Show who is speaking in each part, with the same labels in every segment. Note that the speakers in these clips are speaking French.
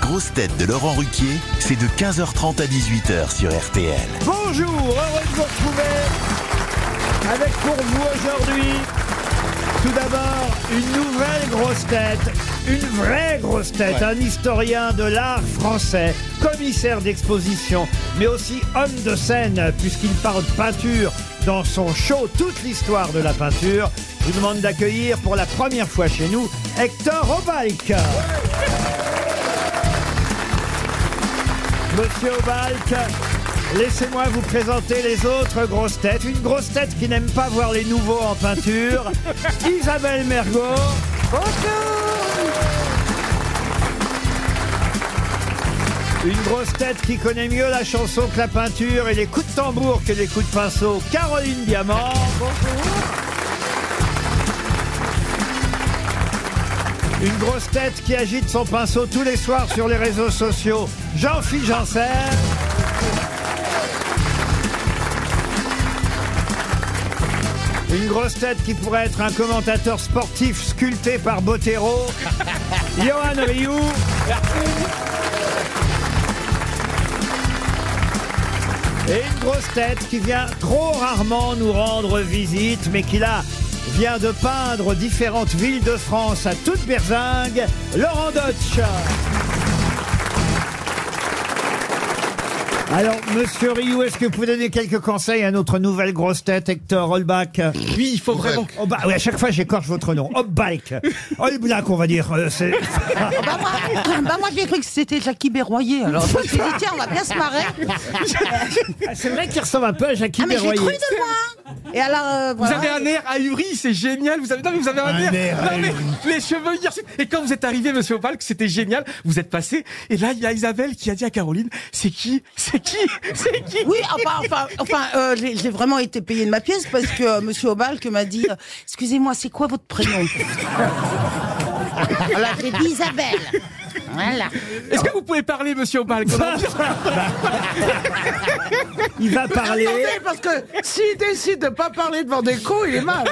Speaker 1: grosses têtes de Laurent Ruquier, c'est de 15h30 à 18h sur RTL.
Speaker 2: Bonjour, heureux de vous retrouver avec pour vous aujourd'hui tout d'abord une nouvelle grosse tête, une vraie grosse tête, un historien de l'art français, commissaire d'exposition, mais aussi homme de scène puisqu'il parle peinture dans son show toute l'histoire de la peinture. Je vous demande d'accueillir pour la première fois chez nous Hector Obalk. Monsieur Obalk, laissez-moi vous présenter les autres grosses têtes. Une grosse tête qui n'aime pas voir les nouveaux en peinture, Isabelle Mergot. Une grosse tête qui connaît mieux la chanson que la peinture et les coups de tambour que les coups de pinceau, Caroline
Speaker 3: Oh,
Speaker 2: Diamant. Une grosse tête qui agite son pinceau tous les soirs sur les réseaux sociaux, Jean-Philippe Janssen. Une grosse tête qui pourrait être un commentateur sportif sculpté par Bottero, Johan Rioux. Et une grosse tête qui vient trop rarement nous rendre visite, mais qui là vient de peindre différentes villes de France à toute berzingue, Laurent Dodge. Alors, monsieur Rioux, est-ce que vous pouvez donner quelques conseils à notre nouvelle grosse tête, Hector Holbach Oui, il faut vraiment. à chaque fois, j'écorche votre nom. Holbach. Holbach, on va dire. euh, c'est-
Speaker 4: bah moi, bah moi j'ai cru que c'était Jackie Berroyer. Alors je me suis dit, tiens, on va bien se marrer.
Speaker 2: Ah, C'est vrai qu'il ressemble un peu à Jackie
Speaker 4: Ah, mais je l'ai
Speaker 2: Berroyer.
Speaker 4: cru de loin. Et alors, euh,
Speaker 3: Vous
Speaker 4: voilà.
Speaker 3: avez un air ahuri, c'est génial. Vous avez, non, mais vous avez un,
Speaker 5: Un air
Speaker 3: non, mais les cheveux hirsutes. Et quand vous êtes arrivé, monsieur Opal, que c'était génial, vous êtes passé. Et là, il y a Isabelle qui a dit à Caroline, c'est qui? C'est qui? C'est qui?
Speaker 4: Oui, enfin, enfin, enfin euh, j'ai j'ai vraiment été payé de ma pièce parce que euh, Monsieur Obalk m'a dit euh, Excusez-moi, c'est quoi votre prénom Alors j'ai dit Oh, Isabelle. Voilà.
Speaker 3: Est-ce que vous pouvez parler, monsieur Opal? qu'on a-
Speaker 2: Il va parler.
Speaker 6: Parce que s'il décide de pas parler devant des cons, il est mal.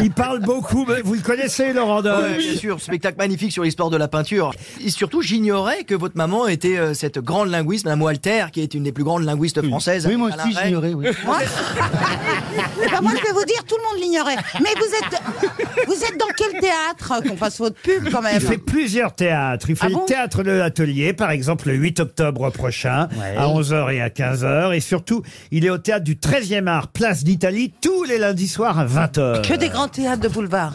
Speaker 2: Il parle beaucoup. mais Vous le connaissez, Laurent Dodge
Speaker 7: Ouais, bien sûr, spectacle magnifique sur l'histoire de la peinture. Et surtout, j'ignorais que votre maman était euh, cette grande linguiste, Madame Walter, qui est une des plus grandes linguistes françaises.
Speaker 5: Oui, moi
Speaker 7: à la
Speaker 5: aussi,
Speaker 7: Reine.
Speaker 5: j'ignorais. Oui.
Speaker 4: Moi, Eh ben, moi, je vais vous dire, tout le monde l'ignorait. Mais vous êtes, vous êtes dans quel théâtre Qu'on fasse votre pub quand même.
Speaker 2: Il fait plusieurs théâtres. Il fait
Speaker 4: Ah
Speaker 2: le
Speaker 4: bon
Speaker 2: théâtre de l'atelier, par exemple, le 8 octobre prochain, à 11h et à 15h. Et surtout, il est au théâtre du 13e art, place d'Italie, tous les lundis soirs à 20h.
Speaker 4: Que des grands théâtres de boulevard.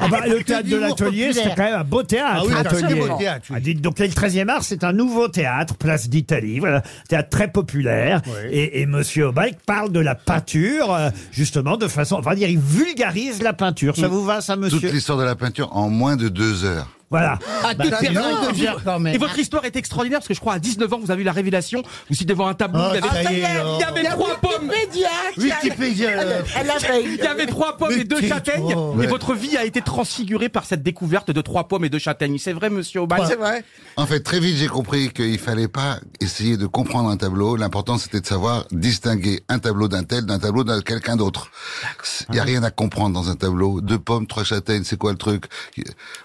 Speaker 2: Ah bah, le théâtre de
Speaker 5: l'humour
Speaker 2: l'atelier, c'est
Speaker 5: populaire.
Speaker 2: quand même un beau théâtre.
Speaker 5: Ah oui, c'est un
Speaker 2: l'atelier.
Speaker 5: très beau théâtre, oui.
Speaker 2: Ah, dites donc, le 13e art, c'est un nouveau théâtre, place d'Italie. Voilà, théâtre très populaire.
Speaker 5: Oui.
Speaker 2: Et, et Monsieur Obike parle de la peinture, euh, justement, de façon, on va dire, il vulgarise la peinture.
Speaker 4: Mm.
Speaker 2: Ça vous va, ça,
Speaker 8: Toute
Speaker 2: monsieur
Speaker 8: l'histoire de la peinture en moins de deux heures.
Speaker 2: Voilà. Bah,
Speaker 5: Ah,
Speaker 8: Bah,
Speaker 5: toute personne de dire quand
Speaker 3: Et
Speaker 5: même.
Speaker 3: votre histoire est extraordinaire parce que je crois à 19 ans, vous avez eu la révélation. Vous étiez devant un tableau,
Speaker 5: Oh,
Speaker 3: il y avait,
Speaker 5: ça y est,
Speaker 3: il y avait
Speaker 5: alors.
Speaker 3: trois pommes.
Speaker 5: Wikipédia. euh,
Speaker 6: Elle avait.
Speaker 3: Il y avait trois pommes
Speaker 5: Mais
Speaker 3: et deux
Speaker 5: t'es
Speaker 3: châtaignes.
Speaker 5: trop,
Speaker 3: Et
Speaker 5: ouais.
Speaker 3: votre vie a été transfigurée par cette découverte de trois pommes et deux châtaignes. C'est vrai, monsieur Obal?
Speaker 6: C'est vrai.
Speaker 8: En fait, très vite, j'ai compris qu'il fallait pas essayer de comprendre un tableau. L'important, c'était de savoir distinguer un tableau d'un tel d'un tableau d'un quelqu'un d'autre. Il y a rien à comprendre dans un tableau. Deux pommes, trois châtaignes, c'est quoi le truc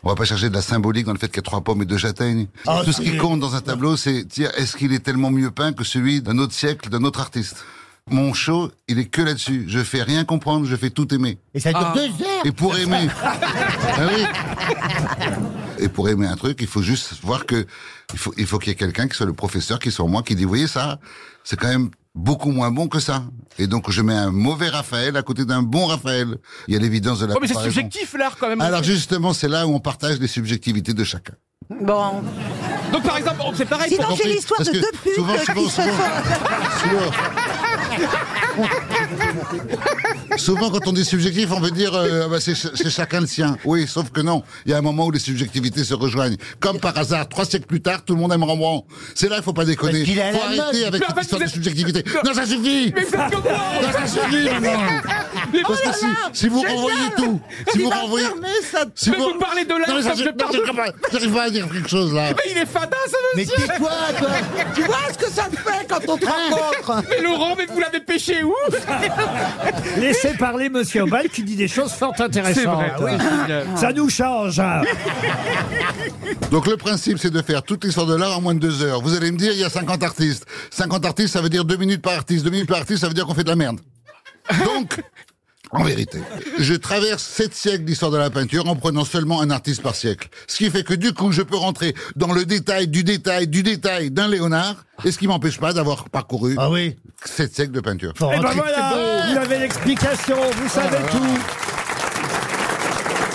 Speaker 8: On va pas chercher de la symbolique dans le fait qu'il y a trois pommes et deux châtaignes.
Speaker 5: Ah,
Speaker 8: Tout ce
Speaker 5: c'est-
Speaker 8: qui compte dans un tableau, c'est dire est-ce qu'il est tellement mieux peint que celui d'un autre siècle, d'un autre artiste. Mon show, il est que là-dessus. Je fais rien comprendre, je fais tout aimer.
Speaker 5: Et ça
Speaker 3: Ah.
Speaker 5: dure deux heures.
Speaker 8: Et pour aimer. Ah oui. Et pour aimer un truc, il faut juste voir que il faut il faut qu'il y ait quelqu'un qui soit le professeur, qui soit moi, qui dit vous voyez ça, c'est quand même beaucoup moins bon que ça. Et donc je mets un mauvais Raphaël à côté d'un bon Raphaël. Il y a l'évidence de la.
Speaker 3: Oh, mais c'est
Speaker 8: comparaison.
Speaker 3: subjectif, l'art, quand même.
Speaker 8: Alors justement, c'est là où on partage les subjectivités de chacun.
Speaker 4: Bon.
Speaker 3: Donc, par exemple, oh, c'est pareil.
Speaker 4: Sinon, j'ai
Speaker 8: compris.
Speaker 4: l'histoire de
Speaker 8: Parce
Speaker 4: deux
Speaker 8: que
Speaker 4: putes
Speaker 8: souvent,
Speaker 4: euh,
Speaker 8: souvent,
Speaker 4: qui se
Speaker 8: souvent.
Speaker 4: sont.
Speaker 8: Souvent, quand on dit subjectif, on veut dire euh, Ah bah, c'est ch- c'est chacun le sien. Oui, sauf que non. Il y a un moment où les subjectivités se rejoignent. Comme par hasard, trois siècles plus tard, tout le monde aime Rembrandt. C'est là, il faut pas déconner.
Speaker 5: Parce qu'il est à
Speaker 8: faut
Speaker 5: la mode.
Speaker 8: arrêter avec
Speaker 3: Mais en
Speaker 8: cette
Speaker 3: fait,
Speaker 8: histoire
Speaker 3: vous
Speaker 8: de
Speaker 3: êtes-
Speaker 8: subjectivité. Non, ça suffit.
Speaker 3: Mais vous êtes comme moi.
Speaker 8: Non, ça suffit maintenant.
Speaker 3: Oh
Speaker 8: Parce que si, si vous renvoyez tout, si vous renvoyez, si
Speaker 3: Mais vous parlez de l'art
Speaker 8: Non, mais ça
Speaker 3: comme
Speaker 8: suffit.
Speaker 3: de partout.
Speaker 8: Non, j'arrive pas- J'arrive pas à dire quelque chose là.
Speaker 3: Mais il est fada, ça,
Speaker 5: Mais
Speaker 3: monsieur
Speaker 5: tais-toi, toi.
Speaker 6: Tu vois
Speaker 8: Hein
Speaker 6: ce que ça te fait quand on te rencontre
Speaker 3: Mais Laurent, mais vous l'avez pêché où
Speaker 2: Laissez laissez parler Monsieur Obal qui dit des choses fort intéressantes.
Speaker 3: C'est vrai, oui, génial.
Speaker 2: Ça nous change. hein.
Speaker 8: Donc le principe, c'est de faire toute l'histoire de l'art en moins de deux heures. Vous allez me dire, il y a 50 artistes. 50 artistes, ça veut dire deux minutes par artiste. Deux minutes par artiste, ça veut dire qu'on fait de la merde. Donc, en vérité, je traverse sept siècles d'histoire de la peinture en prenant seulement un artiste par siècle. Ce qui fait que du coup, je peux rentrer dans le détail du détail du détail d'un Léonard, et ce qui m'empêche pas d'avoir parcouru
Speaker 5: Ah oui.
Speaker 8: sept siècles de peinture.
Speaker 5: Faut
Speaker 2: Eh ben
Speaker 5: rentrer-
Speaker 2: voilà, vous avez l'explication,
Speaker 8: Oh
Speaker 2: vous savez tout.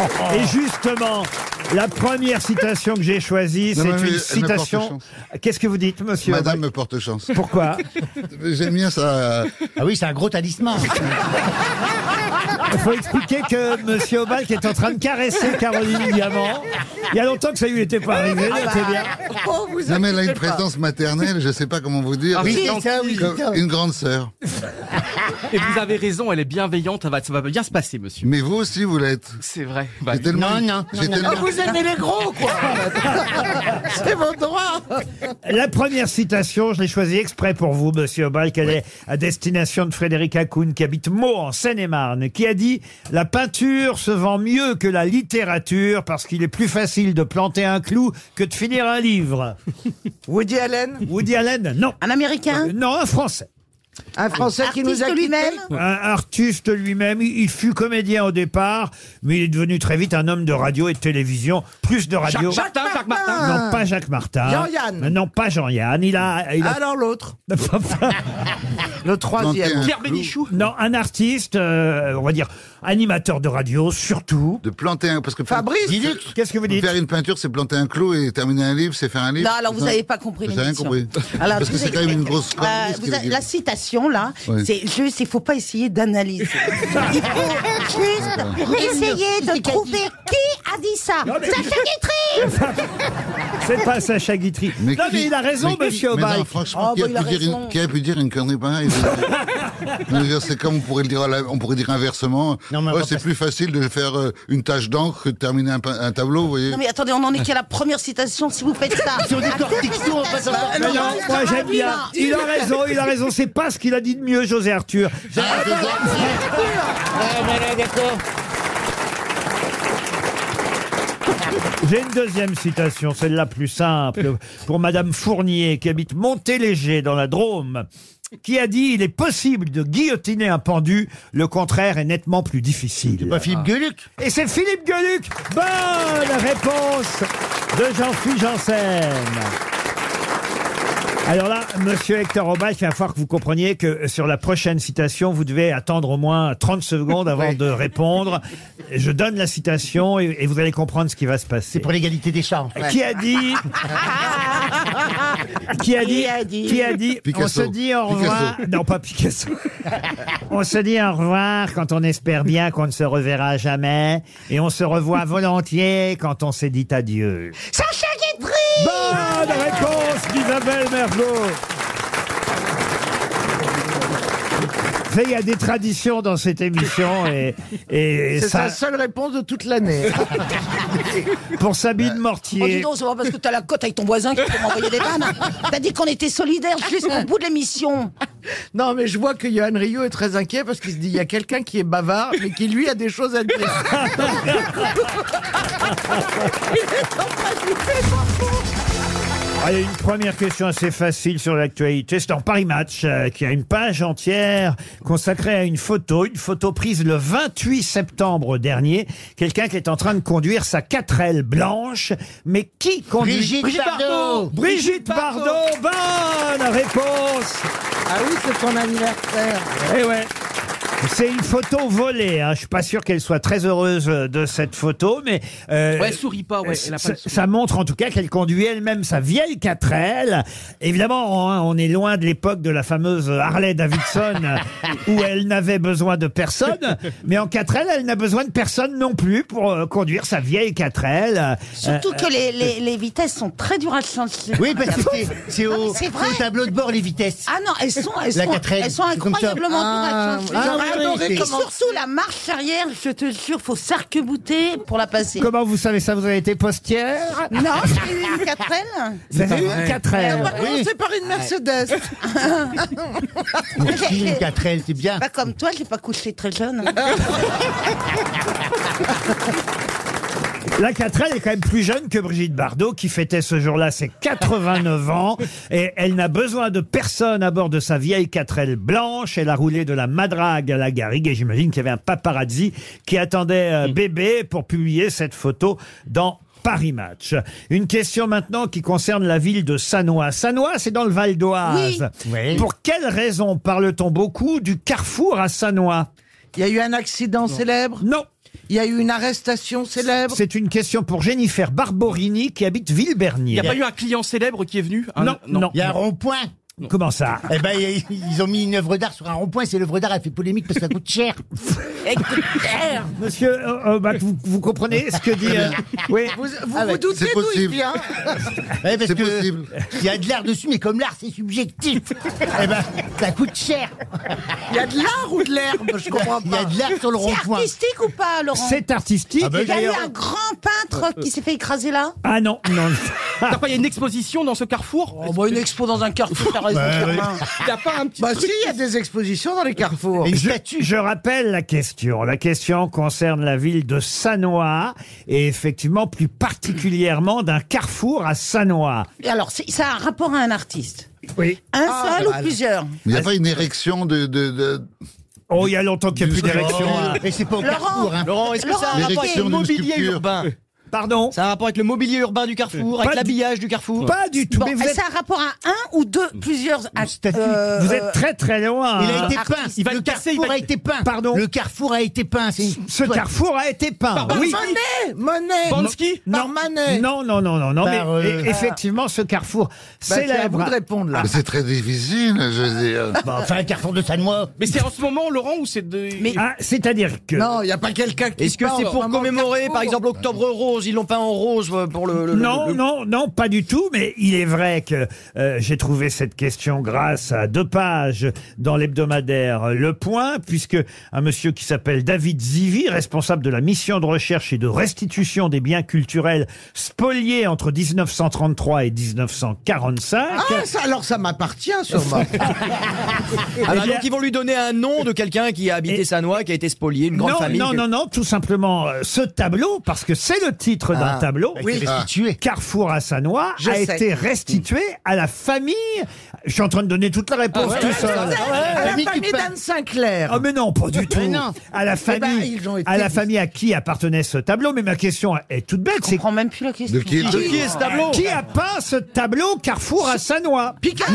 Speaker 8: oh.
Speaker 2: Et justement, la première citation que j'ai choisie,
Speaker 8: Non,
Speaker 2: c'est
Speaker 8: mais elle
Speaker 2: une
Speaker 8: me
Speaker 2: citation.
Speaker 8: porte
Speaker 2: Qu'est-ce que vous dites, monsieur
Speaker 8: Madame me porte chance.
Speaker 2: Pourquoi
Speaker 8: J'aime bien ça.
Speaker 5: Ah oui, c'est un gros talisman.
Speaker 2: Il faut expliquer que monsieur Obal qui est en train de caresser Caroline Diamant. Il y a longtemps que ça lui
Speaker 8: Ah
Speaker 2: était pas arrivé,
Speaker 8: bah,
Speaker 2: c'est bien.
Speaker 6: Oh, vous
Speaker 8: Non, mais elle a une
Speaker 6: inquiétez pas.
Speaker 8: présence maternelle, je sais pas comment vous dire.
Speaker 3: Ah,
Speaker 5: Oui,
Speaker 3: c'est
Speaker 5: c'est ça, oui,
Speaker 3: gentil.
Speaker 5: c'est ça.
Speaker 8: Comme une grande sœur.
Speaker 3: Et vous avez raison, elle est bienveillante, ça va, ça va bien se passer, monsieur.
Speaker 8: Mais vous aussi, vous l'êtes.
Speaker 3: C'est vrai. Bah,
Speaker 8: J'ai tellement-
Speaker 5: Non, non,
Speaker 8: j'ai
Speaker 5: non,
Speaker 8: tellement-
Speaker 6: Ah, vous aimez les gros, quoi C'est votre droit
Speaker 2: La première citation, je l'ai choisie exprès pour vous, monsieur Obal, qu'elle est à destination de Frédéric Hakoun, qui habite Meaux, en Seine-et-Marne, qui a dit « La peinture se vend mieux que la littérature parce qu'il est plus facile de planter un clou que de finir un livre.
Speaker 6: Woody Allen »
Speaker 2: Woody Allen, non.
Speaker 4: Un Américain
Speaker 2: Non, un Français.
Speaker 6: Un Français qui nous a
Speaker 4: Artiste
Speaker 6: quittés
Speaker 4: lui-même
Speaker 2: Un artiste lui-même, il fut comédien au départ, mais il est devenu très vite un homme de radio et de télévision, plus de radio.
Speaker 3: Jacques, Martin, Jacques Martin.
Speaker 6: Martin.
Speaker 2: non, pas Jacques Martin.
Speaker 6: Jean-Yann.
Speaker 2: Non, pas Jean-Yann. Il a, il a-
Speaker 6: Alors l'autre,
Speaker 8: Le
Speaker 6: troisième.
Speaker 3: Pierre Bénichou.
Speaker 2: Non, un artiste, euh, on va dire animateur de radio surtout.
Speaker 8: De planter un. Parce que
Speaker 6: Fabrice
Speaker 2: Qu'est-ce que vous dites
Speaker 8: Faire une peinture, c'est planter un clou et terminer un livre, c'est faire un livre.
Speaker 4: Non, alors vous n'avez pas compris
Speaker 8: Vous avez rien
Speaker 4: l'émission.
Speaker 8: compris.
Speaker 4: Alors,
Speaker 8: Parce que
Speaker 4: vous
Speaker 8: c'est
Speaker 4: avez-
Speaker 8: quand même une grosse.
Speaker 4: Euh,
Speaker 8: connerie, ce
Speaker 4: vous
Speaker 8: qu'il
Speaker 4: avez-
Speaker 8: dit.
Speaker 4: la citation, là,
Speaker 8: Oui.
Speaker 4: c'est juste, il ne faut pas essayer d'analyser. Il faut juste essayer de trouver qui a dit ça. Sacha Guitry
Speaker 2: C'est pas Sacha Guitry. non, mais
Speaker 8: qui-
Speaker 2: il a raison,
Speaker 8: mais qui-
Speaker 2: monsieur Ah,
Speaker 8: mais non,
Speaker 2: Obal.
Speaker 8: franchement,
Speaker 4: Oh,
Speaker 8: qui, a
Speaker 4: bah, il a
Speaker 8: pu dire
Speaker 4: raison.
Speaker 8: une, qui a pu dire une connerie pareille Je veux dire, C'est comme on pourrait le dire, à la- on pourrait dire inversement.
Speaker 5: Non, mais on
Speaker 8: Ouais,
Speaker 5: va
Speaker 8: c'est
Speaker 5: pas-
Speaker 8: plus facile de faire euh, une tache d'encre que de terminer un, pein- un tableau, vous voyez.
Speaker 4: Non, mais attendez, on en est qu'à la première citation, si vous faites ça.
Speaker 5: Sur des
Speaker 4: À
Speaker 5: corticots, on va savoir.
Speaker 2: Mais non, moi j'aime bien. Il a raison, il a raison. C'est pas ce qu'il a dit de mieux, José Arthur.
Speaker 8: Ah, c'est ça.
Speaker 5: Ah,
Speaker 2: J'ai une deuxième citation, celle-là plus simple, pour Madame Fournier, qui habite Montéléger, dans la Drôme, qui a dit « Il est possible de guillotiner un pendu, le contraire est nettement plus difficile.
Speaker 5: Pas Philippe Gueluc. »
Speaker 2: Et c'est Philippe Gueluc Bonne réponse de Jean-Philippe Janssen alors là, monsieur Hector Obal, il va falloir que vous compreniez que euh, sur la prochaine citation, vous devez attendre au moins 30 secondes avant de répondre. Je donne la citation et, et vous allez comprendre ce qui va se passer.
Speaker 5: Pour l'égalité des chances.
Speaker 2: Qui a dit
Speaker 6: Ah,
Speaker 2: Qui a dit
Speaker 4: a dit
Speaker 2: Qui a dit On
Speaker 8: Picasso.
Speaker 2: se dit au revoir. Non, pas Picasso. on se dit au revoir quand on espère bien qu'on ne se reverra jamais, et on se revoit volontiers quand on s'est dit adieu.
Speaker 4: Sacha Guitry
Speaker 2: Bonne réponse d'Isabelle Mergo. Vous savez, Il y a des traditions dans cette émission et, et
Speaker 6: c'est
Speaker 2: ça,
Speaker 6: sa seule réponse de toute l'année.
Speaker 2: pour Sabine
Speaker 4: Oh, dis
Speaker 2: Mortier.
Speaker 4: donc, c'est pas parce que t'as la cote avec ton voisin qu'il faut m'envoyer des vannes. T'as dit qu'on était solidaires jusqu'au bout de l'émission.
Speaker 6: Non, mais je vois que Johan Rio est très inquiet parce qu'il se dit il y a quelqu'un qui est bavard, mais qui lui a des choses à dire.
Speaker 2: Allez, une première question assez facile sur l'actualité. C'est dans Paris Match euh, qui a une page entière consacrée à une photo, une photo prise le 28 septembre dernier. Quelqu'un qui est en train de conduire sa 4L blanche. Mais qui conduit
Speaker 5: Brigitte Bardot.
Speaker 2: Brigitte Bardot, bonne réponse
Speaker 6: Ah oui, c'est ton anniversaire.
Speaker 2: Eh ouais c'est une photo volée. Hein. Je suis pas sûr qu'elle soit très heureuse euh, de cette photo, mais euh,
Speaker 3: Ouais, elle sourit pas, ouais. Elle a pas
Speaker 2: ça,
Speaker 3: le sourire.
Speaker 2: ça montre en tout cas qu'elle conduit elle-même sa vieille 4L. Évidemment, hein, on est loin de l'époque de la fameuse Harley Davidson où elle n'avait besoin de personne. Mais en 4L, elle n'a besoin de personne non plus pour euh, conduire sa vieille 4L. Euh,
Speaker 4: Surtout que les, les, les vitesses sont très dures à changer.
Speaker 5: Oui, parce que c'est- c'est
Speaker 4: Non,
Speaker 5: au,
Speaker 4: mais c'est
Speaker 5: c'est
Speaker 4: vrai.
Speaker 5: au tableau de bord les vitesses.
Speaker 4: Ah non, elles sont, elles
Speaker 5: La
Speaker 4: sont,
Speaker 5: quatrième,
Speaker 4: elles sont
Speaker 5: c'est comme ça.
Speaker 4: incroyablement dures à changer.
Speaker 5: Ah,
Speaker 4: J'aurais
Speaker 5: vérité.
Speaker 4: Et surtout la marche arrière, je te jure, faut s'arc-bouter pour la passer.
Speaker 2: Comment vous savez ça Vous avez été postière
Speaker 4: Non, j'ai eu une 4L.
Speaker 2: Vous avez eu
Speaker 3: vrai.
Speaker 2: une 4 heures.
Speaker 4: commencer par une Mercedes.
Speaker 5: Merci, une 4L, c'est bien. Ah,
Speaker 4: Pas Bah, comme toi, j'ai pas couché très jeune.
Speaker 2: La 4 elle est quand même plus jeune que Brigitte Bardot, qui fêtait ce jour-là ses 89 ans. Et elle n'a besoin de personne à bord de sa vieille 4L blanche. Elle a roulé de la Madrague à la Garrigue. Et j'imagine qu'il y avait un paparazzi qui attendait euh, bébé pour publier cette photo dans Paris Match. Une question maintenant qui concerne la ville de Sanois. Sanois, c'est dans le Val d'Oise.
Speaker 5: Oui.
Speaker 2: Pour quelle raison parle-t-on beaucoup du carrefour à Sanois
Speaker 6: Il y a eu un accident célèbre
Speaker 2: Non,
Speaker 6: Il y a eu une arrestation célèbre
Speaker 2: c'est une question pour Jennifer Barborini qui habite Villebernier.
Speaker 3: Il n'y a pas eu un client célèbre qui est venu hein Un-
Speaker 2: Non, non.
Speaker 5: Il y a un rond-point.
Speaker 2: Comment ça
Speaker 5: Eh ben, il y a- ils ont mis une œuvre d'art sur un rond-point. C'est l'œuvre d'art, elle fait polémique parce que ça coûte cher.
Speaker 2: Monsieur, euh, euh, bah, vous, vous comprenez ce que dit... euh, oui,
Speaker 6: Vous vous,
Speaker 5: Ah ouais,
Speaker 6: vous doutez
Speaker 8: c'est
Speaker 6: d'où il
Speaker 8: possible.
Speaker 6: vient
Speaker 5: Ouais, parce
Speaker 8: C'est
Speaker 5: que
Speaker 8: possible.
Speaker 5: Il y a de l'art dessus, mais comme l'art, c'est subjectif. eh ben, ça coûte cher.
Speaker 6: Il y a de l'art ou de l'herbe Je comprends
Speaker 5: Il y
Speaker 6: pas.
Speaker 5: a de l'art sur le
Speaker 4: C'est
Speaker 5: rond-point.
Speaker 4: artistique ou pas, Ah, Laurent
Speaker 2: c'est artistique.
Speaker 5: Ah ben,
Speaker 4: Il y a eu
Speaker 5: d'ailleurs-
Speaker 4: un grand peintre qui s'est fait écraser là.
Speaker 2: Ah non, non.
Speaker 3: T'as pas, il y a une exposition dans ce carrefour
Speaker 6: On voit une expo dans un carrefour, t'as raison,
Speaker 5: Bah,
Speaker 6: Germain.
Speaker 3: Il n'y a pas un petit
Speaker 6: Bah si,
Speaker 3: truc
Speaker 6: il y a des expositions dans les carrefours.
Speaker 5: Une
Speaker 2: Je,
Speaker 5: statue.
Speaker 2: je rappelle la question. La question concerne la ville de Sanois et effectivement plus particulièrement d'un carrefour à Sanois.
Speaker 4: Et alors, c'est- ça a un rapport à un artiste.
Speaker 2: Oui.
Speaker 4: Un
Speaker 6: Ah,
Speaker 4: seul ou
Speaker 6: voilà.
Speaker 4: plusieurs
Speaker 8: Il n'y a pas une érection de... de, de...
Speaker 2: Oh, il y a longtemps qu'il n'y a plus
Speaker 8: Du-
Speaker 2: d'érection. hein.
Speaker 5: Et c'est pas au carrefour, hein.
Speaker 7: Laurent, est-ce que ça a un
Speaker 8: Laurent,
Speaker 7: rapport avec
Speaker 8: l'érection
Speaker 7: le
Speaker 8: d'une
Speaker 7: mobilier
Speaker 8: sculpture.
Speaker 7: urbain
Speaker 2: Pardon
Speaker 7: Ça a un rapport avec le mobilier urbain du carrefour,
Speaker 2: Pas
Speaker 7: avec
Speaker 2: du-
Speaker 7: l'habillage du carrefour
Speaker 2: Pas du tout.
Speaker 4: Bon,
Speaker 2: mais vous êtes,
Speaker 4: ça a un rapport à un ou deux, plusieurs à-
Speaker 5: statue.
Speaker 4: euh,
Speaker 2: vous
Speaker 4: euh,
Speaker 2: êtes très très loin.
Speaker 5: Il
Speaker 2: hein.
Speaker 5: a été peint.
Speaker 4: artiste.
Speaker 3: Il va
Speaker 5: le
Speaker 3: le casser, il
Speaker 5: carrefour
Speaker 3: va-
Speaker 5: a été peint.
Speaker 2: Pardon
Speaker 5: Le carrefour a été peint. C'est une-
Speaker 2: Ce
Speaker 5: Ouais.
Speaker 2: carrefour a été
Speaker 5: hein.
Speaker 2: peint. Oui.
Speaker 6: Monet Monet
Speaker 3: Bansky
Speaker 6: Par
Speaker 2: Non,
Speaker 6: Manet
Speaker 2: non, non, non, non, non,
Speaker 5: Par,
Speaker 2: mais
Speaker 5: euh,
Speaker 2: e- effectivement, ce carrefour
Speaker 6: Bah, C'est à vous
Speaker 2: célèbre.
Speaker 6: de répondre, là.
Speaker 8: Ah, Mais C'est très difficile, je veux dire.
Speaker 5: Bah, enfin, un carrefour de Sanois.
Speaker 3: Mais c'est en ce moment, Laurent, ou c'est de...
Speaker 4: Mais-
Speaker 2: Ah, C'est-à-dire que.
Speaker 6: Non, il n'y a pas quelqu'un qui
Speaker 7: Est-ce que
Speaker 6: parle
Speaker 7: c'est pour
Speaker 6: vraiment
Speaker 7: commémorer,
Speaker 6: au carrefour
Speaker 7: par exemple, Octobre Rose Ils l'ont peint en rose euh, pour le. le- le-
Speaker 2: Non,
Speaker 7: le-
Speaker 2: non, non, pas du tout, mais il est vrai que euh, j'ai trouvé cette question grâce à deux pages dans l'hebdomadaire Le Point, puisque un monsieur qui s'appelle David Zivi, responsable de la mission de recherche et de restitution des biens culturels spoliés entre 1933 et 1945,
Speaker 6: Ah, ça, alors ça m'appartient, sûrement.
Speaker 7: Ah
Speaker 2: Eh
Speaker 7: bah
Speaker 2: bien-
Speaker 7: donc ils vont lui donner un nom de quelqu'un qui a habité
Speaker 2: Et-
Speaker 7: Sanois, qui a été spolié, une grande
Speaker 2: non,
Speaker 7: famille.
Speaker 2: non,
Speaker 7: que-
Speaker 2: non, non, tout simplement euh, ce tableau, parce que c'est le titre d'un
Speaker 7: Ah,
Speaker 2: tableau.
Speaker 5: Oui. Restitué.
Speaker 2: Carrefour à Sanois
Speaker 6: Je
Speaker 2: a
Speaker 6: sais.
Speaker 2: été restitué à la famille. Je suis en train de donner toute la
Speaker 6: Ah
Speaker 2: réponse tout seul.
Speaker 6: À la
Speaker 5: Famille qui
Speaker 6: famille
Speaker 5: peint.
Speaker 6: d'Anne Sinclair.
Speaker 2: Ah mais non, pas du tout.
Speaker 6: non.
Speaker 2: À
Speaker 6: ben,
Speaker 2: la famille,
Speaker 6: ils ont été
Speaker 2: à la
Speaker 6: mis-
Speaker 2: famille à qui appartenait ce tableau. Mais ma question est toute bête,
Speaker 4: Je
Speaker 2: c'est
Speaker 4: comprends même plus la question.
Speaker 8: De qui
Speaker 7: De qui est ce tableau
Speaker 2: qui a peint ce tableau Carrefour à Sanois
Speaker 6: Picasso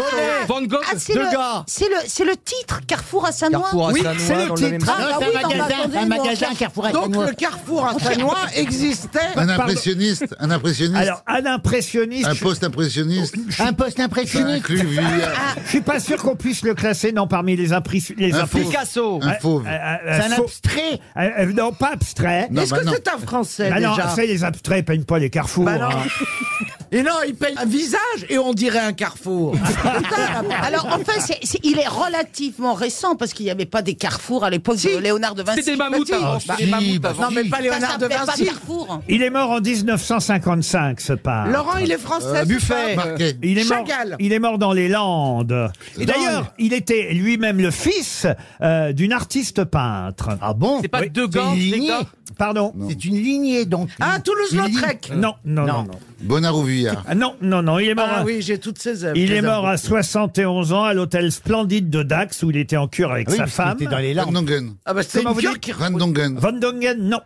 Speaker 3: Van Gogh
Speaker 4: Ah, c'est
Speaker 7: Deux
Speaker 4: le,
Speaker 7: gars.
Speaker 4: c'est le, c'est le titre Carrefour à Saint-Noir.
Speaker 7: Carrefour à
Speaker 2: Oui,
Speaker 7: Sanois,
Speaker 2: c'est le
Speaker 7: dans
Speaker 2: titre.
Speaker 7: même-
Speaker 4: Ah, bah
Speaker 5: Non,
Speaker 4: oui,
Speaker 5: c'est un
Speaker 4: non, mais
Speaker 5: magasin,
Speaker 4: attendez,
Speaker 5: un
Speaker 4: nous, on
Speaker 5: magasin,
Speaker 4: cherche-
Speaker 5: carrefour à
Speaker 6: Donc
Speaker 5: Sanois.
Speaker 6: le carrefour à Sanois existait.
Speaker 8: Un
Speaker 2: Pardon.
Speaker 8: impressionniste, un impressionniste,
Speaker 2: Alors, un impressionniste.
Speaker 8: un
Speaker 2: je-
Speaker 8: post-impressionniste,
Speaker 5: Un poste
Speaker 8: ça
Speaker 5: impressionniste.
Speaker 8: inclut Villa-
Speaker 2: Ah, Je suis pas sûr qu'on puisse le classer non parmi les impris, les
Speaker 8: Un
Speaker 2: impris-
Speaker 7: Picasso
Speaker 8: un fauve.
Speaker 2: Euh, euh, euh,
Speaker 5: C'est un
Speaker 2: faux-
Speaker 5: abstrait.
Speaker 2: euh, euh, non, pas abstrait.
Speaker 8: Non,
Speaker 6: Est-ce
Speaker 8: bah
Speaker 6: que
Speaker 8: non.
Speaker 6: c'est un français
Speaker 2: Ah non,
Speaker 6: déjà
Speaker 2: ça, les abstraits ils peignent pas les carrefours.
Speaker 6: Bah non.
Speaker 2: hein.
Speaker 6: Et non, il paye un visage et on dirait un carrefour.
Speaker 4: Ah, bah, Alors, en fait, c'est- c'est- il est relativement récent parce qu'il n'y avait pas des carrefours à l'époque de Léonard de Vinci.
Speaker 3: C'était des mammouths avant.
Speaker 8: si,
Speaker 3: c'était des mammouths
Speaker 8: bah
Speaker 3: avant.
Speaker 6: non, mais pas
Speaker 4: Ça
Speaker 6: Léonard de
Speaker 4: s'appelait pas
Speaker 6: Vinci.
Speaker 4: carrefour.
Speaker 2: Il est mort en 1955, ce peintre.
Speaker 6: Laurent, il est français.
Speaker 7: Euh, Buffet
Speaker 8: Marquet.
Speaker 2: Il est, mort,
Speaker 6: Chagall.
Speaker 2: il est mort dans les Landes. Et d'ailleurs, il était lui-même le fils euh, d'une artiste peintre.
Speaker 5: Ah bon
Speaker 3: C'est pas
Speaker 5: Oui.
Speaker 3: deux gants,
Speaker 5: C'est une
Speaker 3: des
Speaker 5: lignée.
Speaker 3: gants.
Speaker 2: Pardon
Speaker 5: C'est une lignée, donc.
Speaker 6: Ah, Toulouse-Lautrec.
Speaker 2: non non, non,
Speaker 5: Non. hein.
Speaker 2: non.
Speaker 8: Bonnard ou Vuillard
Speaker 2: Ah, Non, non, non, il est mort.
Speaker 6: Ah
Speaker 2: à-
Speaker 6: oui, j'ai toutes ses œuvres.
Speaker 2: Il
Speaker 6: les
Speaker 2: est mort
Speaker 6: œuvres.
Speaker 2: à 71 ans à l'hôtel Splendide de Dax où il était en cure avec
Speaker 5: Ah oui,
Speaker 2: sa
Speaker 5: parce qu'il
Speaker 2: femme.
Speaker 5: était dans les
Speaker 8: Van
Speaker 5: larmes.
Speaker 8: Dongen.
Speaker 6: Ah bah c'est
Speaker 2: Comment
Speaker 6: une
Speaker 2: vous
Speaker 6: gueule
Speaker 2: dites
Speaker 6: qui
Speaker 8: Van Dongen.
Speaker 2: Van Dongen, non.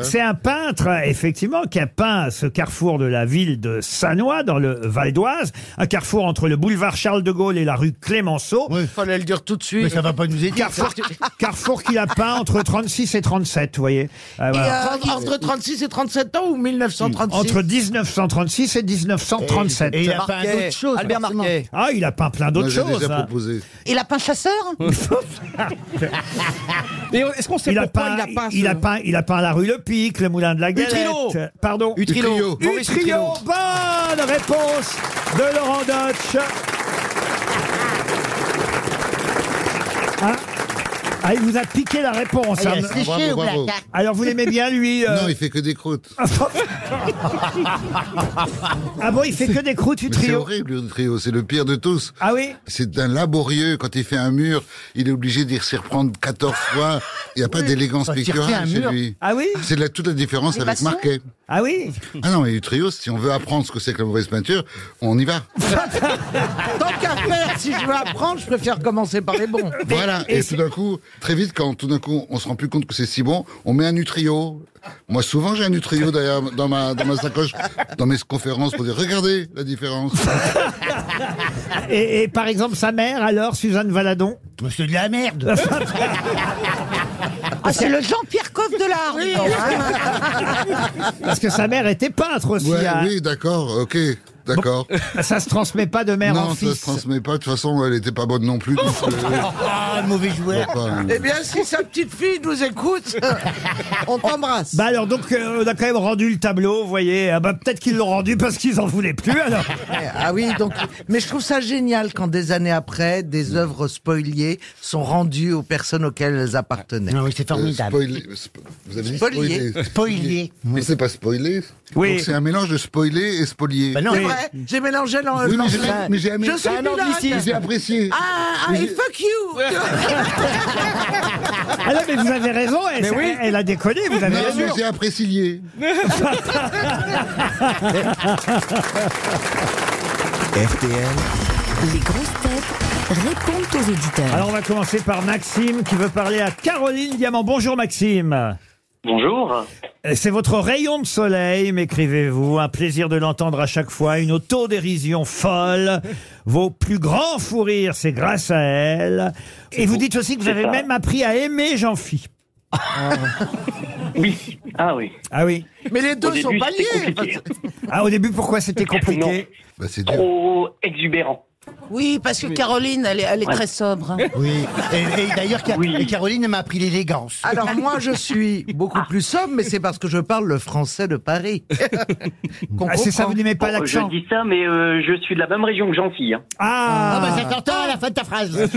Speaker 2: C'est un peintre, effectivement, qui a peint ce carrefour de la ville de Sanois, dans le Val d'Oise. Un carrefour entre le boulevard Charles de Gaulle et la rue Clémenceau.
Speaker 5: Oui.
Speaker 6: fallait le dire tout de
Speaker 5: Mais
Speaker 6: suite.
Speaker 5: ça va pas nous aider.
Speaker 2: Carrefour, carrefour qu'il a peint entre 36 et 37, vous voyez. Euh,
Speaker 6: Et,
Speaker 2: voilà.
Speaker 6: euh, entre 36 et 37 ans ou 1936
Speaker 2: Entre 1936 et 1937.
Speaker 5: Et il a pas
Speaker 7: Marquet,
Speaker 5: autre chose.
Speaker 7: Albert
Speaker 5: forcément.
Speaker 7: Marquet.
Speaker 2: Ah, il a peint plein
Speaker 8: Moi,
Speaker 2: d'autres
Speaker 8: j'ai
Speaker 2: choses.
Speaker 8: déjà
Speaker 2: hein.
Speaker 8: proposé.
Speaker 4: Il a peint chasseur
Speaker 3: Et est-ce qu'on sait
Speaker 2: Il a, peint,
Speaker 3: pourquoi il a peint
Speaker 2: il,
Speaker 3: ce-
Speaker 2: a peint, il a peint la rue Le Pic, le Moulin de la Galette.
Speaker 7: Utrillo.
Speaker 2: Pardon.
Speaker 7: Utrillo.
Speaker 8: Utrillo.
Speaker 7: Maurice
Speaker 2: Utrillo.
Speaker 7: Utrillo.
Speaker 2: Bonne réponse de Laurent Dutch. Un- Ah, il vous a piqué la réponse.
Speaker 5: Il
Speaker 2: hein.
Speaker 5: a séché au
Speaker 8: bravo.
Speaker 5: placard.
Speaker 2: Alors vous l'aimez bien lui euh,
Speaker 8: Oh. Non, il fait que des croûtes.
Speaker 2: Ah bon, il fait que des croûtes du
Speaker 8: Mais c'est
Speaker 2: trio.
Speaker 8: horrible, le trio. C'est le pire de tous.
Speaker 2: Ah oui
Speaker 8: C'est un laborieux. Quand il fait un mur, il est obligé d'y s'y reprendre 14 fois. Il n'y a pas d'élégance
Speaker 5: il refait un
Speaker 8: picturale chez
Speaker 5: mur.
Speaker 8: lui.
Speaker 2: Ah oui
Speaker 8: C'est la- toute la différence avec Marquet.
Speaker 2: Ah oui
Speaker 8: Ah non, mais le trio, si on veut apprendre ce que c'est que la mauvaise peinture, on y va.
Speaker 6: Tant qu'à faire, si je veux apprendre, je préfère commencer par les bons.
Speaker 8: Voilà.
Speaker 2: et
Speaker 8: Et,
Speaker 2: c'est-
Speaker 8: tout d'un coup, très vite, quand tout d'un coup, on se rend plus compte que c'est si bon, on met un nutrio. Moi, souvent, j'ai un nutrio derrière, dans ma, dans ma sacoche, dans mes conférences pour dire, regardez la différence.
Speaker 2: et, et par exemple, sa mère, alors, Suzanne Valadon
Speaker 5: Mais C'est de la merde.
Speaker 4: Ah, c'est le Jean-Pierre Coff de l'art. dis donc, hein.
Speaker 2: Parce que sa mère était peintre aussi.
Speaker 8: Ouais,
Speaker 2: hein.
Speaker 8: oui, d'accord, ok, d'accord.
Speaker 2: Ça se transmet pas de mère
Speaker 8: non,
Speaker 2: en
Speaker 8: ça
Speaker 2: fils.
Speaker 8: se transmet pas. De toute façon, elle était pas bonne non plus. donc, euh,
Speaker 5: Ah, mauvais
Speaker 8: je
Speaker 5: joueur.
Speaker 8: vois pas, hein.
Speaker 6: Eh bien, si sa petite fille nous écoute, on t'embrasse.
Speaker 2: Bah alors donc euh, on a quand même rendu le tableau, vous voyez. Ah bah peut-être qu'ils l'ont rendu parce qu'ils en voulaient plus. Alors
Speaker 6: Ah oui, donc. Mais je trouve ça génial quand des années après, des œuvres spoliées sont rendues aux personnes auxquelles elles appartenaient.
Speaker 2: Ah
Speaker 5: Non, oui, c'est
Speaker 8: Euh,
Speaker 5: formidable.
Speaker 8: spoilé- spo- vous avez dit
Speaker 6: Spolié.
Speaker 8: spoilé.
Speaker 5: Spoilé.
Speaker 8: Mais c'est pas spoilé.
Speaker 2: Oui.
Speaker 8: Donc, C'est un mélange de spoilé et spolié.
Speaker 5: Bah non,
Speaker 6: C'est vrai, j'ai mélangé l'en.
Speaker 8: Oui, mais
Speaker 6: l'en-
Speaker 8: j'ai- mais j'ai aimé.
Speaker 6: Je suis
Speaker 8: C'est un
Speaker 6: bilingue.
Speaker 8: J'ai apprécié.
Speaker 6: Ah, ah, et fuck you
Speaker 2: ah non, mais vous avez raison. Elle,
Speaker 3: Mais oui.
Speaker 2: elle a déconné. Vous avez
Speaker 8: Non,
Speaker 2: raison.
Speaker 8: mais j'ai apprécié.
Speaker 1: RTL,
Speaker 9: Les grosses têtes répondent aux auditeurs.
Speaker 2: Alors on va commencer par Maxime qui veut parler à Caroline Diamant. Bonjour Maxime. Euh,
Speaker 10: Bonjour.
Speaker 2: C'est votre rayon de soleil, m'écrivez-vous. Un plaisir de l'entendre à chaque fois. Une autodérision folle. Vos plus grands fous rires, c'est grâce à elle. Et vous dites aussi que vous
Speaker 10: C'est
Speaker 2: avez
Speaker 10: ça.
Speaker 2: même appris à aimer Jean-Phi.
Speaker 10: Oui. Ah oui.
Speaker 2: Ah oui.
Speaker 6: Mais les
Speaker 10: Au
Speaker 6: deux sont
Speaker 10: début,
Speaker 6: pas
Speaker 10: c'était
Speaker 6: liés
Speaker 10: compliqué. hein.
Speaker 2: Ah au début, pourquoi c'était compliqué
Speaker 8: Bah, c'est dur.
Speaker 10: Trop exubérant.
Speaker 4: Oui, parce que Caroline, elle est, elle est très sobre. hein.
Speaker 5: Oui. Et, et d'ailleurs, Ca-
Speaker 10: Oui.
Speaker 5: et Caroline m'a appris l'élégance.
Speaker 6: Alors moi je suis
Speaker 8: Ah.
Speaker 6: beaucoup plus somme, mais c'est parce que je parle le français de Paris. Qu'on
Speaker 2: Ah, c'est ça,
Speaker 6: comprend.
Speaker 2: vous n'aimez
Speaker 11: Oh,
Speaker 2: pas
Speaker 10: Bon, je
Speaker 2: l'accent
Speaker 10: dis ça, mais euh, je suis de la même région que Jean-Fille. hein.
Speaker 5: Ah, bah
Speaker 2: Ah,
Speaker 5: ça s'entend à la fin de ta phrase.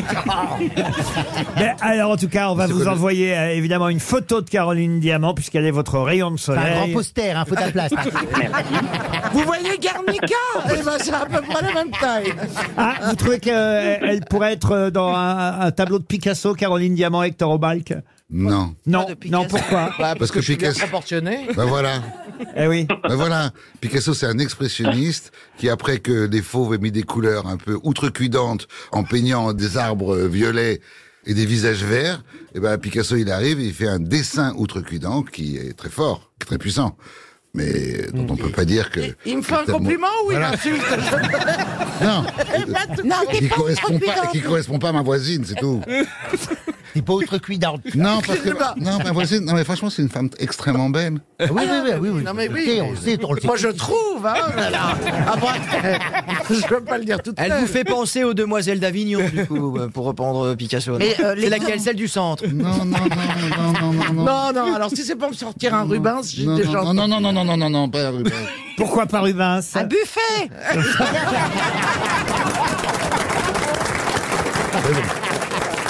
Speaker 2: Ben, alors en tout cas, on va vous envoyer euh, évidemment une photo de Caroline Diamant puisqu'elle est votre rayon de
Speaker 5: un grand
Speaker 2: soleil.
Speaker 5: poster, hein, faut de la place.
Speaker 6: Vous voyez Guernica Eh ben c'est à peu près la même taille.
Speaker 2: Ah, vous trouvez qu'elle pourrait être euh, dans un, un tableau de Picasso, Caroline Diamant, Hector Obalk
Speaker 8: Non.
Speaker 2: Non,
Speaker 4: de Picasso.
Speaker 2: non, pourquoi
Speaker 8: Parce que
Speaker 6: je suis bien
Speaker 8: Picasso-
Speaker 6: proportionné.
Speaker 8: Bah voilà.
Speaker 2: Eh oui.
Speaker 8: Ben voilà, Picasso c'est un expressionniste qui après que les fauves aient mis des couleurs un peu outrecuidantes en peignant des arbres euh, violets et des visages verts, et ben Picasso il arrive, il fait un dessin outrecuidant qui est très fort, très puissant. Mais dont on peut pas dire que
Speaker 6: Il me fait un
Speaker 8: tellement-
Speaker 6: compliment ou il
Speaker 8: Voilà.
Speaker 6: m'insulte
Speaker 8: Non,
Speaker 4: Non, t'es
Speaker 8: qui
Speaker 4: pas
Speaker 8: correspond pas,
Speaker 4: entreprenante.
Speaker 8: qui correspond pas à ma voisine, c'est tout.
Speaker 5: C'est pas autre cuidante.
Speaker 6: Ah,
Speaker 8: Non, parce que non, ma voisine, non mais franchement c'est une femme extrêmement belle.
Speaker 5: Oui, Ah oui, oui, oui, oui.
Speaker 6: Non, mais
Speaker 5: On
Speaker 6: oui.
Speaker 5: sait, on sait, on le sait.
Speaker 6: Moi je trouve, hein voilà. Ah, bon, Je peux pas le dire tout à
Speaker 7: Elle vous fait penser aux demoiselles d'Avignon, du coup, euh, pour reprendre euh, Picasso.
Speaker 4: Mais, euh, les
Speaker 7: c'est laquelle
Speaker 4: deux-
Speaker 7: Celle du centre.
Speaker 8: Non, non, non, non, non, non, non.
Speaker 6: Non, non, alors si c'est pour me sortir un Rubens, j'ai
Speaker 8: Non,
Speaker 6: déjà
Speaker 8: non, non, non, non, non, non, non, non, pas Rubens.
Speaker 2: Pourquoi pas Rubens
Speaker 4: Un buffet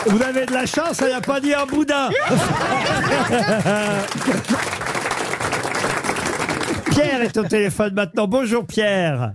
Speaker 2: Vous avez de la chance, elle n'a pas dit un boudin. Pierre est au téléphone maintenant. Bonjour Pierre.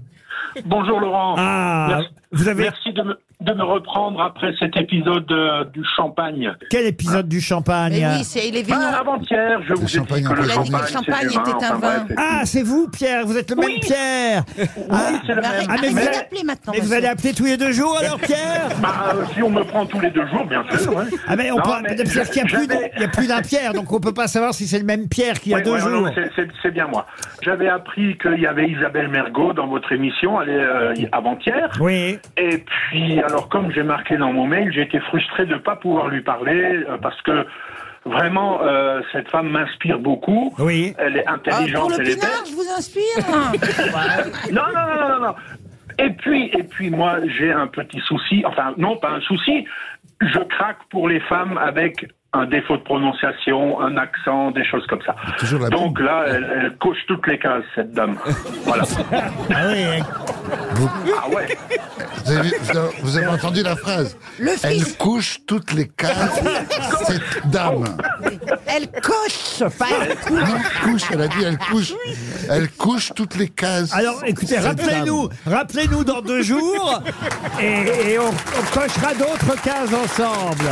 Speaker 10: Bonjour Laurent.
Speaker 2: Ah,
Speaker 10: Merci.
Speaker 2: vous avez
Speaker 10: Merci de me, de me reprendre après cet épisode euh, du champagne.
Speaker 2: quel épisode du champagne
Speaker 4: Mais
Speaker 2: hein
Speaker 4: oui, c'est, il est
Speaker 10: Ah,
Speaker 4: vignon.
Speaker 10: Avant-hier, je vous ai dit
Speaker 8: champagne
Speaker 10: que le
Speaker 8: en
Speaker 10: champagne,
Speaker 8: fait.
Speaker 10: c'est
Speaker 4: Le champagne
Speaker 10: du vin,
Speaker 4: était un
Speaker 10: enfin,
Speaker 4: vin.
Speaker 10: bref, c'est-
Speaker 2: Ah, c'est vous Pierre, vous êtes le même Pierre. Ah,
Speaker 10: c'est
Speaker 4: Mais
Speaker 10: le même.
Speaker 4: arrête-
Speaker 2: mais vous
Speaker 4: arrête
Speaker 2: allez-
Speaker 4: d'appeler maintenant.
Speaker 2: mais vous
Speaker 4: monsieur.
Speaker 2: allez appeler tous les deux jours alors Pierre
Speaker 10: Bah, euh, si on me prend tous les deux jours, bien sûr. ouais.
Speaker 2: Ah mais on
Speaker 10: Non,
Speaker 2: peut-
Speaker 10: mais
Speaker 2: peut-être parce qu'il y a plus d'un-
Speaker 10: j'avais-
Speaker 2: il y a plus d'un Pierre, donc on peut pas savoir si c'est le même Pierre qu'il y a
Speaker 10: Ouais,
Speaker 2: deux
Speaker 10: ouais,
Speaker 2: jours.
Speaker 10: non, c'est- c'est- C'est bien moi. J'avais appris qu'il y avait Isabelle Mergot dans votre émission elle est, euh, avant-hier.
Speaker 2: oui.
Speaker 10: Et puis, alors comme j'ai marqué dans mon mail, j'ai été frustré de ne pas pouvoir lui parler euh, parce que vraiment, euh, cette femme m'inspire beaucoup.
Speaker 2: Oui.
Speaker 10: Elle est
Speaker 4: Ah, pour
Speaker 10: intelligente,
Speaker 4: le
Speaker 10: elle est
Speaker 4: pinard,
Speaker 10: belle.
Speaker 4: je vous inspire.
Speaker 10: Non, non, non, non, non, non. Et puis, et puis moi, j'ai un petit souci. Enfin, non, pas un souci. Je craque pour les femmes avec un défaut de prononciation, un accent, des choses comme ça.
Speaker 8: toujours la
Speaker 10: Donc là, elle, elle coche toutes les cases, cette dame. Voilà.
Speaker 5: Ah oui, hein.
Speaker 10: Ah ouais
Speaker 8: Vous avez, vu- vous avez- vous avez entendu la phrase
Speaker 4: Le
Speaker 8: Elle
Speaker 4: fils.
Speaker 8: couche toutes les cases, cette dame.
Speaker 4: Elle coche, pas elle
Speaker 8: Non, elle couche, elle a dit elle couche. Elle couche toutes les cases.
Speaker 2: Alors, écoutez,
Speaker 8: cette
Speaker 2: rappelez-nous,
Speaker 8: dame.
Speaker 2: rappelez-nous dans deux jours, et, et on, on cochera d'autres cases ensemble.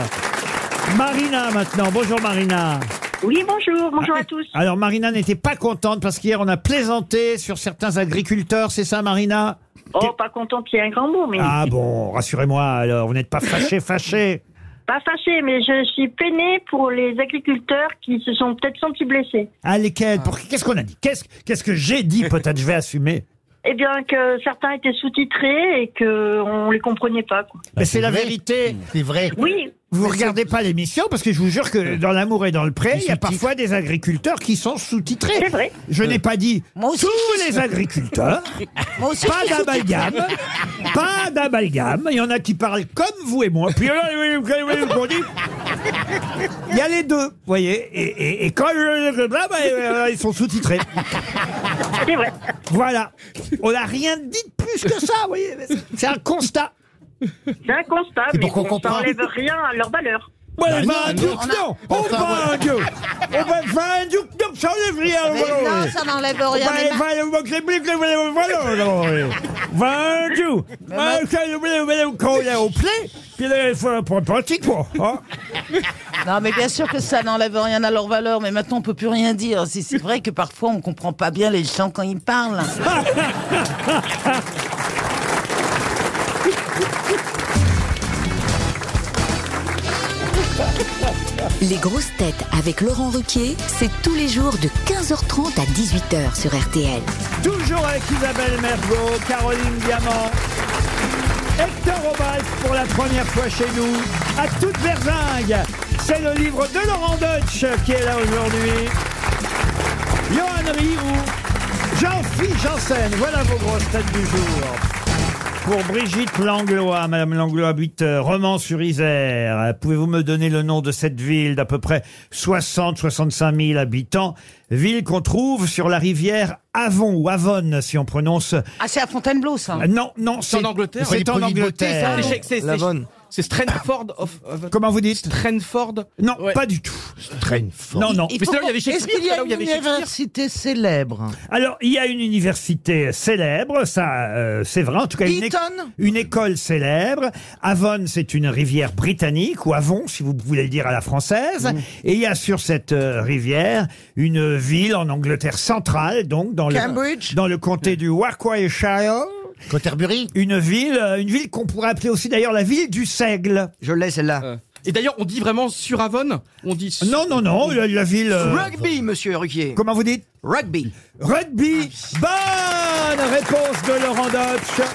Speaker 2: Marina maintenant. Bonjour Marina.
Speaker 11: Oui, bonjour, bonjour à tous.
Speaker 2: Alors Marina n'était pas contente parce qu'hier on a plaisanté sur certains agriculteurs, c'est ça Marina
Speaker 11: Oh, pas contente, c'est un grand mot, mais
Speaker 2: Ah bon, rassurez-moi alors, vous n'êtes pas fâché, fâché.
Speaker 11: pas fâchée, mais je suis peinée pour les agriculteurs qui se sont peut-être sentis blessés.
Speaker 2: Ah lesquels Pour- Qu'est-ce qu'on a dit Qu'est-ce qu'est-ce que j'ai dit Peut-être je vais assumer.
Speaker 11: Eh bien, que certains étaient sous-titrés et que on les comprenait pas. quoi.
Speaker 2: Mais c'est la vérité.
Speaker 5: C'est vrai.
Speaker 11: Oui.
Speaker 2: Vous regardez pas l'émission parce que je vous jure que dans l'amour et dans le pré, il y a parfois des agriculteurs qui sont sous-titrés.
Speaker 11: C'est vrai.
Speaker 2: Je n'ai pas dit
Speaker 4: aussi,
Speaker 2: tous
Speaker 4: je suis-
Speaker 2: les agriculteurs.
Speaker 4: Moi aussi,
Speaker 2: Pas
Speaker 4: je suis
Speaker 2: d'amalgame. Pas d'amalgame. Il y en a qui parlent comme vous et moi. Puis là, on dit. Il y a les deux, vous voyez. Et, et- et quand bah, ils sont sous-titrés.
Speaker 11: C'est vrai.
Speaker 2: Voilà. On n'a rien dit de plus que ça, vous voyez. C'est un constat.
Speaker 11: C'est un constat,
Speaker 5: C'est
Speaker 11: mais
Speaker 5: pour qu'on
Speaker 11: on
Speaker 5: comprenne.
Speaker 11: n'enlève rien à leur valeur.
Speaker 2: Ouais,
Speaker 5: Bah
Speaker 2: va
Speaker 5: non,
Speaker 2: un
Speaker 5: non.
Speaker 2: duc, non On
Speaker 5: Enfin,
Speaker 2: va un
Speaker 5: voilà.
Speaker 2: duc On va faire un duc, non, ça enlève rien,
Speaker 4: Mais
Speaker 2: hein, voilà.
Speaker 4: non, ça n'enlève
Speaker 2: On
Speaker 4: rien. mais
Speaker 2: va-
Speaker 4: ma-
Speaker 2: va- le mot clé, blé, blé, blé, voilà, non, oui. Va un duc. Va un clé, blé, blé, Quand on est au blé, puis là, il faut un point pratique, quoi, hein.
Speaker 4: Non, mais bien sûr que ça n'enlève rien à leur valeur, mais maintenant on peut plus rien dire. Si c'est vrai que parfois on comprend pas bien les gens quand ils parlent.
Speaker 9: Les grosses têtes avec Laurent Ruquier, c'est tous les jours de 15h30 à 18h sur RTL.
Speaker 2: Toujours avec Isabelle Mergot, Caroline Diamant, Hector Obal pour la première fois chez nous, à toute Verzingue. C'est le livre de Laurent Deutsch qui est là aujourd'hui. Johan Rioux, Jean-Philippe Janssen, voilà vos grosses têtes du jour. Pour Brigitte Langlois, Madame Langlois habite euh, Romans-sur-Isère. Euh, Pouvez-vous me donner le nom de cette ville d'à peu près 60-65 000 habitants Ville qu'on trouve sur la rivière Avon ou Avonne, si on prononce.
Speaker 4: Ah, c'est à Fontainebleau, ça.
Speaker 2: Euh, Non, non,
Speaker 3: C'est en Angleterre
Speaker 2: C'est en Angleterre.
Speaker 3: C'est- c'est- c'est-
Speaker 7: Lavonne.
Speaker 3: C'est Stratford of. of-
Speaker 2: Comment vous dites
Speaker 3: Stratford
Speaker 2: Non,
Speaker 3: Ouais.
Speaker 2: pas du tout.
Speaker 5: Traîne fort.
Speaker 2: Non, non.
Speaker 4: Il
Speaker 3: Mais c'est là où il y avait
Speaker 6: Est-ce
Speaker 3: Shakespeare.
Speaker 6: qu'il y
Speaker 3: c'est
Speaker 6: a
Speaker 3: là où il y
Speaker 6: une
Speaker 3: avait Shakespeare.
Speaker 6: université célèbre
Speaker 2: Alors, il y a une université célèbre, ça, euh, c'est vrai. En tout cas, une, éc-
Speaker 6: Eton
Speaker 2: une école célèbre. Avon, c'est une rivière britannique, ou Avon, si vous voulez le dire à la française.
Speaker 6: Mm.
Speaker 2: Et il y a sur cette euh, rivière une ville en Angleterre centrale, donc dans
Speaker 6: Cambridge Mm.
Speaker 2: le dans le comté du Warwickshire.
Speaker 5: Canterbury
Speaker 2: Une ville, euh, une ville qu'on pourrait appeler aussi d'ailleurs la ville du seigle.
Speaker 7: Je l'ai celle-là.
Speaker 3: Euh, Et d'ailleurs, on dit vraiment sur Avon On dit. sur-
Speaker 2: Non, non, non, la, la ville. euh,
Speaker 7: Rugby, monsieur Ruquier.
Speaker 2: comment vous dites
Speaker 7: Rugby.
Speaker 2: Rugby. Bonne réponse de Laurent Dodge.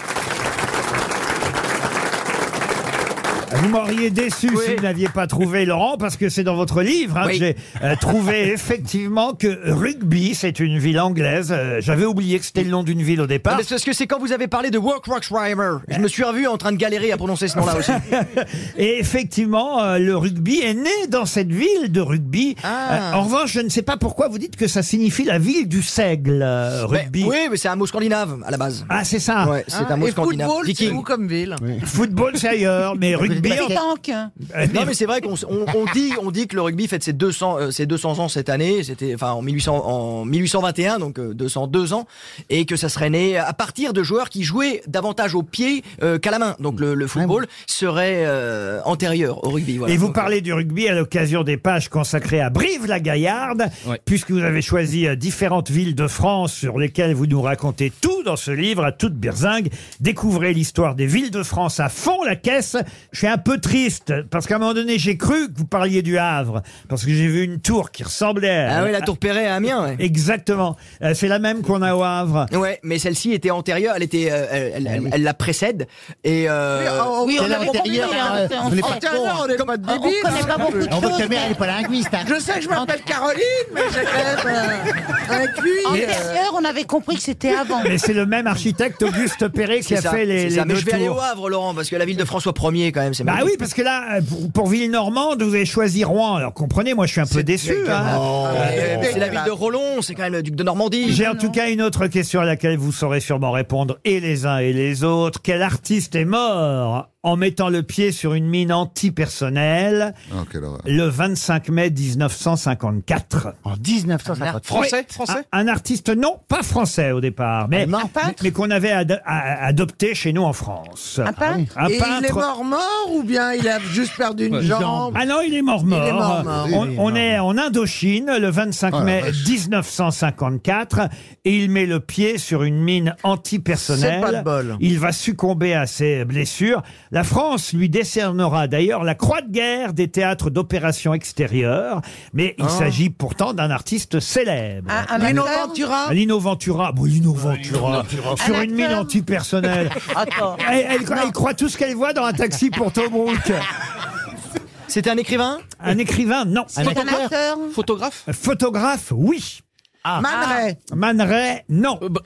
Speaker 2: Vous m'auriez déçu si vous n'aviez pas trouvé Laurent, parce que c'est dans votre livre hein,
Speaker 7: Oui.
Speaker 2: que j'ai euh, trouvé effectivement que Rugby, c'est une ville anglaise. Euh, J'avais oublié que c'était le nom d'une ville au
Speaker 7: Ah,
Speaker 2: départ.
Speaker 7: mais c'est parce que c'est quand vous avez parlé de Warwickshire. Je me suis revu en train de galérer à prononcer ce nom-là aussi.
Speaker 2: Et effectivement, euh, le rugby est né dans cette ville de rugby.
Speaker 7: Ah.
Speaker 2: Euh, en revanche, je ne sais pas pourquoi vous dites que ça signifie la ville du seigle, euh, rugby.
Speaker 7: Mais- Ben, oui, mais c'est un mot scandinave à la base.
Speaker 2: Ah, c'est ça.
Speaker 7: Ouais, c'est
Speaker 6: Ah,
Speaker 7: un mot
Speaker 6: et
Speaker 7: scandinave.
Speaker 6: football, c'est
Speaker 7: Viking.
Speaker 6: où comme ville
Speaker 2: Football, c'est ailleurs, mais rugby.
Speaker 4: C'est tank.
Speaker 6: Euh,
Speaker 7: Non mais c'est vrai qu'on s- on, on dit on dit que le rugby fête ses 200 euh, ses 200 ans cette année, c'était enfin en 1800 en 1821 donc euh, 202 ans et que ça serait né à partir de joueurs qui jouaient davantage au pied euh, qu'à la main. Donc le, le football serait euh, antérieur au rugby voilà.
Speaker 2: Ah Et vous
Speaker 7: Donc, euh,
Speaker 2: parlez du rugby à l'occasion des pages consacrées à Brive-la-Gaillarde,
Speaker 3: Ouais.
Speaker 2: puisque vous avez choisi euh, différentes villes de France sur lesquelles vous nous racontez tout dans ce livre, à toute berzingue. Découvrez l'histoire des villes de France à fond la caisse. Je suis un peu triste, parce qu'à un moment donné, j'ai cru que vous parliez du Havre, parce que j'ai vu une tour qui ressemblait à...
Speaker 7: Ah oui, la tour Perret à Amiens ouais.
Speaker 2: Exactement. Euh, C'est la même qu'on a au Havre.
Speaker 7: Ouais, mais celle-ci était antérieure, elle était, euh, elle, elle- elle- elle la précède et euh,
Speaker 4: Oui, on
Speaker 5: C'est
Speaker 4: a compris.
Speaker 5: l'intérieur,
Speaker 4: hein.
Speaker 5: hein.
Speaker 4: On
Speaker 5: On est pas
Speaker 4: sait-
Speaker 5: con, hein.
Speaker 6: euh, on n'est pas de
Speaker 4: on connaît
Speaker 7: hein.
Speaker 4: pas beaucoup de
Speaker 5: On voit que ta
Speaker 4: choses.
Speaker 5: mère, elle est pas linguiste. hein.
Speaker 6: Je sais que je m'appelle Caroline, mais j'ai quand même euh, inclus.
Speaker 4: Antérieur, on avait compris que c'était avant.
Speaker 2: Mais c'est le même architecte, Auguste Perret, qui
Speaker 7: C'est
Speaker 2: a
Speaker 7: ça,
Speaker 2: fait les,
Speaker 7: c'est
Speaker 2: les
Speaker 7: ça. Mais
Speaker 2: deux
Speaker 7: je vais aller
Speaker 2: tours.
Speaker 7: au Havre, Laurent, parce que la ville de François 1er, quand même, c'est
Speaker 2: Bah oui,
Speaker 7: magnifique.
Speaker 2: parce que là, pour, pour Ville-Normande, vous avez choisi Rouen. Alors comprenez, moi je suis un peu déçu. hein.
Speaker 7: Ah, ouais, C'est la ville de Rollon, c'est quand même le duc de Normandie.
Speaker 2: J'ai en tout cas une autre question à laquelle vous saurez sûrement répondre et les uns et les autres. Quel artiste est mort en mettant le pied sur une mine antipersonnelle
Speaker 8: Oh, quelle horreur.
Speaker 2: le 25 mai 1954 En 1954
Speaker 7: Français, français
Speaker 2: un, un artiste, non, pas français au départ, mais, mais, mais qu'on avait ad- a- adopté chez nous en France. Un
Speaker 6: peintre
Speaker 2: Un
Speaker 6: hein. Et il est
Speaker 2: peintre-
Speaker 6: mort mort ou bien il a juste perdu une
Speaker 2: Ouais.
Speaker 6: jambe
Speaker 2: Ah non, il est mort mort.
Speaker 6: Il est mort mort.
Speaker 2: On, on est en Indochine le 25
Speaker 6: Oh la
Speaker 2: mai
Speaker 6: vache.
Speaker 2: 1954 et il met le pied sur une mine antipersonnelle.
Speaker 6: C'est pas de bol.
Speaker 2: Il va succomber à ses blessures. La France lui décernera d'ailleurs la croix de guerre des théâtres d'opération extérieure, mais il
Speaker 6: Ah.
Speaker 2: s'agit pourtant d'un artiste célèbre. Ah,
Speaker 6: Un- un Lino acteur Ventura Ah,
Speaker 2: Lino Ventura. Bon, Lino Ventura.
Speaker 6: Ventura.
Speaker 2: Sur
Speaker 6: Un
Speaker 2: une mine
Speaker 6: acteur
Speaker 2: antipersonnelle.
Speaker 6: Attends.
Speaker 2: Elle, elle- elle croit tout ce qu'elle voit dans un taxi pour Tobruk.
Speaker 7: C'était un écrivain
Speaker 2: Un écrivain, non.
Speaker 7: C'est un acteur acteur
Speaker 2: Photographe Photographe, oui. Ah.
Speaker 6: Man Ray.
Speaker 2: Man Ray, non.
Speaker 3: Euh, bah,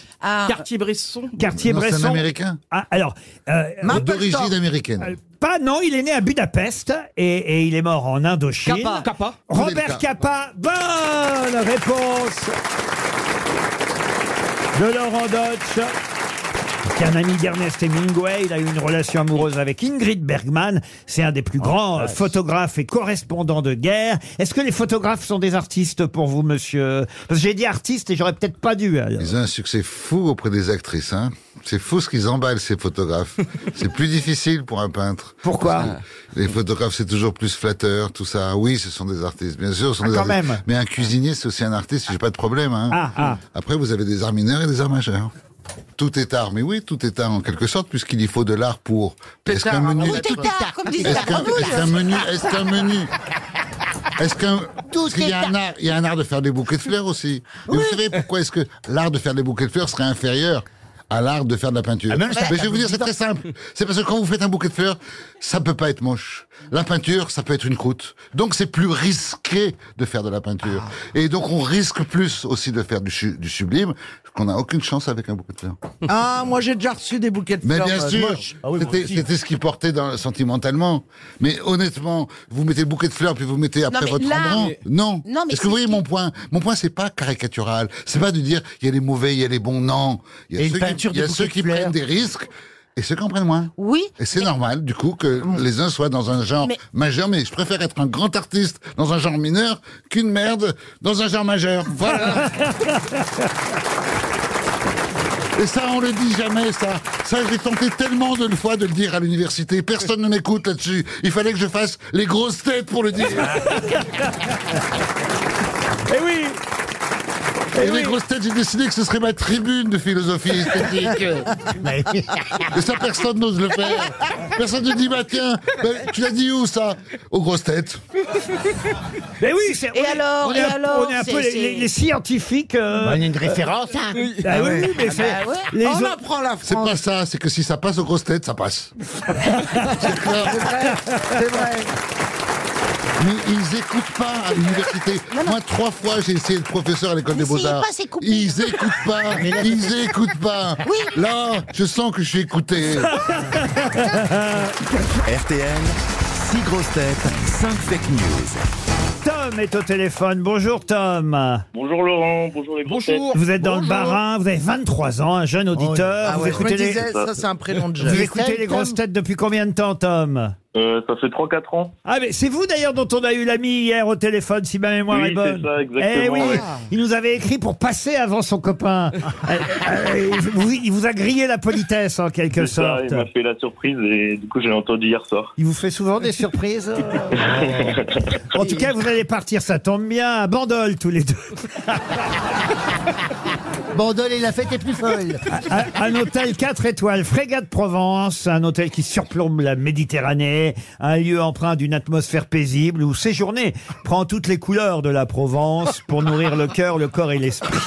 Speaker 3: Cartier-Bresson
Speaker 2: Cartier-Bresson.
Speaker 8: Non, c'est un Américain
Speaker 2: Ah, alors. euh,
Speaker 8: Mais D'origine américaine.
Speaker 2: Pas, non, il est né à Budapest et, et il est mort en Indochine.
Speaker 3: Kappa. Kappa.
Speaker 2: Robert Capa, bonne réponse de Laurent Deutsch. qui est un ami d'Ernest Hemingway, il a eu une relation amoureuse avec Ingrid Bergman. C'est un des plus grands euh, photographes et correspondants de guerre. Est-ce que les photographes sont des artistes pour vous, monsieur Parce que j'ai dit artiste et j'aurais peut-être pas dû. alors.
Speaker 8: Ils ont un succès fou auprès des actrices. Hein. C'est fou ce qu'ils emballent, ces photographes. c'est plus difficile pour un peintre.
Speaker 2: Pourquoi
Speaker 8: Les photographes, c'est toujours plus flatteur, tout ça. Ah Oui, ce sont des artistes, bien sûr. Ce sont
Speaker 2: Ah,
Speaker 8: des
Speaker 2: quand
Speaker 8: artistes.
Speaker 2: même.
Speaker 8: Mais un cuisinier, c'est aussi un artiste, j'ai pas de problème. Hein.
Speaker 2: Ah, ah.
Speaker 8: Après, vous avez des arts mineurs et des arts majeurs. Tout est art, mais oui, tout est art en quelque sorte, puisqu'il y faut de l'art pour. Est-ce qu'un menu.
Speaker 4: Tout est tard, comme disait la
Speaker 8: Est-ce qu'un
Speaker 4: grenouille.
Speaker 8: est-ce qu'un menu. Est-ce qu'un menu. Est-ce qu'un.
Speaker 4: Tout
Speaker 8: parce qu'il y a
Speaker 4: est
Speaker 8: un
Speaker 4: art.
Speaker 8: art- il y a un art de faire des bouquets de fleurs aussi. Mais Vous savez pourquoi est-ce que l'art de faire des bouquets de fleurs serait inférieur à l'art de faire de la peinture
Speaker 5: Ah, même ça,
Speaker 8: Mais je vais
Speaker 5: ça
Speaker 8: vous dire, c'est très simple. C'est parce que quand vous faites un bouquet de fleurs, ça peut pas être moche. La peinture, ça peut être une croûte. Donc c'est plus risqué de faire de la peinture. Et donc on risque plus aussi de faire du, chu- du sublime, qu'on n'a aucune chance avec un bouquet de fleurs.
Speaker 6: Ah, moi j'ai déjà reçu des bouquets de
Speaker 8: Mais
Speaker 6: fleurs.
Speaker 8: bien
Speaker 6: euh,
Speaker 8: sûr,
Speaker 6: moches.
Speaker 5: Ah
Speaker 3: Ah
Speaker 8: c'était c'était ce qui portait dans, sentimentalement. Mais honnêtement, vous mettez le bouquet de fleurs puis vous mettez après
Speaker 4: mais
Speaker 8: votre
Speaker 4: là-
Speaker 8: Rembrandt. Non.
Speaker 4: Non, mais
Speaker 8: Est-ce que vous voyez mon point Mon point, c'est pas caricatural. C'est pas de dire il y a les mauvais, il y a les bons. Non. Il y
Speaker 5: Et
Speaker 8: a
Speaker 5: une
Speaker 8: ceux qui,
Speaker 5: peinture
Speaker 8: il y a
Speaker 5: de
Speaker 8: ceux
Speaker 5: bouquet de
Speaker 8: qui
Speaker 5: fleurs.
Speaker 8: prennent des risques et ceux qui en prennent moins.
Speaker 4: Oui. Mm.
Speaker 8: Et c'est normal, du coup, que les uns soient dans un genre
Speaker 4: Mais-
Speaker 8: majeur. Mais je préfère être un grand artiste dans un genre mineur qu'une merde dans un genre majeur. Voilà. Et ça, on le dit jamais, ça. Ça, j'ai tenté tellement de fois de le dire à l'université. Personne ne m'écoute là-dessus. Il fallait que je fasse les grosses têtes pour le dire.
Speaker 2: Eh oui Eh
Speaker 8: Et les grosses têtes, j'ai décidé que ce serait ma tribune de philosophie esthétique. Et ça, personne n'ose le faire. Personne ne dit, bah tiens, bah, tu l'as dit où ça Aux grosses têtes.
Speaker 2: Mais Ben oui, c'est-
Speaker 4: Et
Speaker 2: on est-
Speaker 4: alors,
Speaker 2: on est,
Speaker 4: et
Speaker 2: un-
Speaker 4: alors,
Speaker 2: on est un
Speaker 4: c'est-
Speaker 2: peu les,
Speaker 4: c'est-
Speaker 2: les- les scientifiques. euh,
Speaker 5: On a une référence. hein.
Speaker 2: Ah oui, oui, mais c'est-
Speaker 4: bah ouais.
Speaker 2: les
Speaker 6: On
Speaker 2: autres-
Speaker 6: apprend la
Speaker 8: C'est
Speaker 6: France.
Speaker 8: pas ça, c'est que si ça passe aux grosses têtes, ça passe.
Speaker 6: C'est vrai, c'est vrai.
Speaker 8: Mais ils écoutent pas à l'université. Moi, trois fois, j'ai essayé de professeur à l'école des
Speaker 4: N'essayez
Speaker 8: beaux-arts.
Speaker 4: pas, c'est coupé.
Speaker 8: Ils écoutent pas. Ils écoutent pas.
Speaker 4: Oui.
Speaker 8: Là, je sens que je suis écouté.
Speaker 1: RTL, 6 grosses têtes, 5 fake news.
Speaker 2: Tom est au téléphone. Bonjour Tom.
Speaker 10: Bonjour Laurent, bonjour les grosses têtes.
Speaker 3: Bonjour.
Speaker 2: Vous êtes dans
Speaker 3: Bonjour.
Speaker 2: le Barin, vous avez 23 ans, un jeune auditeur.
Speaker 6: Ah
Speaker 2: vous
Speaker 6: ouais, je me
Speaker 2: écoutez, les,
Speaker 6: disais, ça c'est un prénom de
Speaker 2: vous
Speaker 6: jeune.
Speaker 2: écoutez les grosses têtes depuis combien de temps, Tom
Speaker 10: Euh, ça fait 3-4 ans.
Speaker 2: Ah, mais c'est vous d'ailleurs dont on a eu l'ami hier au téléphone, si ma mémoire
Speaker 10: Oui,
Speaker 2: est bonne.
Speaker 10: c'est ça, exactement,
Speaker 2: Eh oui,
Speaker 10: ouais.
Speaker 2: il nous avait écrit pour passer avant son copain. Euh, euh, il vous- il vous a grillé la politesse en quelque
Speaker 10: C'est ça,
Speaker 2: sorte.
Speaker 10: il m'a fait la surprise et du coup, je l'ai entendu hier soir.
Speaker 2: Il vous fait souvent des surprises. en tout cas, vous allez partir, ça tombe bien, à Bandol tous les deux.
Speaker 5: Bandol et la fête est plus folle.
Speaker 2: un, un hôtel 4 étoiles, Frégate Provence, un hôtel qui surplombe la Méditerranée, un lieu empreint d'une atmosphère paisible où séjourner prend toutes les couleurs de la Provence pour nourrir le cœur, le corps et l'esprit.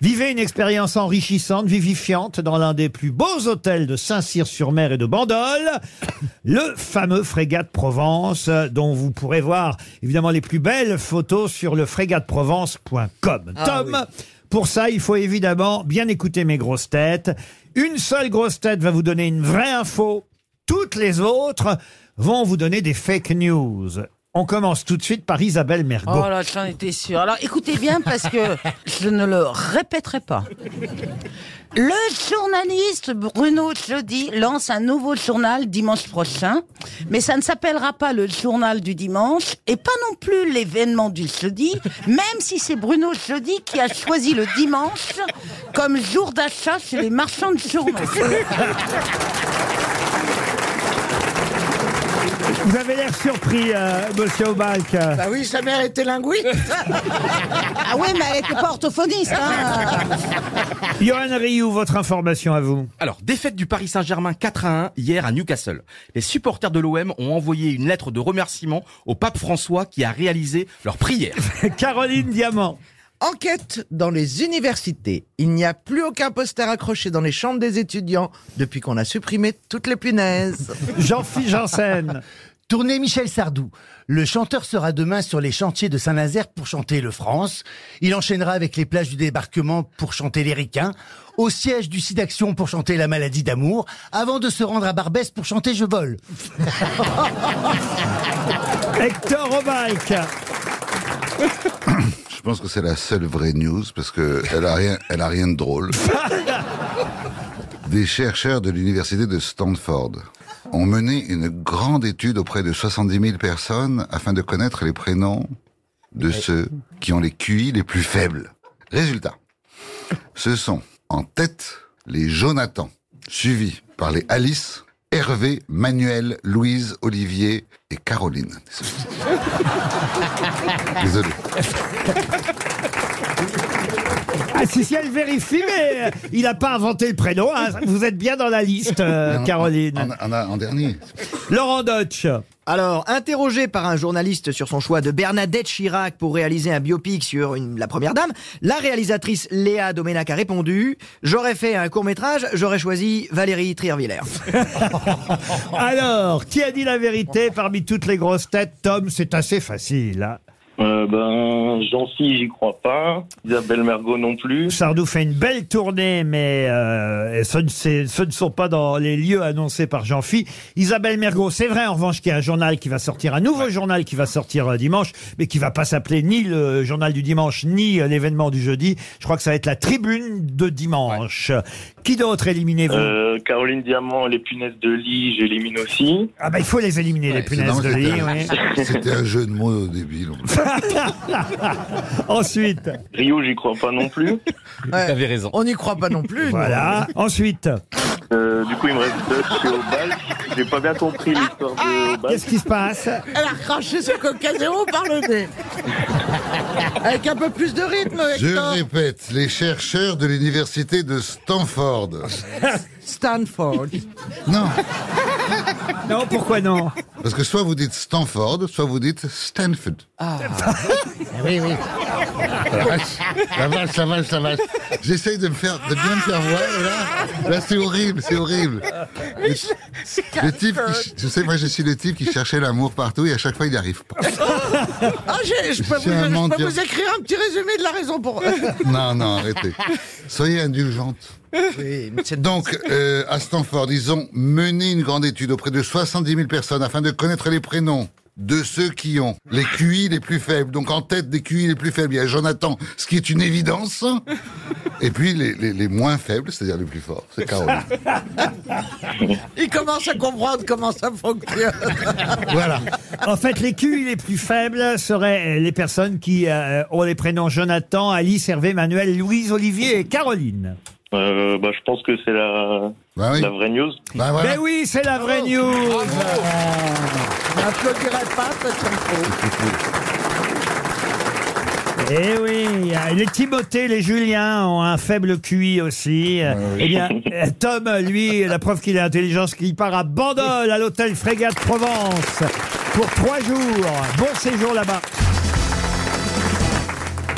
Speaker 2: Vivez une expérience enrichissante, vivifiante dans l'un des plus beaux hôtels de Saint-Cyr-sur-Mer et de Bandol, le fameux Frégate Provence, euh, dont vous pourrez
Speaker 5: Ah
Speaker 2: voir évidemment les plus belles photos sur le frégateprovence.com. Tom, Pour ça, il faut évidemment bien écouter mes grosses têtes. Une seule grosse tête va vous donner une vraie info. Toutes les autres vont vous donner des fake news. On commence tout de suite par Isabelle Mergo.
Speaker 12: Oh là, j'en étais sûr. Alors écoutez bien parce que je ne le répéterai pas. Le journaliste Bruno Jeudi lance un nouveau journal dimanche prochain, mais ça ne s'appellera pas le journal du dimanche et pas non plus l'événement du jeudi, même si c'est Bruno Jeudi qui a choisi le dimanche comme jour d'achat chez les marchands de journaux.
Speaker 2: Vous avez l'air surpris, euh, monsieur Obalk.
Speaker 5: Oh. Bah oui, sa mère était linguiste.
Speaker 4: Ah ouais, mais elle était pas orthophoniste.
Speaker 6: Ah.
Speaker 4: Hein.
Speaker 2: Johan Rioux, votre information à vous.
Speaker 13: Alors, défaite du Paris Saint-Germain 4 à 1 hier à Newcastle. Les supporters de l'OM ont envoyé une lettre de remerciement au pape François qui a réalisé leur prière.
Speaker 2: Caroline Diamant.
Speaker 6: Enquête dans les universités. Il n'y a plus aucun poster accroché dans les chambres des étudiants depuis qu'on a supprimé toutes les punaises.
Speaker 2: Jean-Philippe Janssen.
Speaker 5: Tournée Michel Sardou. Le chanteur sera demain sur les chantiers de Saint-Nazaire pour chanter le France. Il enchaînera avec les plages du débarquement pour chanter les ricains. Au siège du site Action pour chanter la maladie d'amour. Avant de se rendre à Barbès pour chanter Je vole.
Speaker 2: Hector Obalk.
Speaker 8: Je pense que c'est la seule vraie news parce que elle a rien, elle a rien de drôle. Des chercheurs de l'université de Stanford ont mené une grande étude auprès de 70 000 personnes afin de connaître les prénoms de ceux qui ont les QI les plus faibles. Résultat, ce sont en tête les Jonathan, suivis par les Alice, Hervé, Manuel, Louise, Olivier et Caroline. Désolé.
Speaker 2: Ah si, si, elle vérifie, mais euh, il n'a pas inventé le prénom. hein. Vous êtes bien dans la liste, euh,
Speaker 8: Non,
Speaker 2: Caroline.
Speaker 8: En, en- en dernier.
Speaker 2: Laurent Deutsch.
Speaker 7: Alors, interrogé par un journaliste sur son choix de Bernadette Chirac pour réaliser un biopic sur une- la première dame, la réalisatrice Léa Domenac a répondu J'aurais fait un court métrage, j'aurais choisi Valérie Trierwiller.
Speaker 2: Alors, qui a dit la vérité parmi toutes les grosses têtes Tom, c'est assez facile. hein.
Speaker 14: Euh, ben, Jancy, j'y crois pas. Isabelle Mergot non plus.
Speaker 2: Sardou fait une belle tournée, mais euh, ce, ne- c'est- ce ne sont pas dans les lieux annoncés par Jean-Phi. Isabelle Mergot, c'est vrai en revanche qu'il y a un journal qui va sortir, un nouveau journal qui va sortir euh, dimanche, mais qui va pas s'appeler ni le journal du dimanche, ni euh, l'événement du jeudi. Je crois que ça va être la tribune de dimanche. Qui d'autre éliminez-vous
Speaker 14: Euh, Caroline Diamant, les punaises de lit, j'élimine aussi.
Speaker 2: Ah bah il faut les éliminer, les punaises de lit. oui.
Speaker 8: C'était un jeu de mots débile.
Speaker 2: Ensuite.
Speaker 14: Rio, j'y crois pas non plus.
Speaker 6: T'avais raison. On n'y croit pas non plus. nous.
Speaker 2: Voilà. Ensuite.
Speaker 14: Euh, du coup, il me reste deux chez Obal. J'ai pas bien compris l'histoire de
Speaker 6: Ah.
Speaker 14: Obal.
Speaker 2: Qu'est-ce qui se passe
Speaker 6: Elle a craché ce coca zéro par le nez. Avec un peu plus de rythme,
Speaker 8: Je
Speaker 6: Hector.
Speaker 8: répète, les chercheurs de l'université de Stanford.
Speaker 6: Stanford.
Speaker 8: Non.
Speaker 2: Non, pourquoi non
Speaker 8: Parce que soit vous dites Stanford, soit vous dites Stanford.
Speaker 6: Ah.
Speaker 8: Eh
Speaker 5: oui, oui.
Speaker 8: La vache, la vache, la vache, la vache. J'essaye de me faire, de bien me faire voir. et Là, là c'est horrible, c'est horrible. Le, le type, qui- tu sais, moi, je suis le type qui cherchait l'amour partout et à chaque fois, il n'y arrive pas.
Speaker 6: Ah, j'ai- je peux, vous,
Speaker 8: C'est un
Speaker 6: je peux
Speaker 8: mendiant.
Speaker 6: vous écrire un petit résumé de la raison pour.
Speaker 8: Non, non, arrêtez. Soyez indulgente. Donc, euh, à Stanford, ils ont mené une grande étude auprès de 70 000 personnes afin de connaître les prénoms de ceux qui ont les QI les plus faibles. Donc, en tête des QI les plus faibles, il y a Jonathan, ce qui est une évidence. Et puis, les, les- les moins faibles, c'est-à-dire les plus forts, c'est Caroline.
Speaker 6: Il commence à comprendre comment ça fonctionne.
Speaker 8: Voilà.
Speaker 2: En fait, les QI les plus faibles seraient euh, les personnes qui euh, ont les prénoms Jonathan, Alice, Hervé, Manuel, Louise, Olivier et Caroline.
Speaker 14: Euh, bah, je pense que c'est la, la vraie news.
Speaker 2: Mais Ben oui, c'est la vraie news.
Speaker 6: On n'applaudirait pas, ça s'en fout.
Speaker 2: Eh oui, les Timothée, les Julien ont un faible QI aussi. Eh bien, euh, Tom, lui, la preuve qu'il est intelligent, c'est qu'il part à Bandol, à l'hôtel Frégate Provence, pour trois jours. Bon séjour là-bas.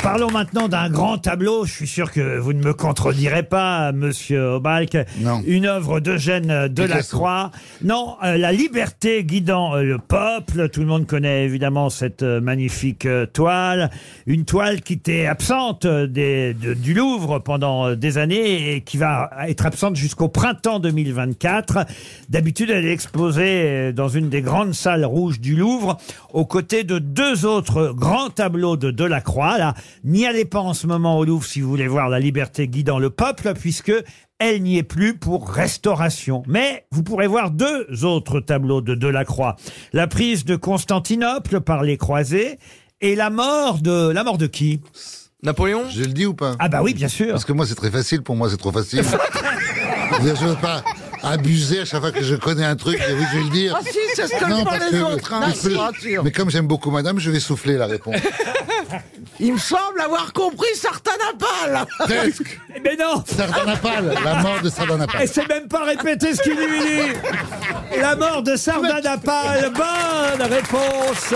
Speaker 2: Parlons maintenant d'un grand tableau. Je suis sûr que vous ne me contredirez pas, monsieur Obalk. Une œuvre d'Eugène Delacroix. Non, euh, La liberté guidant euh, le peuple. Tout le monde connaît évidemment cette euh, magnifique euh, toile. Une toile qui était absente euh, des- de- du Louvre pendant euh, des années et qui va être absente jusqu'au printemps 2024. D'habitude, elle est exposée euh, dans une des grandes salles rouges du Louvre aux côtés de deux autres grands tableaux de Delacroix. Là, n'y allez pas en ce moment au Louvre si vous voulez voir la liberté guidant le peuple puisque elle n'y est plus pour restauration. Mais vous pourrez voir deux autres tableaux de Delacroix. La prise de Constantinople par les croisés et la mort de, la mort de qui?
Speaker 7: Napoléon
Speaker 8: Je le dis ou pas
Speaker 2: Ah bah oui, bien sûr.
Speaker 8: Parce que moi, c'est très facile. Pour moi, c'est trop facile. C'est-à-dire, je veux pas abuser à chaque fois que je connais un truc. Et oui, je vais le dire.
Speaker 6: Ah si, c'est ce que
Speaker 8: Non,
Speaker 6: font
Speaker 8: parce
Speaker 6: les autres, hein.
Speaker 8: mais
Speaker 6: Ah, si.
Speaker 8: je peux- Mais comme j'aime beaucoup madame, je vais souffler la réponse.
Speaker 6: Il me semble avoir compris Sardanapale.
Speaker 8: Presque.
Speaker 2: Mais non
Speaker 8: Sardanapale, la mort de Sardanapale.
Speaker 2: Elle sait même pas répéter ce qu'il lui dit. La mort de Sardanapale. Bonne réponse.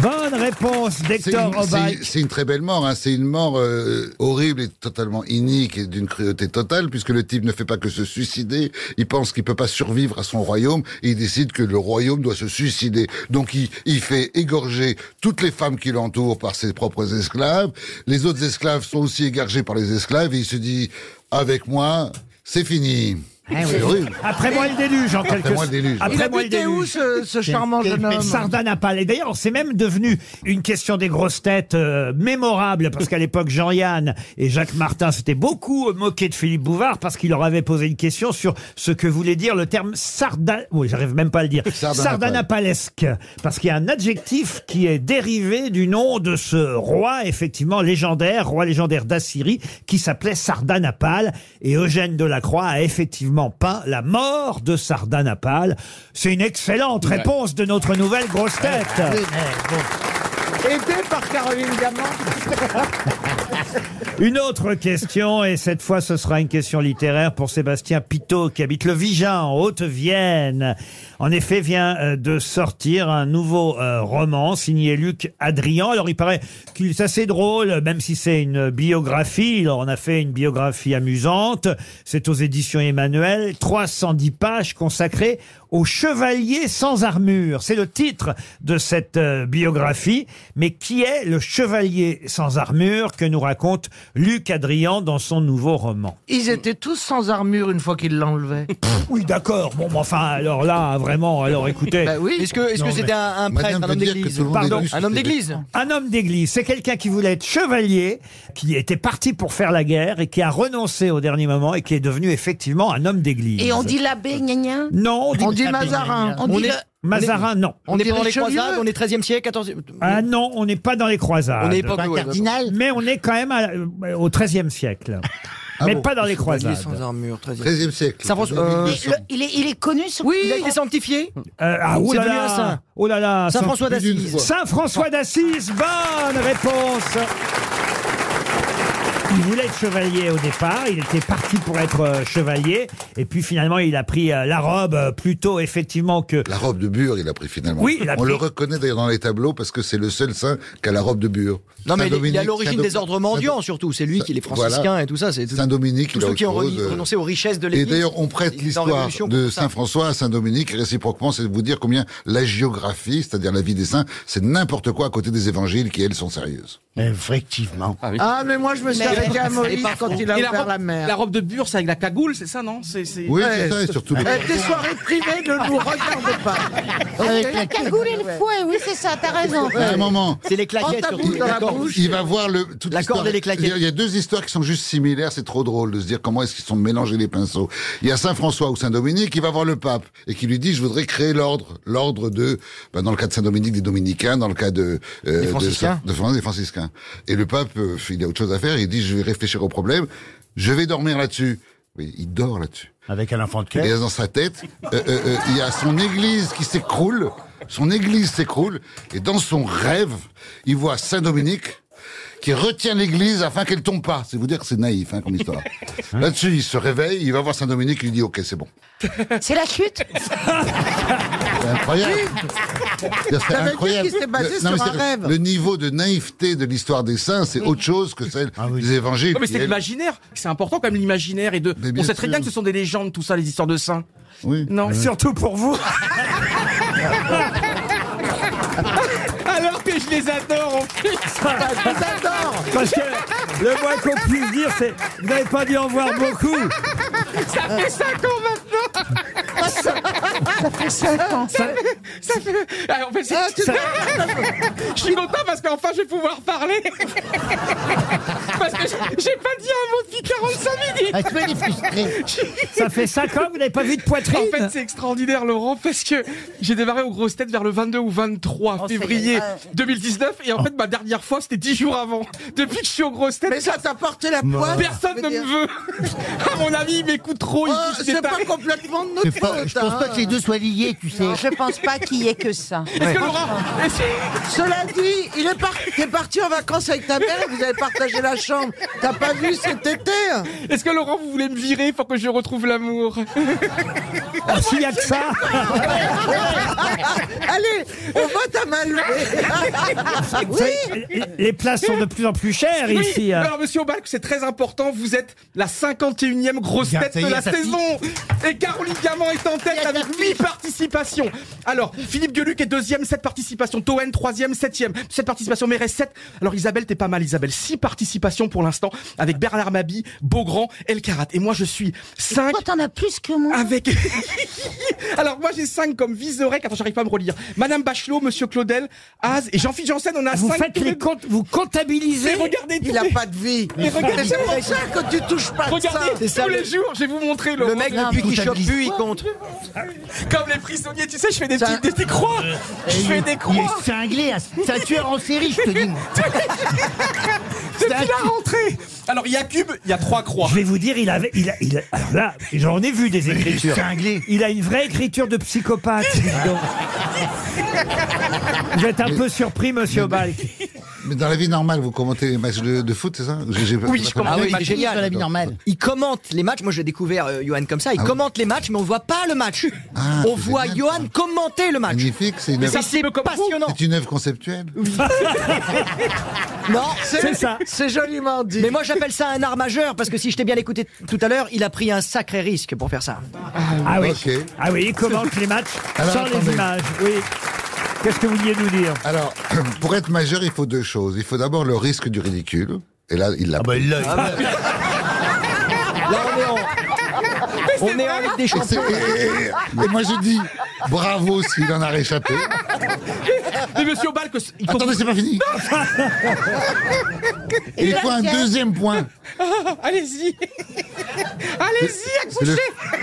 Speaker 2: Bonne réponse
Speaker 8: C'est une,
Speaker 2: d'Hector Obaï.
Speaker 8: c'est- c'est une très belle mort. hein. C'est une mort euh, horrible et totalement inique et d'une cruauté totale, puisque le type ne fait pas que se suicider. Il pense qu'il peut pas survivre à son royaume et il décide que le royaume doit se suicider. Donc il, il fait égorger toutes les femmes qui l'entourent par ses propres esclaves. Les autres esclaves sont aussi égorgés par les esclaves et il se dit avec moi, c'est fini. Ah C'est horrible.
Speaker 2: Eh Après moi le déluge, en
Speaker 8: Après
Speaker 2: quelque
Speaker 8: moi le déluge.
Speaker 2: Après
Speaker 8: Il
Speaker 2: moi le
Speaker 8: habitait où,
Speaker 2: déluge.
Speaker 8: ce- ce charmant jeune homme
Speaker 2: Sardanapale. Et d'ailleurs, c'est même devenu une question des grosses têtes euh, mémorable, parce qu'à l'époque, Jean-Yann et Jacques Martin s'étaient beaucoup moqués de Philippe Bouvard, parce qu'il leur avait posé une question sur ce que voulait dire le terme sardan... Oui, j'arrive même pas à le dire.
Speaker 8: Sardanapale.
Speaker 2: Sardanapalesque. Parce qu'il y a un adjectif qui est dérivé du nom de ce roi, effectivement, légendaire, roi légendaire d'Assyrie, qui s'appelait Sardanapale. Et Eugène Delacroix a effectivement peint la mort de Sardanapale. C'est une excellente
Speaker 15: Ouais.
Speaker 2: réponse de notre nouvelle grosse tête.
Speaker 8: Ah,
Speaker 6: Ah, Aidé par Caroline Diamant.
Speaker 2: Une autre question, et cette fois ce sera une question littéraire pour Sébastien Pitot qui habite le Vigin en Haute-Vienne. En effet, vient euh, de sortir un nouveau euh, roman signé Luc Adrian. Alors il paraît qu'il est assez drôle, même si c'est une biographie. Il en a fait une biographie amusante. C'est aux éditions Emmanuel. 310 pages consacrées au chevalier sans armure. C'est le titre de cette euh, biographie. Mais qui est le chevalier sans armure que nous raconte Luc Adrian dans son nouveau roman
Speaker 6: Ils étaient tous sans armure une fois qu'ils l'enlevaient.
Speaker 2: Oui, d'accord. Bon, mais enfin, alors là, vraiment, alors écoutez.
Speaker 6: Bah oui. Est-ce que- est-ce que
Speaker 2: Eh. Non,
Speaker 6: c'était
Speaker 2: mais-
Speaker 6: un- un prêtre, Madame un homme veut dire d'église que tout le monde
Speaker 2: Pardon
Speaker 6: est juste, Un homme c'est- d'église
Speaker 2: Un homme d'église. C'est quelqu'un qui voulait être chevalier, qui était parti pour faire la guerre et qui a renoncé au dernier moment et qui est devenu effectivement un homme d'église.
Speaker 12: Et on dit l'abbé, gna gna
Speaker 2: Non, on dit,
Speaker 12: On dit le-
Speaker 2: est- Mazarin, non.
Speaker 7: On, est pas dans les
Speaker 2: Richelieu
Speaker 7: croisades, on est 13e siècle, 14e.
Speaker 2: Ah non, on n'est pas dans les croisades.
Speaker 7: On n'est pas Pas que- cardinal
Speaker 2: Mais on est quand même à- euh, au XIIIe siècle.
Speaker 7: Ah
Speaker 2: mais
Speaker 7: bon,
Speaker 2: pas dans les
Speaker 7: chevalier
Speaker 2: croisades.
Speaker 7: sans armure, 13e.
Speaker 8: 13e siècle.
Speaker 7: Ça pense- euh,
Speaker 12: Mais le- il, est, il est connu sur.
Speaker 7: Oui, il a été sanctifié.
Speaker 2: Euh, ah, oh
Speaker 7: C'est
Speaker 2: là
Speaker 7: devenu un
Speaker 2: là,
Speaker 7: saint.
Speaker 2: oh là là,
Speaker 7: Saint François
Speaker 2: plus d'une
Speaker 7: d'Assise.
Speaker 2: fois. Saint François d'Assise, bonne réponse. Il voulait être chevalier au départ, il était parti pour être euh, chevalier, et puis finalement il a pris euh, la robe euh, plutôt effectivement que...
Speaker 8: La robe de bure, il a pris finalement.
Speaker 2: Oui, il a
Speaker 8: On le
Speaker 2: pris.
Speaker 8: reconnaît d'ailleurs dans les tableaux parce que c'est le seul saint qui a la robe de bure.
Speaker 7: Non, mais
Speaker 8: Saint
Speaker 7: il est- il est à
Speaker 8: Dominique,
Speaker 7: l'origine
Speaker 8: Saint-
Speaker 7: des ordres mendiants, surtout. C'est lui qui, les franciscains
Speaker 8: Voilà.
Speaker 7: et tout ça. C'est tout-
Speaker 8: Saint Dominique,
Speaker 7: tous
Speaker 8: il a
Speaker 7: ceux qui
Speaker 8: autre
Speaker 7: ont
Speaker 8: chose. euh,
Speaker 7: reni- renoncé aux richesses de
Speaker 8: Et
Speaker 7: l'Église.
Speaker 8: d'ailleurs, on prête
Speaker 7: Ils étaient en
Speaker 8: l'histoire
Speaker 7: révolution
Speaker 8: de
Speaker 7: pour ça.
Speaker 8: Saint François à Saint Dominique, et réciproquement, c'est de vous dire combien la géographie, c'est-à-dire la vie des saints, c'est n'importe quoi à côté des évangiles qui, elles, sont sérieuses.
Speaker 5: Effectivement.
Speaker 6: Ah, mais moi, je me suis
Speaker 3: Mais-
Speaker 6: arrêté à
Speaker 3: Et
Speaker 6: Moïse
Speaker 3: par
Speaker 6: quand
Speaker 3: contre-
Speaker 6: il a
Speaker 3: et la
Speaker 6: ouvert
Speaker 3: robe-
Speaker 6: la mer.
Speaker 3: La robe de bure, c'est avec la cagoule, c'est ça, non C'est- c'est-
Speaker 6: Ouais. Eh, Tes soirées privées ne nous regardent pas.
Speaker 4: Avec Euh, la cagoule et le fouet, oui, c'est ça, t'as raison.
Speaker 8: À un moment.
Speaker 7: C'est les claquettes,
Speaker 4: Prends ta boule
Speaker 7: surtout.
Speaker 4: dans la
Speaker 7: D'accord.
Speaker 4: bouche.
Speaker 8: Il va voir le. Toute
Speaker 7: La corde
Speaker 8: l'histoire-
Speaker 7: et les claquettes.
Speaker 8: Il y a- il y a deux histoires qui sont juste similaires. C'est trop drôle de se dire comment est-ce qu'ils sont mélangés les pinceaux. Il y a Saint François ou Saint Dominique. Il va voir le pape et qui lui dit je voudrais créer l'ordre, l'ordre de. ben, dans le cas de Saint Dominique des dominicains, dans le cas de. euh,
Speaker 7: Des
Speaker 8: de-
Speaker 7: franciscains.
Speaker 8: de France des franciscains. Et le pape, euh, il a autre chose à faire. Il dit je vais réfléchir au problème. Je vais dormir là-dessus. Oui, il dort là-dessus.
Speaker 5: Avec un enfant de
Speaker 8: Et
Speaker 5: cœur.
Speaker 8: dans sa tête, euh, euh, euh, il y a son église qui s'écroule. Son église s'écroule. Et dans son rêve, il voit Saint Dominique qui retient l'église afin qu'elle tombe pas. C'est vous dire que c'est naïf, hein, comme histoire. Là-dessus, il se réveille, il va voir Saint-Dominique, il lui dit, ok, c'est bon.
Speaker 12: C'est la chute
Speaker 8: C'est incroyable. C'est-à-dire,
Speaker 6: Ça
Speaker 8: c'est
Speaker 6: veut dire
Speaker 8: incroyable.
Speaker 6: qu'il s'est basé
Speaker 8: mais
Speaker 6: sur un
Speaker 8: c'est-
Speaker 6: rêve.
Speaker 8: le niveau de naïveté de l'histoire des saints, c'est autre chose que celle
Speaker 2: Ah
Speaker 8: des évangiles.
Speaker 13: Non, mais c'est
Speaker 8: Et elle-
Speaker 13: l'imaginaire. C'est important quand même l'imaginaire et de.
Speaker 8: bien
Speaker 13: On sait très
Speaker 8: sûr.
Speaker 13: bien que ce sont des légendes, tout ça, les histoires de saints.
Speaker 8: Oui.
Speaker 13: Non.
Speaker 2: Euh, Surtout pour vous.
Speaker 3: Alors que je les adore en plus.
Speaker 2: Parce que le moins qu'on puisse dire, c'est vous n'avez pas dû en voir beaucoup.
Speaker 3: Ça fait 5 ans maintenant
Speaker 2: ça fait cinq ans.
Speaker 3: Ça fait... ça fait- Ah, en fait, c'est-
Speaker 2: ça-
Speaker 3: Je suis content parce qu'enfin je vais pouvoir parler Parce que j'ai- j'ai pas dit un mot depuis 45 minutes
Speaker 2: Ah, tu vois, il est frustré. Ça fait cinq ans que vous n'avez pas vu de poitrine
Speaker 3: En fait, c'est extraordinaire, Laurent, parce que j'ai démarré aux grosses têtes vers le 22 ou 23
Speaker 13: Oh, c'est-
Speaker 3: février
Speaker 13: euh.
Speaker 3: 2019 et en fait, ma dernière fois, c'était 10 jours avant. Depuis que je suis aux grosses têtes... Mais ça t'a porté la
Speaker 6: poisse,
Speaker 3: Personne
Speaker 6: je
Speaker 3: ne
Speaker 6: veux
Speaker 3: me
Speaker 6: dire.
Speaker 3: veut À mon avis, il m'écoute trop, il
Speaker 6: Oh,
Speaker 3: kiffe
Speaker 6: c'est
Speaker 3: des
Speaker 6: pas
Speaker 3: tarés.
Speaker 6: complètement de
Speaker 3: C'est
Speaker 6: notre
Speaker 3: pas-
Speaker 6: faute,
Speaker 3: je pense
Speaker 6: hein.
Speaker 3: pas que les deux soient liés, tu sais.
Speaker 12: Non, je pense pas qu'il y ait que ça.
Speaker 6: Ouais.
Speaker 12: Cela dit,
Speaker 6: Il est, par- t'es parti en vacances avec ta mère, vous avez partagé la chambre. T'as pas vu cet été hein
Speaker 3: Est-ce que Laurent, vous voulez me virer pour que je retrouve l'amour
Speaker 2: Ah, S'il y a que ça
Speaker 6: Allez, on vote à main levée.
Speaker 2: Vous savez, les- Les places sont de plus en plus chères
Speaker 3: Oui,
Speaker 2: ici. hein.
Speaker 3: Alors, monsieur Obal, c'est très important. Vous êtes la 51e grosse
Speaker 2: Bien,
Speaker 3: tête
Speaker 2: ça y
Speaker 3: de
Speaker 2: est,
Speaker 3: la
Speaker 2: ça pique.
Speaker 3: saison. Et Caroline Diamant est en tête avec 8 participations. Alors, Philippe Gueluc est deuxième, 7 participations. Toen, troisième, septième, 7 participations. Mérès, 7. Alors, Isabelle, t'es pas mal, Isabelle. 6 participations pour l'instant avec Bernard Mabi, Beaugrand, El Karat. Et moi, je suis 5. Toi,
Speaker 12: t'en as plus que moi.
Speaker 3: Avec. Alors, moi, j'ai 5 comme Vizorek. Attends, j'arrive pas à me relire. Madame Bachelot, Monsieur Claudel, Az et Jean-Philippe Janssen, on a 5.
Speaker 2: Vous faites les comptes, vous comptabilisez.
Speaker 3: Mais regardez
Speaker 6: Il a pas de vie.
Speaker 3: Mais regardez-
Speaker 6: C'est pour ça que tu touches pas à
Speaker 3: Regardez,
Speaker 6: ça.
Speaker 3: tous les jours, je vais vous montrer Laurent.
Speaker 6: Le mec, Non, depuis mais- qu'il chope plus, il compte.
Speaker 3: Comme les prisonniers, tu sais, je fais des petites des, des croix.
Speaker 8: Euh,
Speaker 6: Euh,
Speaker 3: Je
Speaker 8: eh,
Speaker 15: Et
Speaker 3: fais
Speaker 15: il-
Speaker 3: des croix.
Speaker 15: il est cinglé, c'est un tueur en série, je te dis. moi.
Speaker 3: Depuis la rentrée. Alors, il y a cube, il y a trois croix.
Speaker 2: Je vais vous dire, il avait, il a, il a- alors là, j'en ai vu des écritures. Il a une vraie écriture de psychopathe. dis donc. Vous êtes un peu surpris, monsieur Balk.
Speaker 8: Mais dans la vie normale, vous commentez les matchs de, de foot, c'est ça J'ai- j'ai- j'ai pas
Speaker 7: Ah
Speaker 8: compris. Ah
Speaker 7: génial. Il commente les matchs. Moi, j'ai découvert euh, Johan comme
Speaker 8: Ah
Speaker 7: ça. Il commente les matchs, mais on voit pas le match. on voit Johan commenter le match.
Speaker 8: Magnifique, c'est une
Speaker 7: Mais
Speaker 8: œuvre.
Speaker 7: ça, c'est passionnant.
Speaker 8: C'est une œuvre conceptuelle.
Speaker 7: Non,
Speaker 8: C'est ça.
Speaker 7: C'est joliment dit. Mais moi, j'appelle ça un art majeur parce que si je t'ai bien écouté tout à l'heure, il a pris un sacré risque pour faire ça.
Speaker 2: Ah oui. Ah oui, il commente les matchs
Speaker 8: Alors,
Speaker 2: sans les
Speaker 8: attendez.
Speaker 2: images. Oui. Qu'est-ce que vous vouliez nous dire
Speaker 8: Alors, pour être majeur, il faut deux choses. Il faut d'abord le risque du ridicule. Et là, il l'a.
Speaker 2: bah,
Speaker 8: Ah
Speaker 5: il l'a.
Speaker 7: Là, on est en, on est en Ligue des
Speaker 8: Et, c'est-
Speaker 7: champions.
Speaker 8: et- et- et moi, je dis bravo s'il en a réchappé.
Speaker 3: Mais monsieur Obal, que c'est- il faut-
Speaker 8: Attendez, c'est pas fini. Et il faut un deuxième point.
Speaker 3: Ah, Allez-y. Allez-y, accouchez.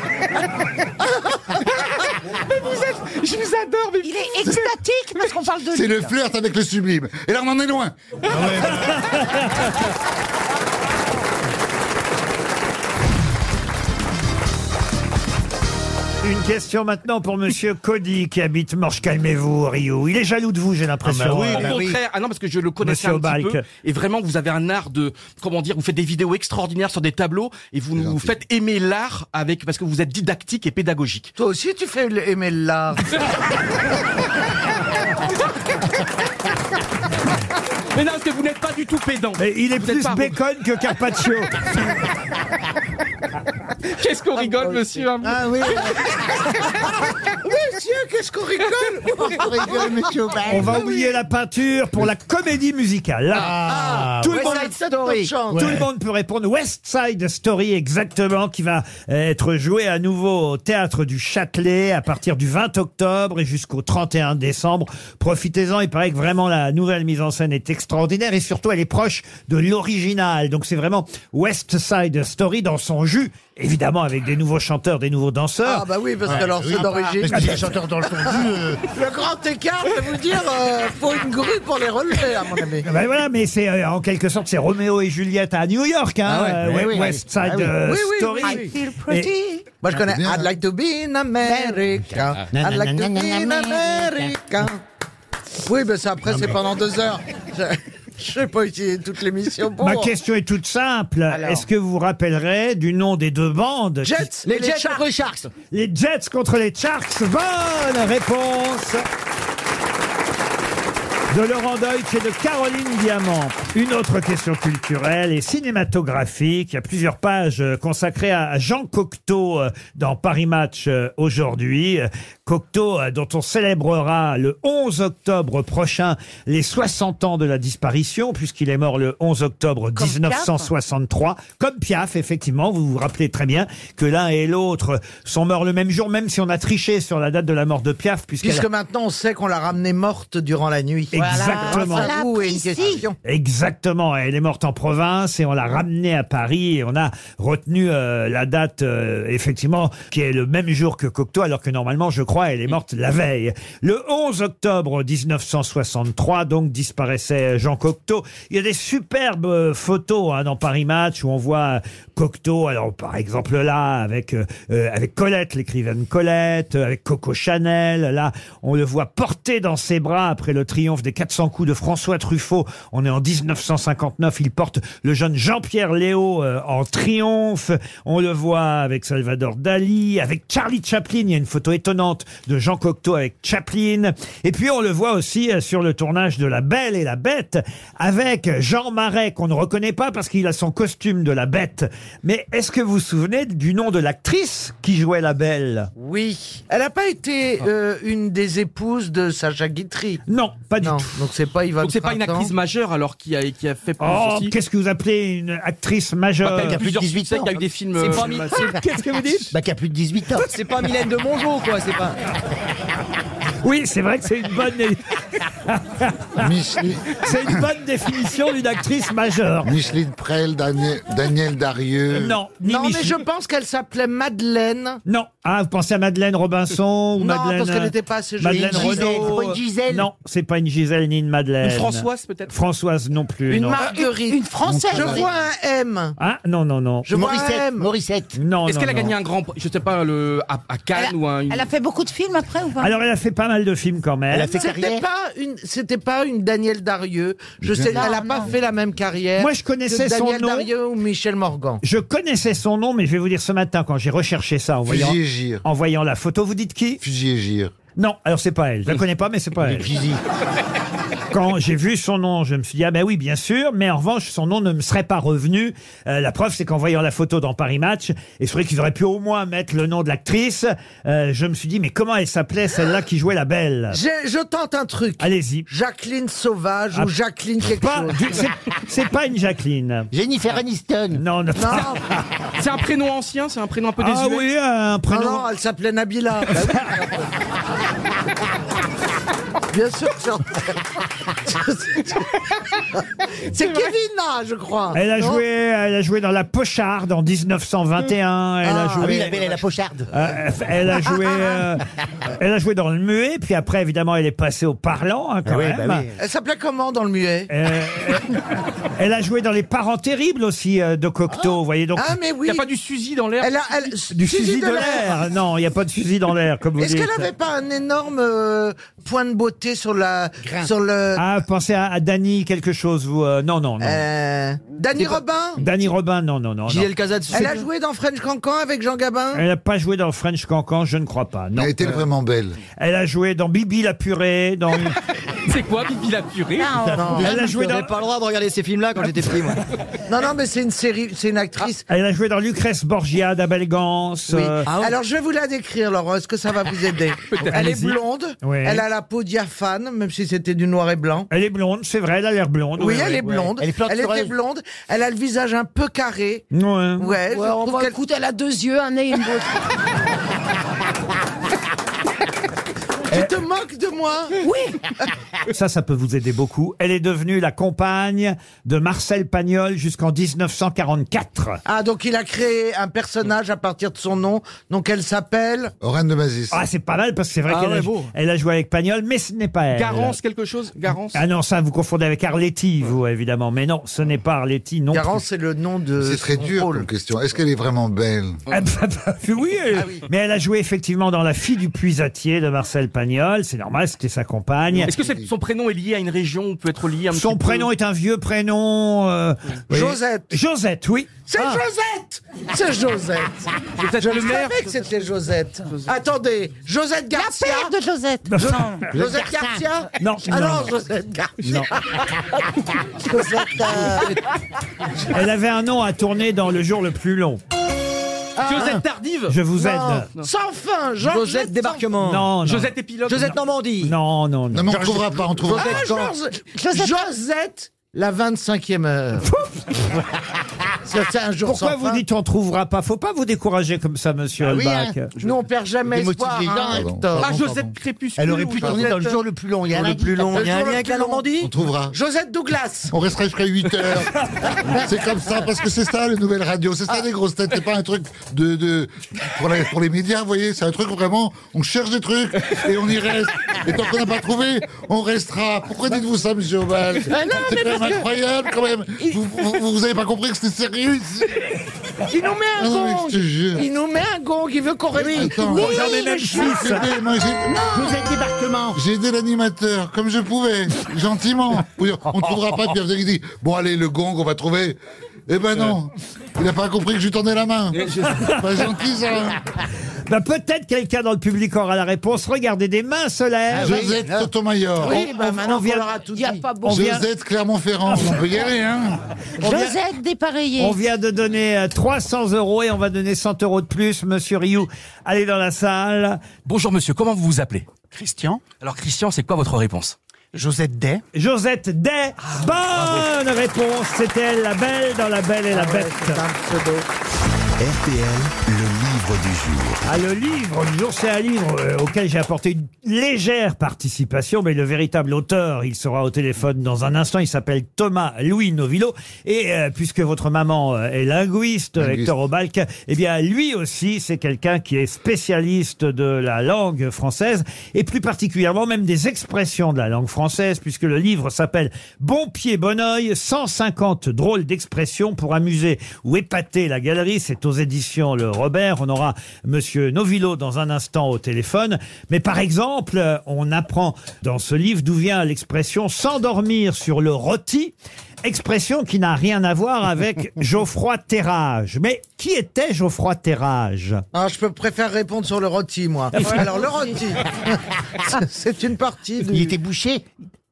Speaker 3: mais vous êtes. Je vous adore, mais.
Speaker 12: Il est extatique parce qu'on parle de lui.
Speaker 8: C'est le
Speaker 12: là.
Speaker 8: flirt avec le sublime. Et là, on en est loin.
Speaker 3: Ah
Speaker 2: Une question maintenant pour monsieur Cody qui habite Morche. Calmez-vous, Rio. Il est jaloux de vous, j'ai l'impression.
Speaker 3: bah
Speaker 13: au contraire. Ah non, parce que je le connaissais un
Speaker 2: Monsieur
Speaker 13: petit
Speaker 2: Obalik.
Speaker 13: peu. Et vraiment, vous avez un art de, comment dire, vous faites des vidéos extraordinaires sur des tableaux et vous nous faites aimer l'art avec, parce que vous êtes didactique et pédagogique.
Speaker 6: Toi aussi, tu fais le- aimer l'art.
Speaker 3: Mais non, parce que vous n'êtes pas du tout pédant.
Speaker 2: Mais il est
Speaker 3: Vous êtes
Speaker 2: plus
Speaker 3: pas-
Speaker 2: bacon que carpaccio.
Speaker 3: Qu'est-ce qu'on rigole, monsieur Ah
Speaker 6: oui. Monsieur, qu'est-ce qu'on rigole Ah On rigole, monsieur Obal.
Speaker 2: On va oublier la peinture pour la comédie musicale. Là,
Speaker 6: Ah,
Speaker 2: tout, le
Speaker 6: West
Speaker 2: monde,
Speaker 6: Side Story.
Speaker 2: tout le monde peut répondre. West Side Story, exactement, qui va être joué à nouveau au Théâtre du Châtelet à partir du 20 octobre et jusqu'au 31 décembre. Profitez-en, il paraît que vraiment la nouvelle mise en scène est extraordinaire et surtout elle est proche de l'original. Donc c'est vraiment West Side Story dans son jus, évidemment avec des nouveaux chanteurs, des nouveaux danseurs.
Speaker 6: Ah bah oui, parce que alors c'est d'origine.
Speaker 2: Ah bah,
Speaker 6: dans le euh. Le grand écart, je vais vous dire, euh, faut une grue pour les relever, à mon avis.
Speaker 2: Ah ben voilà, mais c'est euh, en quelque sorte c'est Roméo et Juliette à New York, hein,
Speaker 6: Ah ouais,
Speaker 2: euh,
Speaker 6: ouais,
Speaker 2: West-
Speaker 6: oui,
Speaker 2: West
Speaker 6: oui.
Speaker 2: Side
Speaker 6: Ah oui.
Speaker 2: euh,
Speaker 6: Oui, oui,
Speaker 2: Story.
Speaker 6: oui, oui. I feel
Speaker 2: Et-
Speaker 6: Moi, je connais
Speaker 2: Bien.
Speaker 6: I'd like to be in America. I'd like to be in America. Oui, mais ça, après, c'est pendant deux heures. Je- Je n'ai pas utilisé toute l'émission pour.
Speaker 2: Ma question est toute simple. Est-ce que vous vous rappellerez du nom des deux bandes qui-
Speaker 6: Jets Les et les Jets Sharks. contre les Sharks.
Speaker 2: Les Jets contre les Sharks. Bonne réponse de Laurent Deutsch et de Caroline Diamant. Une autre question culturelle et cinématographique. Il y a plusieurs pages euh, consacrées à à Jean Cocteau euh, dans Paris Match euh, aujourd'hui. Euh, Cocteau euh, dont on célébrera le 11 octobre prochain les 60 ans de la disparition puisqu'il est mort le 11 octobre
Speaker 16: Comme
Speaker 2: 1963. Comme Piaf, effectivement. Vous vous rappelez très bien que l'un et l'autre sont morts le même jour, même si on a triché sur la date de la mort de Piaf puisqu'elle
Speaker 6: Puisque maintenant on sait qu'on l'a ramenée morte durant la nuit.
Speaker 2: Exactement.
Speaker 6: Un coup et une question.
Speaker 2: Exactement. Elle est morte en province et on l'a ramenée à Paris et on a retenu euh, la date, euh, effectivement, qui est le même jour que Cocteau, alors que normalement, je crois, elle est morte la veille. Le 11 octobre 1963, donc, disparaissait Jean Cocteau. Il y a des superbes euh, photos hein, dans Paris Match où on voit euh, Cocteau, alors, par exemple, là, avec, euh, euh, avec Colette, l'écrivaine Colette, euh, avec Coco Chanel. Là, on le voit porté dans ses bras après le triomphe des 400 coups de François Truffaut. On est en 1959. Il porte le jeune Jean-Pierre Léo euh, en triomphe. On le voit avec Salvador Dali, avec Charlie Chaplin. Il y a une photo étonnante de Jean Cocteau avec Chaplin. Et puis, on le voit aussi euh, sur le tournage de La Belle et la Bête avec Jean Marais, qu'on ne reconnaît pas parce qu'il a son costume de la bête. Mais est-ce que vous vous souvenez du nom de l'actrice qui jouait la belle
Speaker 6: Oui. Elle n'a pas été euh, une des épouses de Sacha Guitry.
Speaker 2: Ah. Non, pas
Speaker 6: du tout. Donc c'est pas Yvan
Speaker 3: Donc c'est pas une
Speaker 6: Printemps.
Speaker 3: actrice majeure alors qui a, qui a fait plus
Speaker 2: Oh,
Speaker 3: aussi.
Speaker 2: qu'est-ce que vous appelez une actrice majeure
Speaker 3: Bah, qui a plus de 18
Speaker 6: hein.
Speaker 3: ans. Qui a eu des films,
Speaker 2: C'est
Speaker 3: euh,
Speaker 2: pas mi-
Speaker 3: massives.
Speaker 2: Qu'est-ce que vous dites Bah, qui a plus de 18 ans.
Speaker 7: C'est pas Mylène de Mongeau, quoi, c'est pas.
Speaker 2: Oui, c'est vrai que c'est une bonne. c'est une bonne définition d'une actrice majeure.
Speaker 8: Micheline Prel, Daniel, Daniel Darieux.
Speaker 6: non mais je pense qu'elle s'appelait Madeleine.
Speaker 2: Non. Ah, vous pensez à Madeleine Robinson ou
Speaker 6: Non,
Speaker 2: Madeleine.
Speaker 6: parce qu'elle n'était pas assez jolie.
Speaker 2: Madeleine
Speaker 6: Une Gisèle,
Speaker 2: Renaud.
Speaker 6: pas une Gisèle.
Speaker 2: Non, c'est pas une Gisèle ni une Madeleine.
Speaker 3: Une Françoise, peut-être
Speaker 2: Françoise non plus.
Speaker 6: Une
Speaker 2: non.
Speaker 6: Marguerite. Une
Speaker 2: Française.
Speaker 6: Je vois un M.
Speaker 2: Ah, non, non, non.
Speaker 6: Je vois un M.
Speaker 2: Non,
Speaker 3: Est-ce
Speaker 2: non,
Speaker 3: qu'elle
Speaker 2: non.
Speaker 3: a gagné un grand prix Je sais pas, le, à, à Cannes ou un. une-
Speaker 12: Elle a fait beaucoup de films après ou pas
Speaker 2: Alors, elle a fait pas mal de films quand même.
Speaker 6: Hein C'était pas une, c'était pas une Danielle Darieux. Je sais,
Speaker 2: Non,
Speaker 6: elle a pas
Speaker 2: non.
Speaker 6: fait la même carrière.
Speaker 2: Moi, je connaissais
Speaker 6: que
Speaker 2: son
Speaker 6: Danielle
Speaker 2: nom.
Speaker 6: Euh, Darieux ou Michel Morgan.
Speaker 2: Je connaissais son nom, mais je vais vous dire ce matin, quand j'ai recherché ça en voyant,
Speaker 8: Fusil et Gir.
Speaker 2: en voyant la photo, vous dites qui
Speaker 8: Fusil et Gir.
Speaker 2: Non, alors c'est pas elle. Je la connais pas, mais c'est pas elle. Quand j'ai vu son nom, je me suis dit, ah ben oui, bien sûr, mais en revanche, son nom ne me serait pas revenu. Euh, la preuve, c'est qu'en voyant la photo dans Paris Match, et c'est vrai qu'ils auraient pu au moins mettre le nom de l'actrice, euh, je me suis dit, mais comment elle s'appelait celle-là qui jouait la belle
Speaker 6: J'ai- Je tente un truc.
Speaker 2: Allez-y.
Speaker 6: Jacqueline Sauvage
Speaker 2: Ah,
Speaker 6: ou Jacqueline quelque
Speaker 2: pas
Speaker 6: chose.
Speaker 2: du- c'est- C'est pas une Jacqueline. Jennifer Aniston. Non, non.
Speaker 3: C'est un prénom ancien, c'est un prénom un peu
Speaker 2: Ah
Speaker 3: désuet.
Speaker 2: oui, un prénom.
Speaker 6: Non, non, elle s'appelait Nabila. Bah oui. Bien sûr, que j'en- C'est Kevina, je crois.
Speaker 2: Elle a
Speaker 6: non
Speaker 2: joué, elle a joué dans La Pocharde en 1921. Elle
Speaker 6: Ah,
Speaker 2: a joué.
Speaker 6: oui, la belle et la pocharde.
Speaker 2: Euh, elle a joué. euh, elle a joué dans le muet. Puis après, évidemment, elle est passée au parlant hein, quand
Speaker 6: Ah oui,
Speaker 2: même.
Speaker 6: bah oui. Elle s'appelait comment dans le muet
Speaker 2: Euh, elle a joué dans Les Parents Terribles aussi euh, de Cocteau. Vous voyez donc.
Speaker 6: Ah, mais oui.
Speaker 3: Y a pas du Suzy dans l'air
Speaker 6: Elle a- elle-
Speaker 2: Du
Speaker 6: Suzy
Speaker 2: fusil de
Speaker 6: de
Speaker 2: l'air. Non, il n'y a pas de fusil dans l'air comme vous
Speaker 6: Est-ce
Speaker 2: dites.
Speaker 6: qu'elle n'avait pas un énorme euh, point de beauté sur la sur le
Speaker 2: Ah, pensez à, à Dany quelque chose. Vous euh, non non non.
Speaker 6: Dany euh,
Speaker 7: Ah.
Speaker 6: Robin
Speaker 2: Dany Robin non non Euh. non. non.
Speaker 6: Elle a joué dans French Cancan avec Jean Gabin.
Speaker 2: Elle n'a pas joué dans French Cancan, je ne crois pas. Non.
Speaker 8: Elle était vraiment belle.
Speaker 2: Elle a joué dans Bibi la purée, dans.
Speaker 3: C'est quoi, Bibi la purée
Speaker 2: elle a joué dans.
Speaker 7: J'avais pas le droit de regarder ces films-là quand j'étais petit, moi.
Speaker 6: Non non mais c'est une série, c'est une actrice.
Speaker 2: Ah, Elle a joué dans Lucrèce Borgia d'Abelgance.
Speaker 6: Oui.
Speaker 2: euh,
Speaker 7: Ah
Speaker 6: Alors je vais vous la décrire, Laurent. Est-ce que ça va vous aider Elle est
Speaker 2: Allez-y.
Speaker 6: blonde.
Speaker 2: Oui.
Speaker 6: Elle a la peau diaphane, même si c'était du noir et blanc.
Speaker 2: Elle est blonde, c'est vrai. Elle a l'air blonde.
Speaker 6: Oui,
Speaker 2: ouais,
Speaker 6: elle
Speaker 2: ouais,
Speaker 6: est blonde.
Speaker 2: ouais.
Speaker 6: Elle était blonde. Elle a le visage un peu carré.
Speaker 2: Ouais.
Speaker 6: Ouais. je trouve qu'elle-
Speaker 12: écoute, elle a deux yeux, un nez et une bouche.
Speaker 6: Tu te moques de moi
Speaker 12: Oui.
Speaker 2: Ça, ça peut vous aider beaucoup. Elle est devenue la compagne de Marcel Pagnol jusqu'en 1944.
Speaker 6: Ah, donc il a créé un personnage à partir de son nom. Donc elle s'appelle.
Speaker 8: Orane de Mazis.
Speaker 2: Ah, c'est pas mal parce que c'est vrai
Speaker 6: Ah
Speaker 2: qu'elle
Speaker 6: ouais,
Speaker 2: a,
Speaker 6: beau.
Speaker 2: elle a joué avec Pagnol, mais ce n'est pas elle.
Speaker 3: Garance, quelque chose Garance
Speaker 2: Ah non, ça, vous confondez avec Arletty, vous, évidemment. Mais non, ce n'est pas Arletty, non.
Speaker 6: Garance, c'est le nom de.
Speaker 8: C'est très dur comme question. Est-ce qu'elle est vraiment belle
Speaker 2: bah,
Speaker 6: Ah
Speaker 2: Ah bah, bah, oui, elle- mais elle a joué effectivement dans La fille du puisatier de Marcel espagnole, c'est normal, c'était sa compagne.
Speaker 13: Est-ce que c'est- son prénom est lié à une région ou peut être lié à
Speaker 2: Son prénom est un vieux prénom. euh, oui.
Speaker 13: Josette.
Speaker 2: Josette, oui.
Speaker 6: C'est
Speaker 2: Ah.
Speaker 6: Josette C'est Josette
Speaker 2: peut-être
Speaker 6: Je
Speaker 2: le
Speaker 6: le
Speaker 2: maire.
Speaker 6: savais que c'était Josette. Attendez, Josette Garcia La
Speaker 12: de Josette
Speaker 2: Non.
Speaker 6: Josette Garcia
Speaker 2: Non,
Speaker 6: Ah
Speaker 2: non,
Speaker 6: non,
Speaker 2: non.
Speaker 6: Josette Garcia
Speaker 2: Non.
Speaker 6: Josette... euh,
Speaker 2: Elle avait un nom à tourner dans le jour le plus long.
Speaker 7: Josette Tardive
Speaker 2: Je vous
Speaker 7: Non.
Speaker 2: aide.
Speaker 6: Ah.
Speaker 7: Non.
Speaker 6: Sans fin
Speaker 7: Josette Débarquement.
Speaker 2: Non, non.
Speaker 7: Josette Épilogue. Josette Normandie.
Speaker 2: Non, non, non.
Speaker 7: Non, mais on trouvera pas, on trouvera
Speaker 6: Josette,
Speaker 7: pas.
Speaker 6: Josette, Ah, Josette, la 25e heure. Ça, c'est un jour
Speaker 2: Pourquoi
Speaker 6: sans
Speaker 2: vous
Speaker 6: fin.
Speaker 2: dites on trouvera pas Faut pas vous décourager comme ça, monsieur
Speaker 6: Ah oui,
Speaker 2: Holbach.
Speaker 6: hein. Nous, on perd jamais
Speaker 2: Démotive
Speaker 6: espoir.
Speaker 2: les gens.
Speaker 6: hein,
Speaker 2: Pardon,
Speaker 6: Hector.
Speaker 2: pardon,
Speaker 5: pardon.
Speaker 6: crépuscule.
Speaker 5: Elle aurait pu tourner dans le jour le plus long. Il y a un
Speaker 6: Le
Speaker 5: indice.
Speaker 6: plus long.
Speaker 5: Le
Speaker 6: Il y a un
Speaker 5: jour
Speaker 6: lien
Speaker 5: le
Speaker 6: avec
Speaker 5: plus
Speaker 6: la
Speaker 5: long.
Speaker 6: Normandie
Speaker 5: On trouvera.
Speaker 6: Josette Douglas.
Speaker 8: On restera jusqu'à 8 heures. c'est comme ça, parce que c'est ça, les nouvelles radios. C'est
Speaker 6: Ah.
Speaker 8: ça, les grosses têtes. C'est pas un truc de, de, pour, les, pour les médias, vous voyez. C'est un truc vraiment, on cherche des trucs et on y reste. Et tant qu'on n'a pas trouvé, on restera. Pourquoi dites-vous ça, monsieur Oval
Speaker 6: Ah non,
Speaker 8: C'est
Speaker 6: mais
Speaker 8: quand même
Speaker 6: parce que-
Speaker 8: incroyable, quand même. Vous, vous, vous avez pas compris que c'était sérieux ici
Speaker 6: Il nous met
Speaker 8: Ah
Speaker 6: un
Speaker 8: non, mais
Speaker 6: gong.
Speaker 8: je te jure.
Speaker 6: Il nous met un gong. Il veut qu'on réveille.
Speaker 8: Attends,
Speaker 6: Oui,
Speaker 8: j'en ai même
Speaker 6: je-
Speaker 8: six. J'ai aidé, moi, j'ai- J'ai aidé l'animateur, comme je pouvais, gentiment. Pour dire, On ne trouvera pas, Pierre il dit Bon, allez, le gong, on va trouver. Eh ben non, il n'a pas compris que je lui tendais la main. Pas gentil, ça. hein.
Speaker 2: Bah, peut-être quelqu'un dans le public aura la réponse. Regardez des mains
Speaker 12: Eh,
Speaker 2: Ah solaires.
Speaker 4: Ah
Speaker 8: Josette Sotomayor.
Speaker 6: Oui, bah maintenant, on leur a tout dit.
Speaker 2: on vient-
Speaker 8: Josette Clermont-Ferrand, on peut y aller, hein.
Speaker 12: Josette dépareillée.
Speaker 2: On vient de donner euh, 300 euros et on va donner 100 euros de plus. Monsieur Rioux, allez dans la salle.
Speaker 13: Bonjour monsieur, comment vous vous appelez
Speaker 2: Christian.
Speaker 13: Alors Christian, c'est quoi votre réponse
Speaker 2: Josette Day. Josette Day.
Speaker 13: Ah,
Speaker 2: Bonne réponse. C'était elle, la belle dans la belle et la bête.
Speaker 1: RTL, le livre du jour.
Speaker 2: Ah, le livre du jour, c'est un livre euh, auquel j'ai apporté une légère participation, mais le véritable auteur, il sera au téléphone dans un instant. Il s'appelle Thomas Louis Novillo. Et euh, puisque votre maman euh, est linguiste,
Speaker 8: Linguiste.
Speaker 2: Hector Obalk, eh bien, lui aussi, c'est quelqu'un qui est spécialiste de la langue française, et plus particulièrement même des expressions de la langue française, puisque le livre s'appelle Bon pied, bon oeil, 150 drôles d'expressions pour amuser ou épater la galerie. C'est aux éditions Le Robert. On aura Monsieur Novillo dans un instant au téléphone. Mais par exemple, euh, on apprend dans ce livre d'où vient l'expression s'endormir sur le rôti. Expression qui n'a rien à voir avec Geoffroy Terrage. Mais qui était Geoffroy Terrage
Speaker 6: Ah, je peux préfère répondre sur le rôti, moi. Alors, le rôti, c'est une partie du... Ah,
Speaker 15: Il était bouché.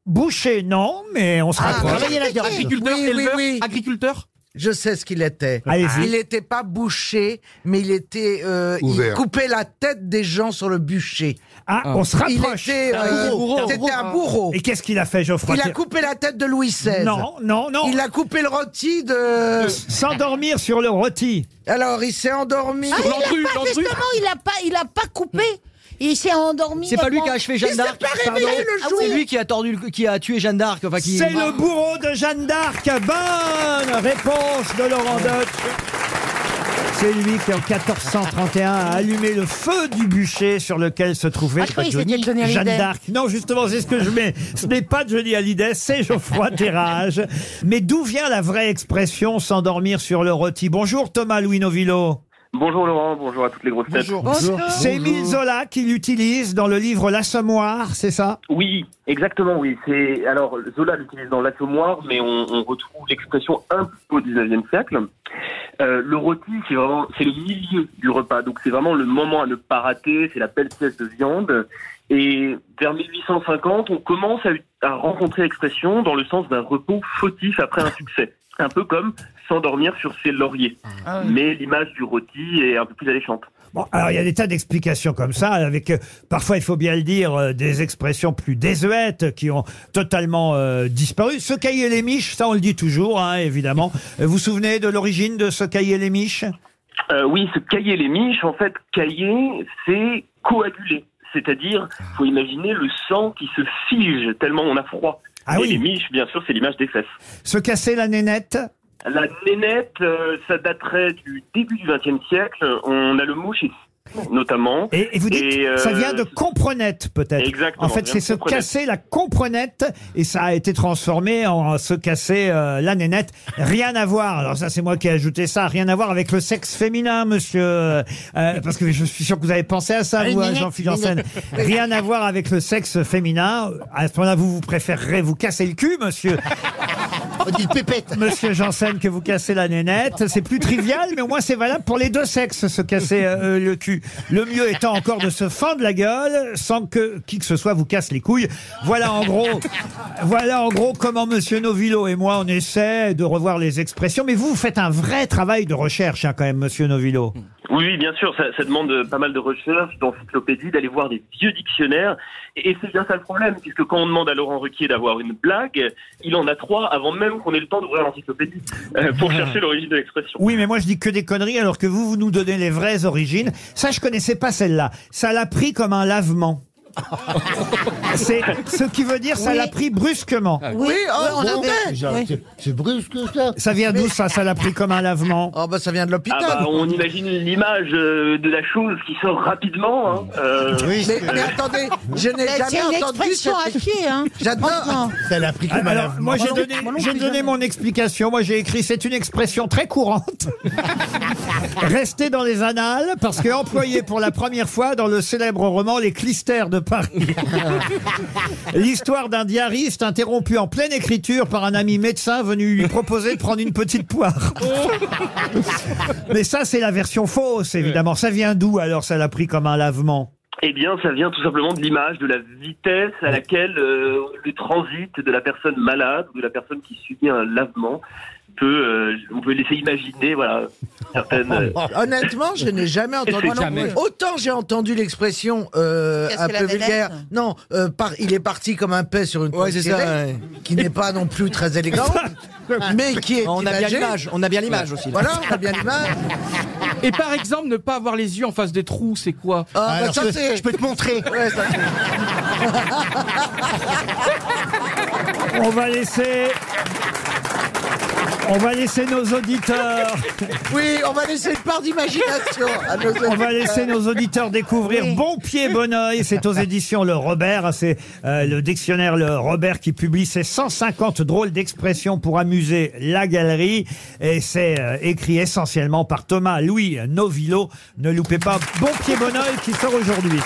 Speaker 2: Boucher, non, mais on se rapproche.
Speaker 15: travaillait la garde.
Speaker 6: Agriculteur, éleveur, agriculteur Je sais ce qu'il était. Ah,
Speaker 2: Allez-y.
Speaker 6: Il n'était pas bouché, mais il était... euh, il
Speaker 8: Ouvert.
Speaker 6: coupait la tête des gens sur le bûcher.
Speaker 2: Ah, on se
Speaker 6: Il
Speaker 2: rapproche.
Speaker 6: était, euh, c'était un bourreau.
Speaker 2: Et qu'est-ce qu'il a fait, Geoffroy
Speaker 6: Il a
Speaker 2: Terrage
Speaker 6: coupé la tête de Louis XVI.
Speaker 2: Non, non, non.
Speaker 6: Il a coupé le rôti de...
Speaker 2: S'endormir sur le rôti.
Speaker 6: Alors, il s'est endormi.
Speaker 12: Ah, il a pas, justement, il a pas, il a pas coupé. Il s'est endormi.
Speaker 7: Hmm. C'est pas lui
Speaker 12: avant.
Speaker 7: qui a achevé Jeanne d'Arc. pardon.
Speaker 12: Ah oui.
Speaker 7: C'est lui qui a tordu, le- qui a tué Jeanne d'Arc. Enfin, qui...
Speaker 2: C'est le bourreau de Jeanne d'Arc. Bonne réponse de Laurent Deutsch. C'est lui qui, en 1431, a allumé le feu du bûcher sur lequel se trouvait
Speaker 12: Ah, je croyais que
Speaker 2: prisonnier
Speaker 12: c'était Johnny
Speaker 2: Jeanne
Speaker 12: Hallyday.
Speaker 2: d'Arc. Non, justement, c'est ce que je mets. Ce n'est pas Johnny Hallyday, c'est Geoffroy Terrage. Mais d'où vient la vraie expression s'endormir sur le rôti Bonjour Thomas Louis Novillo.
Speaker 14: Bonjour Laurent, bonjour à toutes les grosses têtes.
Speaker 2: C'est Émile Zola qui l'utilise dans le livre L'Assommoir, c'est ça
Speaker 14: Oui, exactement, oui. C'est alors Zola l'utilise dans l'assommoir, mais on, on retrouve l'expression un peu au 19e siècle. Euh, le rôti, c'est vraiment c'est le milieu du repas, donc c'est vraiment le moment à ne pas rater. C'est la belle pièce de viande. Et vers 1850, on commence à, à rencontrer l'expression dans le sens d'un repos fautif après un succès, un peu comme s'endormir sur ses lauriers.
Speaker 2: Ah
Speaker 14: Mais l'image du rôti est un peu plus alléchante.
Speaker 2: Bon, alors il y a des tas d'explications comme ça, avec euh, parfois, il faut bien le dire, euh, des expressions plus désuètes euh, qui ont totalement euh, disparu. Ce cahier les miches, ça on le dit toujours, hein, évidemment. Euh, Vous vous souvenez de l'origine de ce cahier les miches
Speaker 14: Euh, oui, ce cailler les miches, en fait, cailler, c'est coaguler. C'est-à-dire, faut imaginer le sang qui se fige tellement on a froid.
Speaker 2: Ah
Speaker 14: Et
Speaker 2: oui.
Speaker 14: les miches, bien sûr, c'est l'image des fesses.
Speaker 2: Se casser la nénette
Speaker 14: La nénette, euh, ça daterait du début du XXe siècle. On a le mot chez notamment.
Speaker 2: Et, vous dites,
Speaker 14: euh,
Speaker 2: ça vient de comprenette peut-être.
Speaker 14: Exactement,
Speaker 2: En fait,
Speaker 14: vient
Speaker 2: c'est
Speaker 14: de
Speaker 2: se
Speaker 14: Comprenette.
Speaker 2: casser la comprenette et ça a été transformé en se casser euh, la nénette. Rien à voir. Alors ça, c'est moi qui ai ajouté ça. Rien à voir avec le sexe féminin, monsieur. Euh, parce que je suis sûr que vous avez pensé à ça,
Speaker 15: Ah,
Speaker 2: vous,
Speaker 15: une
Speaker 2: hein,
Speaker 15: nénette,
Speaker 2: Jean-Philippe Janssen.
Speaker 15: une nénette.
Speaker 2: Rien à voir avec le sexe féminin. À ce moment-là, vous, vous préférerez vous casser le cul, monsieur. On dit pépette. Monsieur Janssen, que vous cassez la nénette. C'est plus trivial, mais au moins c'est valable pour les deux sexes, se casser euh, le cul. Le mieux étant encore de se fendre la gueule sans que qui que ce soit vous casse les couilles. Voilà en gros, voilà en gros comment Monsieur Novillo et moi on essaie de revoir les expressions. Mais vous, vous faites un vrai travail de recherche hein, quand même, Monsieur Novillo.
Speaker 14: Oui, oui, bien sûr, ça, ça demande euh, pas mal de recherche, d'encyclopédie, d'aller voir des vieux dictionnaires. Et, et c'est bien ça le problème, puisque quand on demande à Laurent Ruquier d'avoir une blague, il en a trois avant même qu'on ait le temps d'ouvrir l'encyclopédie euh, pour chercher l'origine de l'expression.
Speaker 2: Oui, mais moi je dis que des conneries alors que vous, vous nous donnez les vraies origines. Ça, je connaissais pas celle-là. Ça l'a pris comme un lavement. C'est ce qui veut dire ça
Speaker 15: Oui.
Speaker 2: l'a pris brusquement.
Speaker 15: Oui, oh, on
Speaker 2: l'a
Speaker 15: l'a fait. Oui.
Speaker 2: C'est brusque ça. Ça vient d'où ça Ça l'a pris comme un lavement.
Speaker 6: Oh bah ça vient de l'hôpital.
Speaker 14: Ah bah, on imagine l'image euh, de la chose qui sort rapidement. hein. Euh,
Speaker 6: mais, mais
Speaker 14: euh,
Speaker 6: attendez, je n'ai
Speaker 4: C'est
Speaker 6: jamais
Speaker 4: une
Speaker 6: entendu
Speaker 4: expression
Speaker 6: cette-
Speaker 4: à pied, hein.
Speaker 6: J'adore.
Speaker 4: Franchement.
Speaker 5: Ça l'a pris comme un
Speaker 2: Alors,
Speaker 5: lavement.
Speaker 2: moi j'ai
Speaker 5: Moi non
Speaker 2: donné,
Speaker 5: plus, moi non
Speaker 2: j'ai
Speaker 5: plus,
Speaker 2: donné
Speaker 5: jamais.
Speaker 2: mon explication. Moi j'ai écrit c'est une expression très courante. Restée dans les annales parce que employée pour la première fois dans le célèbre roman Les Clistères de Paris. L'histoire d'un diariste interrompu en pleine écriture par un ami médecin venu lui proposer de prendre une petite poire. Mais ça c'est la version fausse évidemment. Ça vient d'où alors ça l'a pris comme un lavement
Speaker 14: Eh bien, ça vient tout simplement de l'image, de la vitesse à laquelle euh, le transit de la personne malade ou de la personne qui subit un lavement peut. euh, on peut laisser imaginer, voilà, certaines. euh,
Speaker 6: Ah, Honnêtement, je n'ai jamais entendu. Ah,
Speaker 14: Moi non plus.
Speaker 6: Autant j'ai entendu l'expression euh,
Speaker 14: Qu'est-ce
Speaker 6: un
Speaker 14: que la
Speaker 6: peu
Speaker 14: vedette
Speaker 6: vulgaire. Non, euh, par, il est parti comme un paix sur une pomme
Speaker 7: c'est
Speaker 6: cirée,
Speaker 7: ça, ouais.
Speaker 6: qui n'est pas non plus très élégante, mais qui est.
Speaker 7: On a bien
Speaker 6: imagée.
Speaker 7: l'image, on a bien l'image aussi, là.
Speaker 6: Voilà, on a bien l'image.
Speaker 3: Et par exemple, ne pas avoir les yeux en face des trous, c'est quoi
Speaker 6: Ah, bah, ça, c'est- Ouais, ça, c'est-
Speaker 2: On va laisser. On va laisser nos auditeurs.
Speaker 6: Oui, on va laisser une part d'imagination à nos
Speaker 2: On va laisser nos auditeurs découvrir Bon Pied Bon Oeil. C'est aux éditions Le Robert. C'est euh, le dictionnaire Le Robert qui publie ses 150 drôles d'expressions pour amuser la galerie. Et c'est euh, écrit essentiellement par Thomas Louis Novillo. Ne loupez pas Bon Pied Bon Oeil qui sort aujourd'hui.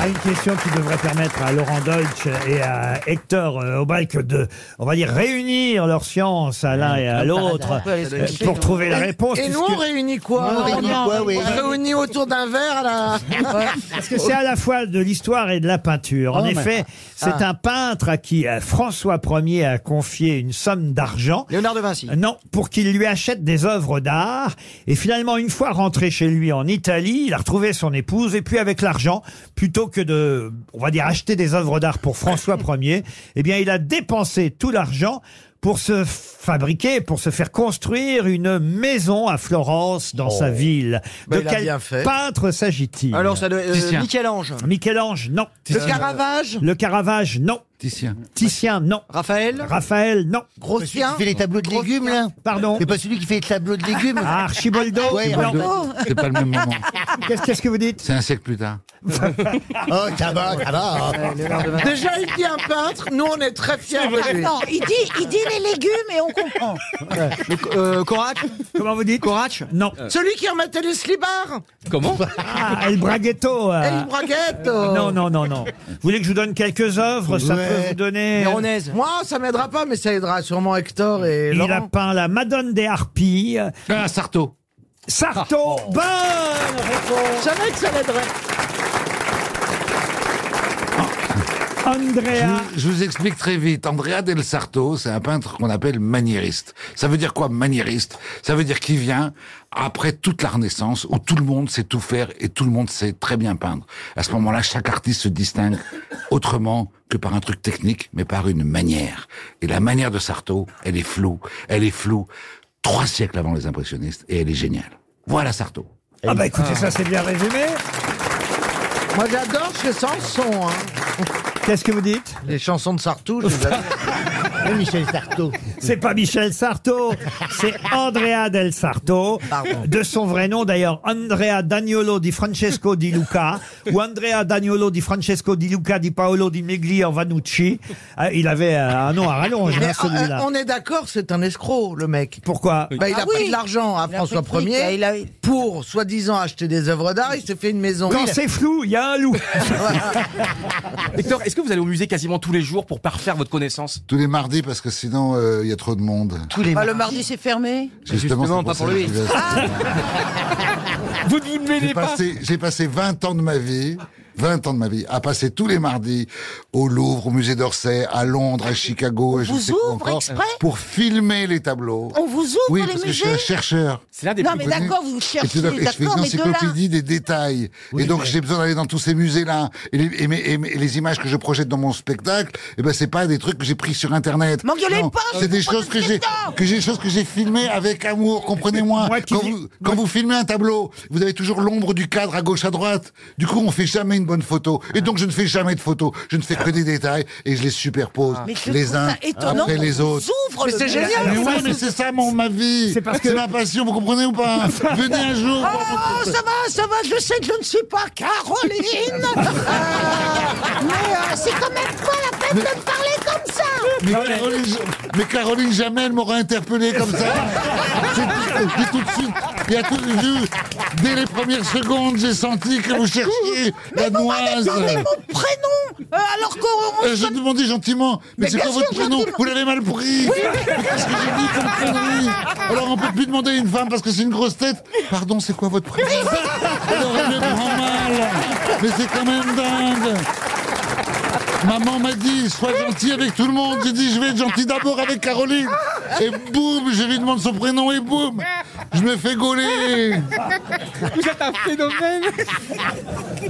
Speaker 2: À une question qui devrait permettre à Laurent Deutsch et à Hector euh, Aubalc de, on va dire, réunir leur science à l'un et à l'autre euh,
Speaker 6: hein.
Speaker 2: pour trouver la réponse.
Speaker 6: Et nous, on
Speaker 2: puisque-
Speaker 6: réunit quoi
Speaker 2: Nous, on réunit quoi, oui.
Speaker 6: On réunit autour d'un verre à la.
Speaker 2: Parce que c'est à la fois de l'histoire et de la peinture. En
Speaker 6: Oh, mais-
Speaker 2: effet, c'est
Speaker 6: Ah.
Speaker 2: un peintre à qui euh, François Ier a confié une somme d'argent. Euh,
Speaker 7: Léonard de Vinci.
Speaker 2: Non, pour qu'il lui achète des œuvres d'art. Et finalement, une fois rentré chez lui en Italie, il a retrouvé son épouse. Et puis, avec l'argent, plutôt que de, on va dire, acheter des œuvres d'art pour François Ier, eh bien, il a dépensé tout l'argent pour se fabriquer, pour se faire construire une maison à Florence, dans sa ville.
Speaker 6: Bah,
Speaker 2: de
Speaker 6: il a
Speaker 2: quel
Speaker 6: bien fait.
Speaker 2: peintre s'agit-il
Speaker 7: Alors, ça doit- euh, Titien.
Speaker 2: Michel-Ange. Michel-Ange, non.
Speaker 6: Le Caravage
Speaker 2: Le Caravage, non. Titien. Titien, non.
Speaker 7: Raphaël
Speaker 2: Raphaël, non.
Speaker 15: Celui qui fait les tableaux de légumes, là
Speaker 2: Pardon
Speaker 15: C'est pas celui qui fait les tableaux de légumes
Speaker 2: Ah, Archiboldo
Speaker 15: Ouais,
Speaker 2: Non.
Speaker 15: Archiboldo.
Speaker 8: C'est pas le même moment.
Speaker 2: Qu'est-ce qu'est-ce que vous dites
Speaker 8: C'est un siècle plus tard.
Speaker 15: Oh, ça va, ça va.
Speaker 6: Déjà, il dit un peintre, nous on est très fiers de lui.
Speaker 4: Attends, il dit, il dit les légumes et on
Speaker 2: Ah.
Speaker 4: comprend.
Speaker 7: Euh, Corac
Speaker 2: Comment vous dites
Speaker 7: Corac Euh,
Speaker 2: Non.
Speaker 6: Euh. Celui qui remettait les slibards
Speaker 3: Comment
Speaker 2: Ah, El Braguetto. euh,
Speaker 6: El Braguette
Speaker 2: euh, Non, non, non, non. Vous voulez que je vous donne quelques œuvres Ça
Speaker 6: Ouais.
Speaker 2: peut vous donner... euh,
Speaker 6: Moi, ça m'aidera pas, mais ça aidera sûrement Hector et
Speaker 2: Il a
Speaker 6: Laurent.
Speaker 2: peint la Madone des Harpies.
Speaker 6: Ah, Sarto.
Speaker 2: Sarto, bonne réponse.
Speaker 6: Je savais que Ah. ça l'aiderait.
Speaker 8: Je
Speaker 2: Andrea.
Speaker 8: vous, je vous explique très vite. Andrea del Sarto, c'est un peintre qu'on appelle maniériste. Ça veut dire quoi, maniériste Ça veut dire qu'il vient après toute la Renaissance, où tout le monde sait tout faire et tout le monde sait très bien peindre. À ce moment-là, chaque artiste se distingue autrement que par un truc technique, mais par une manière. Et la manière de Sarto, elle est floue. Elle est floue trois siècles avant les impressionnistes, et elle est géniale. Voilà Sarto.
Speaker 2: Ah bah écoutez, ça c'est bien résumé.
Speaker 6: Moi, j'adore chez Samson. Hein.
Speaker 2: Qu'est-ce que vous dites
Speaker 6: Les chansons de Sartou, je vous
Speaker 2: C'est Michel Sarto. C'est pas Michel Sarto, c'est Andrea del Sarto. De son vrai nom d'ailleurs, Andrea Dagnolo di Francesco di Luca, ou Andrea Dagnolo di Francesco di Luca di Paolo di Meglia Vanucci. Ah, Il avait euh, un nom à rallonge, hein,
Speaker 6: Mais,
Speaker 2: celui-là.
Speaker 6: euh, on est d'accord, c'est un escroc, le mec.
Speaker 2: Pourquoi
Speaker 6: Bah, Il
Speaker 2: Ah
Speaker 6: a
Speaker 2: oui.
Speaker 6: pris de l'argent à
Speaker 2: Il a
Speaker 6: François
Speaker 2: pris de fric,
Speaker 6: Ier
Speaker 2: et il a-
Speaker 6: pour, soi-disant, acheter des œuvres d'art. Il s'est fait une maison.
Speaker 13: Quand
Speaker 6: Il a-
Speaker 13: c'est
Speaker 2: flou, il y a un loup.
Speaker 13: Hector, est-ce que vous allez au musée quasiment tous les jours pour parfaire votre connaissance Ah,
Speaker 8: Tous les mardis, parce que sinon, euh, il y a trop de monde. Tous
Speaker 12: Bah, le mardi, c'est fermé. Ah.
Speaker 8: c'est ça que je vais à-
Speaker 13: Vous ne vous
Speaker 8: J'ai passé, j'ai passé 20 ans de ma vie, 20 ans de ma vie, à passer tous les mardis au Louvre, au musée d'Orsay, à Londres, à Chicago, et je
Speaker 12: vous
Speaker 8: sais quoi
Speaker 12: ouvre
Speaker 8: encore,
Speaker 12: exprès
Speaker 8: pour filmer les tableaux.
Speaker 12: On vous ouvre
Speaker 8: oui,
Speaker 12: les
Speaker 8: parce que
Speaker 12: musées
Speaker 8: je suis un chercheur.
Speaker 13: C'est l'un
Speaker 12: des Non, plus mais connus. d'accord, vous
Speaker 8: Et je,
Speaker 12: cherchez,
Speaker 8: dois- et je fais une
Speaker 12: d'accord, mais de là-
Speaker 8: encyclopédie des détails. et donc, j'ai besoin d'aller dans tous ces musées-là. Et, les- et mes- et mes- et les images que je projette dans mon spectacle, eh ben, c'est pas des trucs que j'ai pris sur Internet.
Speaker 12: M'engueulez
Speaker 8: Non,
Speaker 12: pas, je
Speaker 8: C'est des
Speaker 12: comprends
Speaker 8: choses
Speaker 12: ce
Speaker 8: que
Speaker 12: que
Speaker 8: j'ai,
Speaker 12: t'as.
Speaker 8: que j'ai, des choses que j'ai filmées avec amour, comprenez-moi. Quand, vous, quand vous filmez un tableau, vous avez toujours l'ombre du cadre à gauche, à droite. Du coup, on fait jamais une bonne photo. Et donc, je ne fais jamais de photos. Je ne fais que des détails et je les superpose
Speaker 12: Ah. Mais je
Speaker 8: les
Speaker 12: trouve
Speaker 8: uns
Speaker 12: ça étonnant
Speaker 8: après
Speaker 12: qu'on
Speaker 8: les
Speaker 12: vous
Speaker 8: autres.
Speaker 12: ouvre Oh, Mais le c'est monde. génial,
Speaker 8: Mais
Speaker 12: ça,
Speaker 8: ouais,
Speaker 12: c'est-
Speaker 8: mais c'est ça, mon, ma vie. C'est
Speaker 2: parce que-
Speaker 8: ma passion, vous comprenez ou pas hein Venez un jour. voir
Speaker 12: Oh,
Speaker 8: mon-
Speaker 12: ça va, ça va, je sais que je ne suis pas Caroline. Euh, mais euh, c'est quand même pas la peine de me parler comme ça.
Speaker 8: Mais Caroline, mais Caroline, jamais elle m'aurait interpellé comme ça. C'est tout- c'est tout de suite. Il y a tout vu. Dès les premières secondes, j'ai senti que vous cherchiez la noise.
Speaker 12: Donnez mon prénom, euh, alors qu'on...
Speaker 8: Euh, je demandais gentiment, mais,
Speaker 12: Mais
Speaker 8: c'est quoi
Speaker 12: bien
Speaker 8: votre
Speaker 12: sûr,
Speaker 8: prénom
Speaker 12: gentiment.
Speaker 8: Vous l'avez mal pris.
Speaker 12: Oui,
Speaker 8: mais qu'est-ce que j'ai dit comme connerie Alors on peut plus demander à une femme parce que c'est une grosse tête. Pardon, c'est quoi votre prénom Alors elle le prend mal. Mais c'est quand même dingue. Maman m'a dit, sois gentil avec tout le monde. J'ai dit, je vais être gentil d'abord avec Caroline. Et boum, je lui demande son prénom et boum, je me fais gauler.
Speaker 3: Vous êtes un phénomène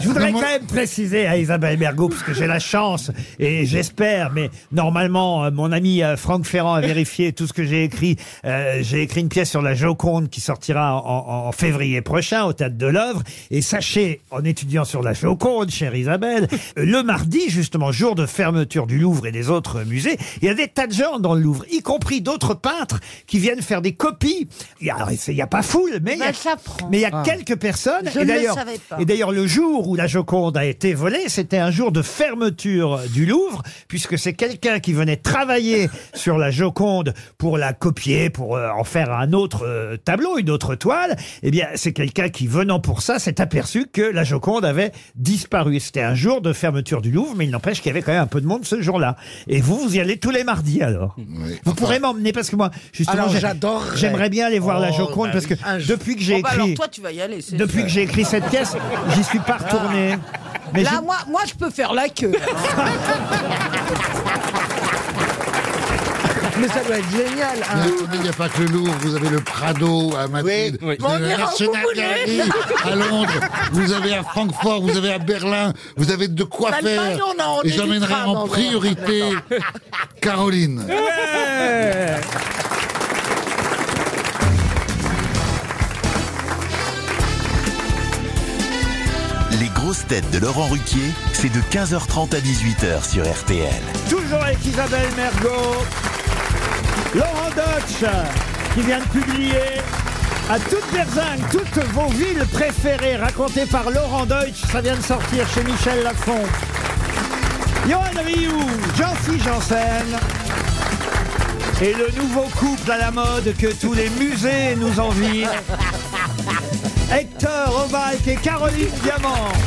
Speaker 2: Je voudrais quand même préciser à Isabelle Bergo, parce que j'ai la chance et j'espère, mais normalement, euh, mon ami euh, Franck Ferrand a vérifié tout ce que j'ai écrit. Euh, j'ai écrit une pièce sur la Joconde qui sortira en, en- en février prochain au Théâtre de l'œuvre. Et sachez, en étudiant sur la Joconde, chère Isabelle, euh, le mardi, justement, jour de fermeture du Louvre et des autres musées, il y a des tas de gens dans le Louvre, y compris d'autres peintres qui viennent faire des copies. Il y a, il y a pas foule, mais il y a,
Speaker 12: Ben, ça prend.
Speaker 2: mais il y a
Speaker 12: Ah.
Speaker 2: quelques personnes.
Speaker 12: Je
Speaker 2: et
Speaker 12: ne le
Speaker 2: d'ailleurs-
Speaker 12: savais pas.
Speaker 2: et D'ailleurs, le jour où la Joconde a été volée, c'était un jour de fermeture du Louvre, puisque c'est quelqu'un qui venait travailler sur la Joconde pour la copier, pour euh, en faire un autre euh, tableau, une autre toile. Eh bien, c'est quelqu'un qui, venant pour ça, s'est aperçu que la Joconde avait disparu. C'était un jour de fermeture du Louvre, mais il n'empêche qu'il y avait quand même un peu de monde ce jour-là. Et vous, vous y allez tous les mardis alors Vous pourrez m'emmener, parce que moi, justement,
Speaker 6: Alors,
Speaker 2: j'ai-
Speaker 6: j'adorerais.
Speaker 2: j'aimerais bien aller voir la
Speaker 6: Oh,
Speaker 2: Joconde,
Speaker 6: bah
Speaker 2: parce que
Speaker 6: oui. Un jour.
Speaker 2: depuis que j'ai
Speaker 12: Bon, bah,
Speaker 2: écrit...
Speaker 12: alors toi, tu vas y aller. c'est
Speaker 2: Depuis
Speaker 12: sûr. Ah.
Speaker 2: que j'ai écrit cette pièce, j'y suis pas retourné. Mais
Speaker 12: Là,
Speaker 2: j'ai-
Speaker 12: moi, moi, je peux faire la queue.
Speaker 6: Mais ça doit être génial.
Speaker 8: Mais attendez, Il n'y a pas que le Louvre, vous avez le Prado à Madrid,
Speaker 6: Oui, oui.
Speaker 8: vous avez
Speaker 6: Mais on
Speaker 8: la
Speaker 6: ira où
Speaker 8: National
Speaker 6: vous voulez.
Speaker 8: Gallery à Londres, vous avez à Francfort, vous avez à Berlin, vous avez de quoi
Speaker 6: L'Allemagne,
Speaker 8: faire.
Speaker 6: on a- on
Speaker 8: Et
Speaker 6: est du
Speaker 8: j'emmènerai
Speaker 6: train, on
Speaker 8: en
Speaker 6: va-
Speaker 8: priorité Caroline.
Speaker 1: Les grosses têtes de Laurent Ruquier, c'est de 15h30 à 18h sur RTL.
Speaker 2: Toujours avec Isabelle Mergot, Laurent Dodge, qui vient de publier à toute berzingue, toutes vos villes préférées, racontées par Laurent Deutsch, ça vient de sortir chez Michel Lafon. Johan Rioux, Jean-Philippe Janssen. Et le nouveau couple à la mode que tous les musées nous envient. Hector Obalk et Caroline Diamant.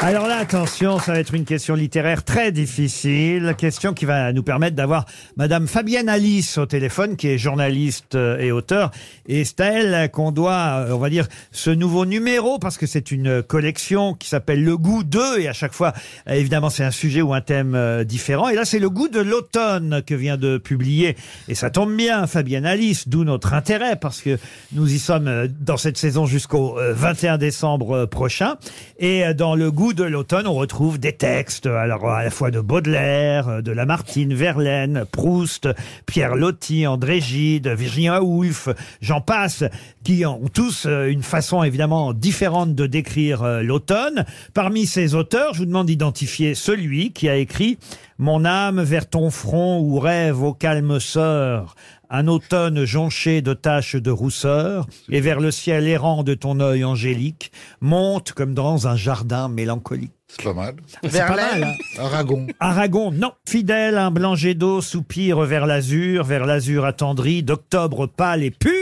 Speaker 2: Alors là, attention, ça va être une question littéraire très difficile, question qui va nous permettre d'avoir Madame Fabienne Alice au téléphone, qui est journaliste euh, et auteur, et c'est à elle qu'on doit, euh, on va dire, ce nouveau numéro, parce que c'est une collection qui s'appelle Le goût d'eux, et à chaque fois, euh, évidemment, c'est un sujet ou un thème euh, différent, et là, c'est Le goût de l'automne que vient de publier, et ça tombe bien, Fabienne Alice, d'où notre intérêt, parce que nous y sommes euh, dans cette saison jusqu'au euh, 21 décembre euh, prochain, et euh, dans le goût de l'automne, on retrouve des textes, alors à la fois de Baudelaire, euh, de Lamartine, Verlaine, Proust, Pierre Loti, André Gide, Virginia Woolf, j'en passe, qui ont tous euh, une façon évidemment différente de décrire euh, l'automne. Parmi ces auteurs, je vous demande d'identifier celui qui a écrit Mon âme vers ton front où rêve au calme sœur, un automne jonché de taches de rousseur, et vers le ciel errant de ton œil angélique, monte comme dans un jardin mélancolique.
Speaker 8: C'est pas mal. hein.
Speaker 15: Verlaine.
Speaker 8: Aragon.
Speaker 2: Aragon, non. Fidèle, un blanc jet d'eau soupire vers l'azur, vers l'azur attendri, d'octobre pâle et pur.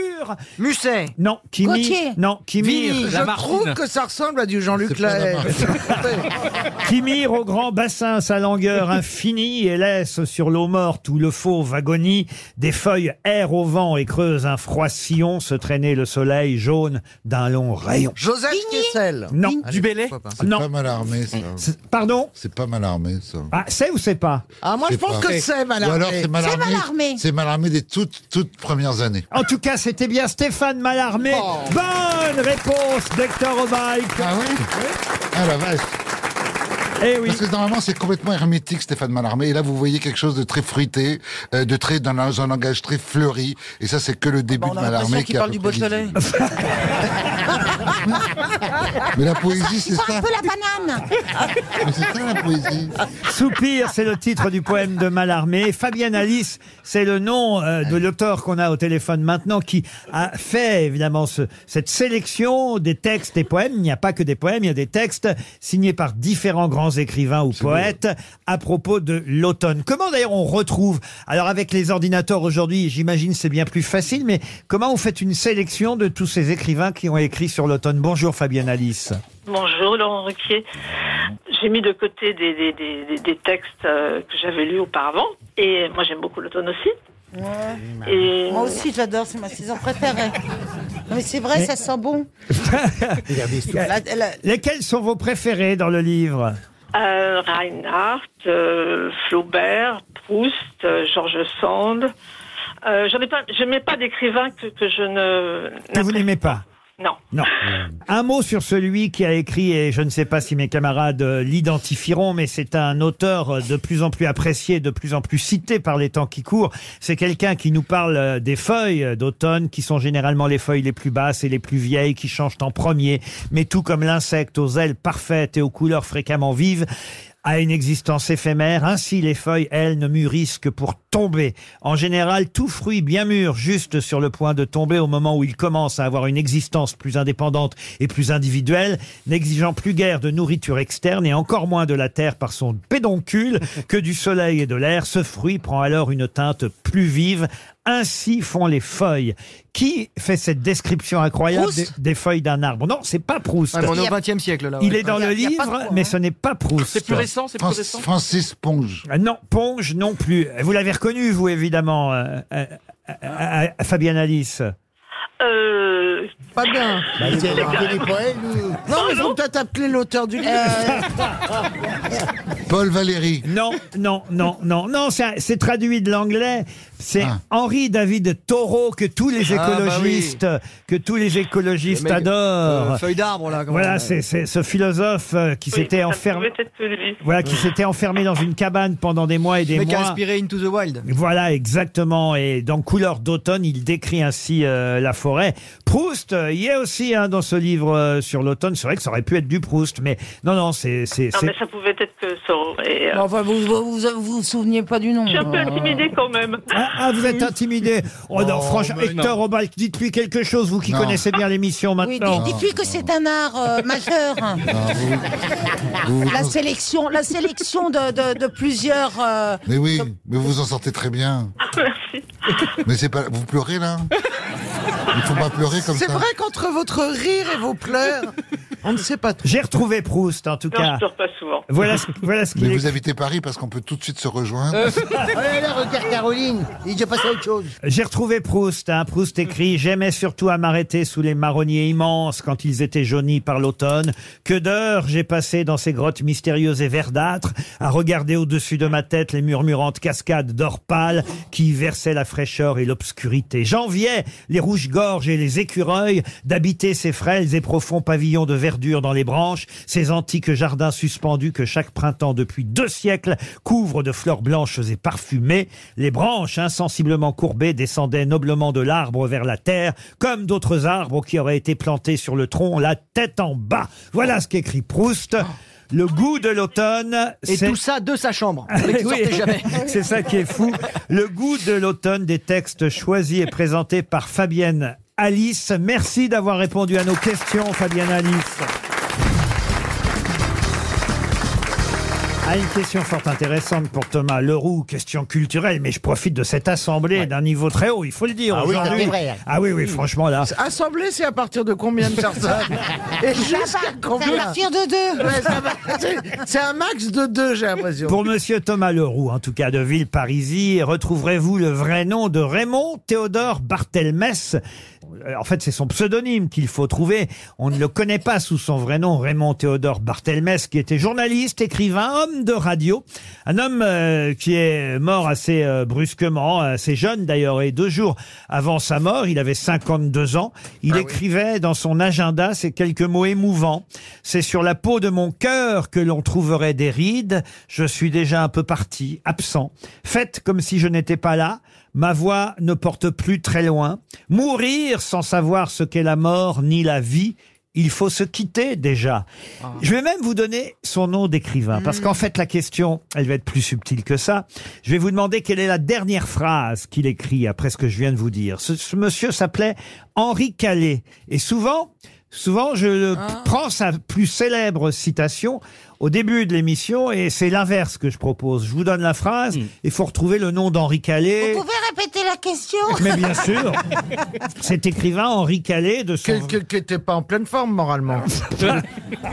Speaker 6: Musset.
Speaker 2: Non, qui mire-
Speaker 6: Gautier.
Speaker 2: Non, qui
Speaker 6: Vini,
Speaker 2: mire-
Speaker 6: je trouve que ça ressemble à du Jean-Luc Lahaye.
Speaker 2: qui mire au grand bassin sa langueur infinie et laisse sur l'eau morte où le faux vagonie des feuilles errent au vent et creuse un froid sillon se traîner le soleil jaune d'un long rayon.
Speaker 6: Joseph Kessel.
Speaker 2: Non. Du Bellay
Speaker 8: C'est
Speaker 2: Non.
Speaker 8: pas mal armé, ça.
Speaker 2: Pardon
Speaker 8: C'est pas mal armé, ça.
Speaker 2: Ah, c'est ou c'est pas
Speaker 6: Ah, moi, je
Speaker 8: C'est
Speaker 6: pense
Speaker 8: pas-
Speaker 6: que c'est mal
Speaker 8: Ou alors,
Speaker 6: armé.
Speaker 8: c'est mal
Speaker 6: C'est mal
Speaker 8: armé.
Speaker 6: armé.
Speaker 8: C'est mal armé des toutes, toutes premières années.
Speaker 2: En tout cas, c'était bien Stéphane Mallarmé. Bonne réponse d'Hector Obaïk.
Speaker 8: Oh. Ah oui Ah la vache
Speaker 2: Eh oui.
Speaker 8: Parce que normalement c'est complètement hermétique Stéphane Mallarmé et là vous voyez quelque chose de très fruité, euh, de très dans un, dans un langage très fleuri et ça c'est que le début de Mallarmé qui est à peu près visible. Mais la poésie c'est
Speaker 4: un
Speaker 8: ça.
Speaker 4: peu la banane.
Speaker 8: Mais c'est ça la poésie.
Speaker 2: Soupir, c'est le titre du poème de Mallarmé. Fabienne Alice, c'est le nom euh, de l'auteur qu'on a au téléphone maintenant qui a fait évidemment ce- cette sélection des textes et poèmes. Il n'y a pas que des poèmes, il y a des textes signés par différents grands écrivains ou poètes à propos de l'automne. Comment d'ailleurs on retrouve Alors avec les ordinateurs aujourd'hui, j'imagine c'est bien plus facile, mais comment on fait une sélection de tous ces écrivains qui ont écrit sur l'automne Bonjour Fabienne Alice.
Speaker 16: Bonjour Laurent Ruquier. J'ai mis de côté des, des- des- des- des textes euh, que j'avais lus auparavant. Et moi j'aime beaucoup l'automne aussi. Et-
Speaker 4: Moi aussi, j'adore, c'est ma saison préférée. Non, mais c'est vrai,
Speaker 2: Mais-
Speaker 4: ça sent bon. La- la-
Speaker 2: Lesquels sont vos préférés dans le livre
Speaker 16: Euh, Reinhardt, euh, Flaubert, Proust, euh, Georges Sand. Euh, j'en ai pas, je n'aimais pas d'écrivain que, que je ne.
Speaker 2: que vous n'aimez pas
Speaker 16: Non.
Speaker 2: Non. Un mot sur celui qui a écrit, et je ne sais pas si mes camarades euh, l'identifieront, mais c'est un auteur euh, de plus en plus apprécié, de plus en plus cité par les temps qui courent. C'est quelqu'un qui nous parle euh, des feuilles euh, d'automne, qui sont généralement les feuilles les plus basses et les plus vieilles, qui changent en premier, mais tout comme l'insecte aux ailes parfaites et aux couleurs fréquemment vives, à une existence éphémère. Ainsi, les feuilles, elles, ne mûrissent que pour tomber. En général, tout fruit bien mûr, juste sur le point de tomber au moment où il commence à avoir une existence plus indépendante et plus individuelle, n'exigeant plus guère de nourriture externe et encore moins de la terre par son pédoncule que du soleil et de l'air, ce fruit prend alors une teinte plus vive. Ainsi font les feuilles. Qui fait cette description incroyable des,
Speaker 7: Proust
Speaker 2: des feuilles d'un arbre Non, c'est pas Proust.
Speaker 7: Ouais, mais on est au 20e siècle, là, ouais.
Speaker 2: Il est dans
Speaker 7: Il y a-
Speaker 2: le
Speaker 7: il y a pas de
Speaker 2: livre,
Speaker 7: quoi,
Speaker 2: mais ce n'est pas Proust. Euh,
Speaker 13: C'est plus récent, c'est plus Francis- récent
Speaker 8: Francis Ponge.
Speaker 2: Non, Ponge non plus. Vous l'avez reconnu, vous, évidemment, euh, euh, euh, euh, euh, Fabienne Alice.
Speaker 16: Euh...
Speaker 6: Pas bien.
Speaker 2: Bah, vous avez marqué des poèmes,
Speaker 6: Non, mais vous peut-être appeler l'auteur du livre.
Speaker 8: Paul Valéry.
Speaker 2: Non, non, non, non, non, c'est un- c'est traduit de l'anglais. C'est Henri David Thoreau que tous les
Speaker 7: Ah, bah oui.
Speaker 2: écologistes, que tous les écologistes
Speaker 7: Le mec,
Speaker 2: adorent.
Speaker 7: euh, feuille d'arbre, là, comment on
Speaker 2: Voilà,
Speaker 7: appelle.
Speaker 2: c'est c'est ce philosophe euh, qui s'était enfermé. Voilà, qui s'était enfermé dans une cabane pendant des mois et des
Speaker 7: Mais qui a
Speaker 2: mois.
Speaker 7: inspiré Into the Wild.
Speaker 2: Voilà, exactement. Et dans Couleur d'automne, il décrit ainsi euh, la forêt. Proust, euh, il y est aussi hein, dans ce livre euh, sur l'automne. C'est vrai que ça aurait pu être du Proust, mais non, non, c'est. c'est-
Speaker 16: Non,
Speaker 2: c'est-
Speaker 16: mais ça pouvait être que Soro. Et, euh,
Speaker 12: Bon, enfin, vous vous, vous vous souveniez pas du nom.
Speaker 16: je suis un peu intimidée quand même.
Speaker 2: Ah, ah, vous êtes intimidé. Oh non,
Speaker 12: Oh,
Speaker 2: franchement,
Speaker 12: mais
Speaker 2: Hector Obal, dites-lui quelque chose, vous qui
Speaker 8: Non.
Speaker 2: connaissez bien l'émission
Speaker 4: Oui,
Speaker 2: maintenant. Ah.
Speaker 4: dis- dis-lui que c'est un art euh, majeur.
Speaker 8: vous-
Speaker 4: La sélection, la sélection de, de- de plusieurs. euh,
Speaker 8: Mais oui, mais vous en sortez très bien. Mais c'est pas. Vous pleurez là Il faut pas pleurer comme ça.
Speaker 6: C'est vrai qu'entre votre rire et vos pleurs, on ne sait pas trop.
Speaker 2: J'ai retrouvé Proust, en tout
Speaker 6: Non,
Speaker 2: cas.
Speaker 6: je pleure
Speaker 16: pas souvent.
Speaker 2: Voilà ce, voilà ce qu'il
Speaker 8: Mais
Speaker 2: est.
Speaker 8: vous habitez Paris parce qu'on peut tout de suite se rejoindre.
Speaker 15: là là, regarde Caroline, il est passé à autre chose.
Speaker 2: J'ai retrouvé Proust. Hein. Proust écrit J'aimais surtout à m'arrêter sous les marronniers immenses quand ils étaient jaunis par l'automne. Que d'heures j'ai passé dans ces grottes mystérieuses et verdâtres à regarder au-dessus de ma tête les murmurantes cascades d'or pâle qui y versaient la fraîcheur et l'obscurité. J'enviais les rouges-gorges et les écureuils d'habiter ces frêles et profonds pavillons de verre verdure dans les branches, ces antiques jardins suspendus que chaque printemps depuis deux siècles couvre de fleurs blanches et parfumées. Les branches insensiblement courbées descendaient noblement de l'arbre vers la terre, comme d'autres arbres qui auraient été plantés sur le tronc, la tête en bas. Voilà ce qu'écrit Proust. Le goût de l'automne.
Speaker 7: Et
Speaker 2: c'est-
Speaker 7: tout ça de sa chambre. Le mec qui
Speaker 2: Oui,
Speaker 7: sortait jamais.
Speaker 2: C'est ça qui est fou. Le goût de l'automne des textes choisis et présentés par Fabienne Alice. Merci d'avoir répondu à nos questions, Fabienne Alice. À Ah, une question fort intéressante pour Thomas Leroux, question culturelle, mais je profite de cette assemblée d'un niveau très haut, il faut le dire.
Speaker 6: Ah oui,
Speaker 2: aujourd'hui.
Speaker 6: c'est vrai.
Speaker 2: ah oui, oui, franchement là.
Speaker 6: Assemblée, c'est à partir de combien de personnes Et jusqu'à combien
Speaker 4: C'est à partir de deux.
Speaker 6: Ouais, ça va. C'est- C'est un max de deux, j'ai l'impression.
Speaker 2: Pour Monsieur Thomas Leroux, en tout cas de Villeparisis, retrouverez-vous le vrai nom de Raymond Théodore Barthelmès. Euh, En fait, c'est son pseudonyme qu'il faut trouver. On ne le connaît pas sous son vrai nom, Raymond Théodore Barthelmès, qui était journaliste, écrivain, homme de radio. Un homme euh, qui est mort assez euh, brusquement, assez jeune d'ailleurs, et deux jours avant sa mort, il avait 52 ans. Il écrivait dans son agenda ces quelques mots émouvants. C'est sur la peau de mon cœur que l'on trouverait des rides. Je suis déjà un peu parti, absent. Faites comme si je n'étais pas là. Ma voix ne porte plus très loin. Mourir sans savoir ce qu'est la mort ni la vie. Il faut se quitter déjà. Je vais même vous donner son nom d'écrivain, parce qu'en fait la question, elle va être plus subtile que ça. Je vais vous demander quelle est la dernière phrase qu'il écrit après ce que je viens de vous dire. Ce, ce monsieur s'appelait Henri Calais, et souvent, souvent je le prends sa plus célèbre citation au début de l'émission, et c'est l'inverse que je propose. Je vous donne la phrase, et faut retrouver le nom d'Henri Calais.
Speaker 4: Vous pouvez répéter la question
Speaker 2: Mais bien sûr. Cet écrivain Henri Calais de son...
Speaker 6: Que que t'es pas en pleine forme moralement.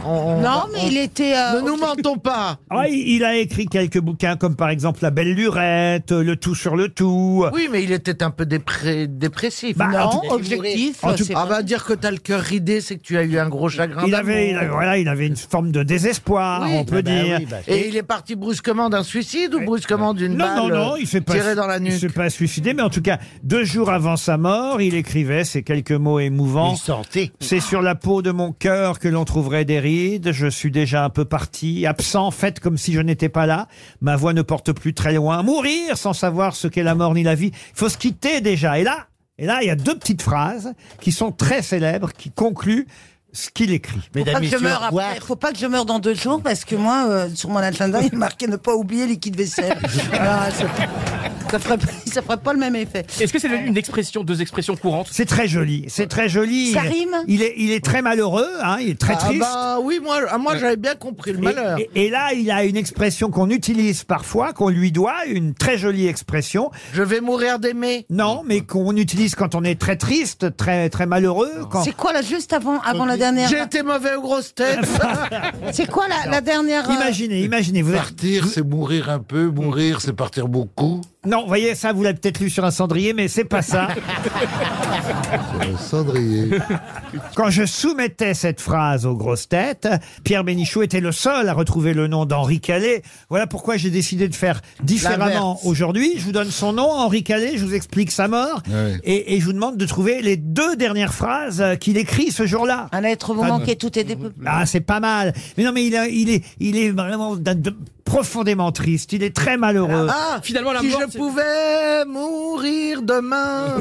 Speaker 4: Non, mais il était. euh,
Speaker 6: Ne nous mentons pas.
Speaker 2: Ah, il il a écrit quelques bouquins comme par exemple La Belle Lurette, Le Tout sur le Tout.
Speaker 6: Oui, mais il était un peu dépré- dépressif.
Speaker 2: Bah, en tout- en tout-
Speaker 6: ah bah dire que t'as le cœur ridé, c'est que tu as eu un gros chagrin.
Speaker 2: Il avait, il
Speaker 6: d'amour.
Speaker 2: avait- voilà, il avait une forme de désespoir,
Speaker 6: Oui.
Speaker 2: on peut
Speaker 6: Ah bah
Speaker 2: dire.
Speaker 6: oui, bah, Et il est parti brusquement d'un suicide ou brusquement d'une
Speaker 2: non,
Speaker 6: balle
Speaker 2: non, non, il
Speaker 6: euh,
Speaker 2: s'est pas,
Speaker 6: tirée dans la
Speaker 2: il
Speaker 6: nuque
Speaker 2: s'est pas suicidé, mais en tout cas, deux jours avant sa mort, il écrivait ces quelques mots émouvants. C'est sur la peau de mon cœur que l'on trouverait des rides. Je suis déjà un peu parti, absent, fait comme si je n'étais pas là. Ma voix ne porte plus très loin. Mourir sans savoir ce qu'est la mort ni la vie. Il faut se quitter déjà. Et là, et là, il y a deux petites phrases qui sont très célèbres, qui concluent ce qu'il écrit.
Speaker 4: Faut pas, que je meure après. Faut pas que je meure dans deux jours parce que moi, euh, sur mon agenda, il est marqué ne pas oublier liquide vaisselle. Voilà, ça, ça ferait, pas- ça ferait pas le même effet.
Speaker 13: Est-ce que c'est devenu une expression, deux expressions courantes
Speaker 2: C'est très joli, c'est très joli.
Speaker 4: Ça
Speaker 2: Il-
Speaker 4: rime
Speaker 2: Il est, il est très malheureux, hein, il est très
Speaker 6: Ah
Speaker 2: triste.
Speaker 6: bah oui, moi, ah,
Speaker 13: Euh,
Speaker 6: moi j'avais bien compris le
Speaker 2: Et-
Speaker 6: malheur.
Speaker 2: Et, et là, il a une expression qu'on utilise parfois, qu'on lui doit, une très jolie expression.
Speaker 6: Je vais mourir d'aimer.
Speaker 2: Non, mais qu'on utilise quand on est très triste, très très malheureux. Quand...
Speaker 4: C'est quoi là juste avant, avant la dernière
Speaker 6: J'ai été mauvais aux grosses têtes.
Speaker 4: C'est quoi la, la dernière euh,
Speaker 2: Imaginez, imaginez. Vous êtes-
Speaker 8: Partir, c'est mourir un peu, mourir, c'est partir beaucoup.
Speaker 2: Non, vous voyez, ça, vous l'avez peut-être lu sur un cendrier, mais c'est pas ça. Ah.
Speaker 8: Euh, Cendrier.
Speaker 2: Quand je soumettais cette phrase aux grosses têtes, Pierre Bénichou était le seul à retrouver le nom d'Henri Calais. Voilà pourquoi j'ai décidé de faire différemment
Speaker 6: L'inverse.
Speaker 2: aujourd'hui. Je vous donne son nom, Henri Calais, je vous explique sa mort.
Speaker 8: Ouais.
Speaker 2: Et, et je vous demande de trouver les deux dernières phrases euh, qu'il écrit ce jour-là.
Speaker 4: Un être vous
Speaker 2: Enfin,
Speaker 4: manquait, tout est dépeuplé.
Speaker 2: Ah, c'est pas mal. Mais non, mais il, a- il est, il est vraiment d'un- de- profondément triste. Il est très malheureux.
Speaker 6: Ah,
Speaker 13: Finalement, la
Speaker 6: si
Speaker 13: mort,
Speaker 6: je
Speaker 13: c'est-
Speaker 6: pouvais mourir demain.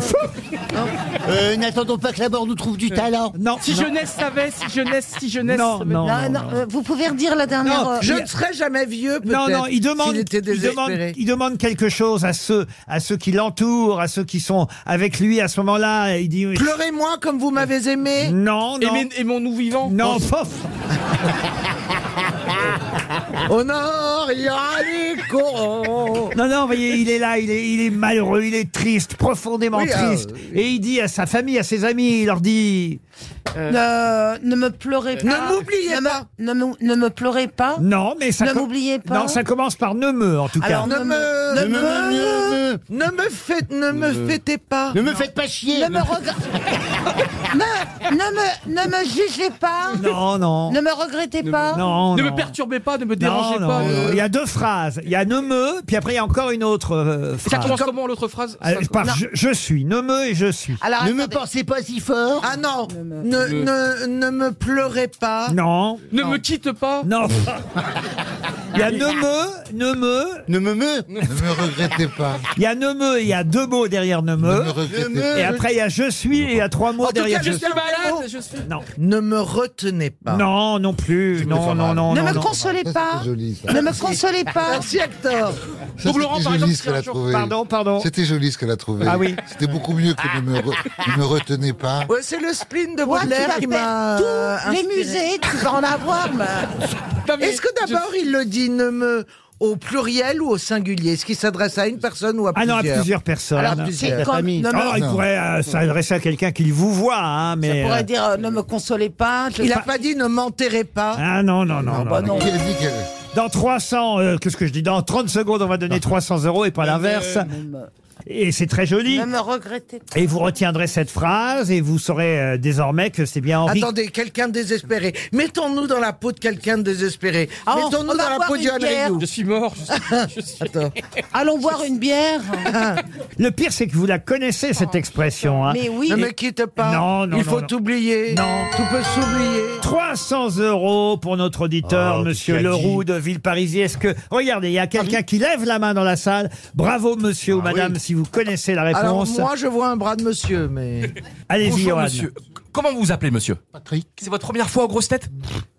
Speaker 15: Euh, N'attendons pas que la mort nous trouve du talent.
Speaker 2: Non,
Speaker 3: Si jeunesse savait, si jeunesse, si jeunesse.
Speaker 2: Non,
Speaker 3: savait.
Speaker 2: non,
Speaker 4: Ah, non, euh, vous pouvez redire la dernière. euh,
Speaker 6: Je ne serai jamais vieux, peut-être.
Speaker 2: Non, non, il demande,
Speaker 6: s'il était
Speaker 2: il, demande,
Speaker 6: désespéré.
Speaker 2: il demande quelque chose à ceux, à ceux qui l'entourent, à ceux qui sont avec lui à ce moment-là. Il dit
Speaker 6: Pleurez-moi comme vous m'avez aimé.
Speaker 2: non, non,
Speaker 13: Aimez- Aimons-nous vivants.
Speaker 2: non, pof.
Speaker 6: Au nord, il y aura Oh. du coron.
Speaker 2: non, non. Voyez, il est là, il est, il est malheureux, il est triste, profondément
Speaker 6: Oui, ah,
Speaker 2: triste. Et il dit à sa famille, à ses amis, il leur dit
Speaker 6: Euh,
Speaker 2: Euh,
Speaker 4: ne, ne me pleurez pas.
Speaker 6: Ne m'oubliez
Speaker 4: Ne me-
Speaker 6: pas.
Speaker 4: Ne, me- ne me pleurez pas.
Speaker 2: non, mais ça.
Speaker 4: Ne
Speaker 2: com-
Speaker 4: m'oubliez pas.
Speaker 2: Non, ça commence par ne me, en tout
Speaker 4: Alors,
Speaker 2: cas.
Speaker 6: Ne me, ne
Speaker 15: Ne me-
Speaker 6: me,
Speaker 15: ne
Speaker 6: ne me faites, ne me fêtez pas.
Speaker 15: Ne me faites pas chier.
Speaker 4: Ne me regarde. ne, ne me, ne me jugez pas.
Speaker 2: Non, non,
Speaker 4: Ne me regrettez pas.
Speaker 2: non,
Speaker 13: Ne
Speaker 2: non.
Speaker 13: me perturbez pas, ne me
Speaker 3: me dérangez
Speaker 2: Non, non,
Speaker 3: pas.
Speaker 2: non.
Speaker 3: euh.
Speaker 2: Il y a deux phrases. Il y a ne me, puis après il y a encore une autre euh,
Speaker 3: Ça
Speaker 2: phrase.
Speaker 3: commence comment l'autre phrase
Speaker 2: Ah,
Speaker 3: Ça-
Speaker 2: par
Speaker 3: Non.
Speaker 2: je, je suis, ne me et je suis.
Speaker 6: Alors,
Speaker 2: ne
Speaker 6: me
Speaker 15: pensez pas si fort.
Speaker 6: Ah non, ne, ne, ne me pleurez pas.
Speaker 2: Non.
Speaker 3: Ne me quitte pas.
Speaker 2: Non. Il y a ne me, ne me.
Speaker 5: Ne me me.
Speaker 8: Ne me regrettez pas.
Speaker 2: Il y a ne me, il y a deux mots derrière ne me.
Speaker 8: Ne me regrettez Ne me-
Speaker 2: et après il y a je suis et il y a trois mots
Speaker 6: En tout
Speaker 2: derrière Oh.
Speaker 6: cas, je suis
Speaker 3: malade, je suis.
Speaker 2: Non.
Speaker 6: Ne me retenez pas.
Speaker 2: Non, non plus. Non, non, non.
Speaker 4: Ne
Speaker 2: non,
Speaker 4: me
Speaker 2: non.
Speaker 4: consolez pas. Ne me consolez pas.
Speaker 6: Merci, acteur.
Speaker 8: Ça, c'était joli ce qu'elle a trouvé.
Speaker 2: Pardon, pardon.
Speaker 8: C'était joli ce qu'elle a trouvé.
Speaker 2: Ah oui.
Speaker 8: C'était beaucoup mieux que ne me, re- ne me retenez pas.
Speaker 6: Ouais, c'est le spleen de
Speaker 4: Toi, tu vas
Speaker 6: Baudelaire qui m'a.
Speaker 4: faire
Speaker 6: euh,
Speaker 4: tous les
Speaker 6: inspiré.
Speaker 4: musées, tu vas en avoir, mais-
Speaker 3: Non, mais
Speaker 6: Est-ce que
Speaker 3: je-
Speaker 6: d'abord il le dit ne me au pluriel ou au singulier Est-ce qu'il s'adresse à une personne ou à
Speaker 2: Ah non,
Speaker 6: plusieurs
Speaker 2: à plusieurs personnes.
Speaker 6: Alors, à plusieurs.
Speaker 4: C'est comme-
Speaker 6: Non, mais-
Speaker 2: Alors, il pourrait euh, s'adresser à quelqu'un qui vous voit, hein, mais.
Speaker 4: On
Speaker 2: euh,
Speaker 4: pourrait dire euh, ne me consolez pas. je-
Speaker 6: Il n'a pas dit ne m'enterrez pas.
Speaker 2: Ah non, non, non. non, non.
Speaker 8: Qui a dit qu'elle.
Speaker 2: Dans 300, euh, qu'est-ce que je dis Dans 30 secondes, on va donner 300 euros et pas l'inverse. Et c'est très joli.
Speaker 4: Ne me regrettez pas.
Speaker 2: Et vous retiendrez cette phrase et vous saurez euh, désormais que c'est bien Henri.
Speaker 6: Attendez, quelqu'un de désespéré. Mettons-nous dans la peau de quelqu'un de désespéré.
Speaker 4: Ah, on-
Speaker 6: Mettons-nous
Speaker 4: on
Speaker 6: dans
Speaker 4: va
Speaker 6: la
Speaker 4: boire
Speaker 6: peau
Speaker 4: une
Speaker 6: de Johan
Speaker 4: bière.
Speaker 6: Rioux.
Speaker 3: Je suis mort. Je suis, je suis-
Speaker 6: Attends.
Speaker 4: Allons boire une bière. Oh,
Speaker 2: Le pire, c'est que vous la connaissez, cette expression. hein.
Speaker 4: Mais oui.
Speaker 6: Ah. Ne me quitte pas.
Speaker 2: Non, Oh, non,
Speaker 6: Il
Speaker 2: non,
Speaker 6: faut
Speaker 2: non.
Speaker 6: t'oublier.
Speaker 2: Non.
Speaker 6: Tout peut s'oublier.
Speaker 2: 300 euros pour notre auditeur,
Speaker 5: Oh,
Speaker 2: monsieur
Speaker 5: qu'est-ce qu'il a
Speaker 2: Leroux de Villeparisis. Est-ce que, regardez, il y a quelqu'un qui lève la main dans la salle. Bravo, monsieur
Speaker 5: Ah
Speaker 2: ou madame, si vous connaissez la
Speaker 6: Alors
Speaker 2: réponse.
Speaker 6: moi je vois un bras de monsieur, mais
Speaker 2: Allez-y,
Speaker 13: Bonjour
Speaker 2: Johan.
Speaker 13: monsieur. Comment vous vous appelez monsieur
Speaker 17: Patrick,
Speaker 13: C'est votre première fois aux grosses têtes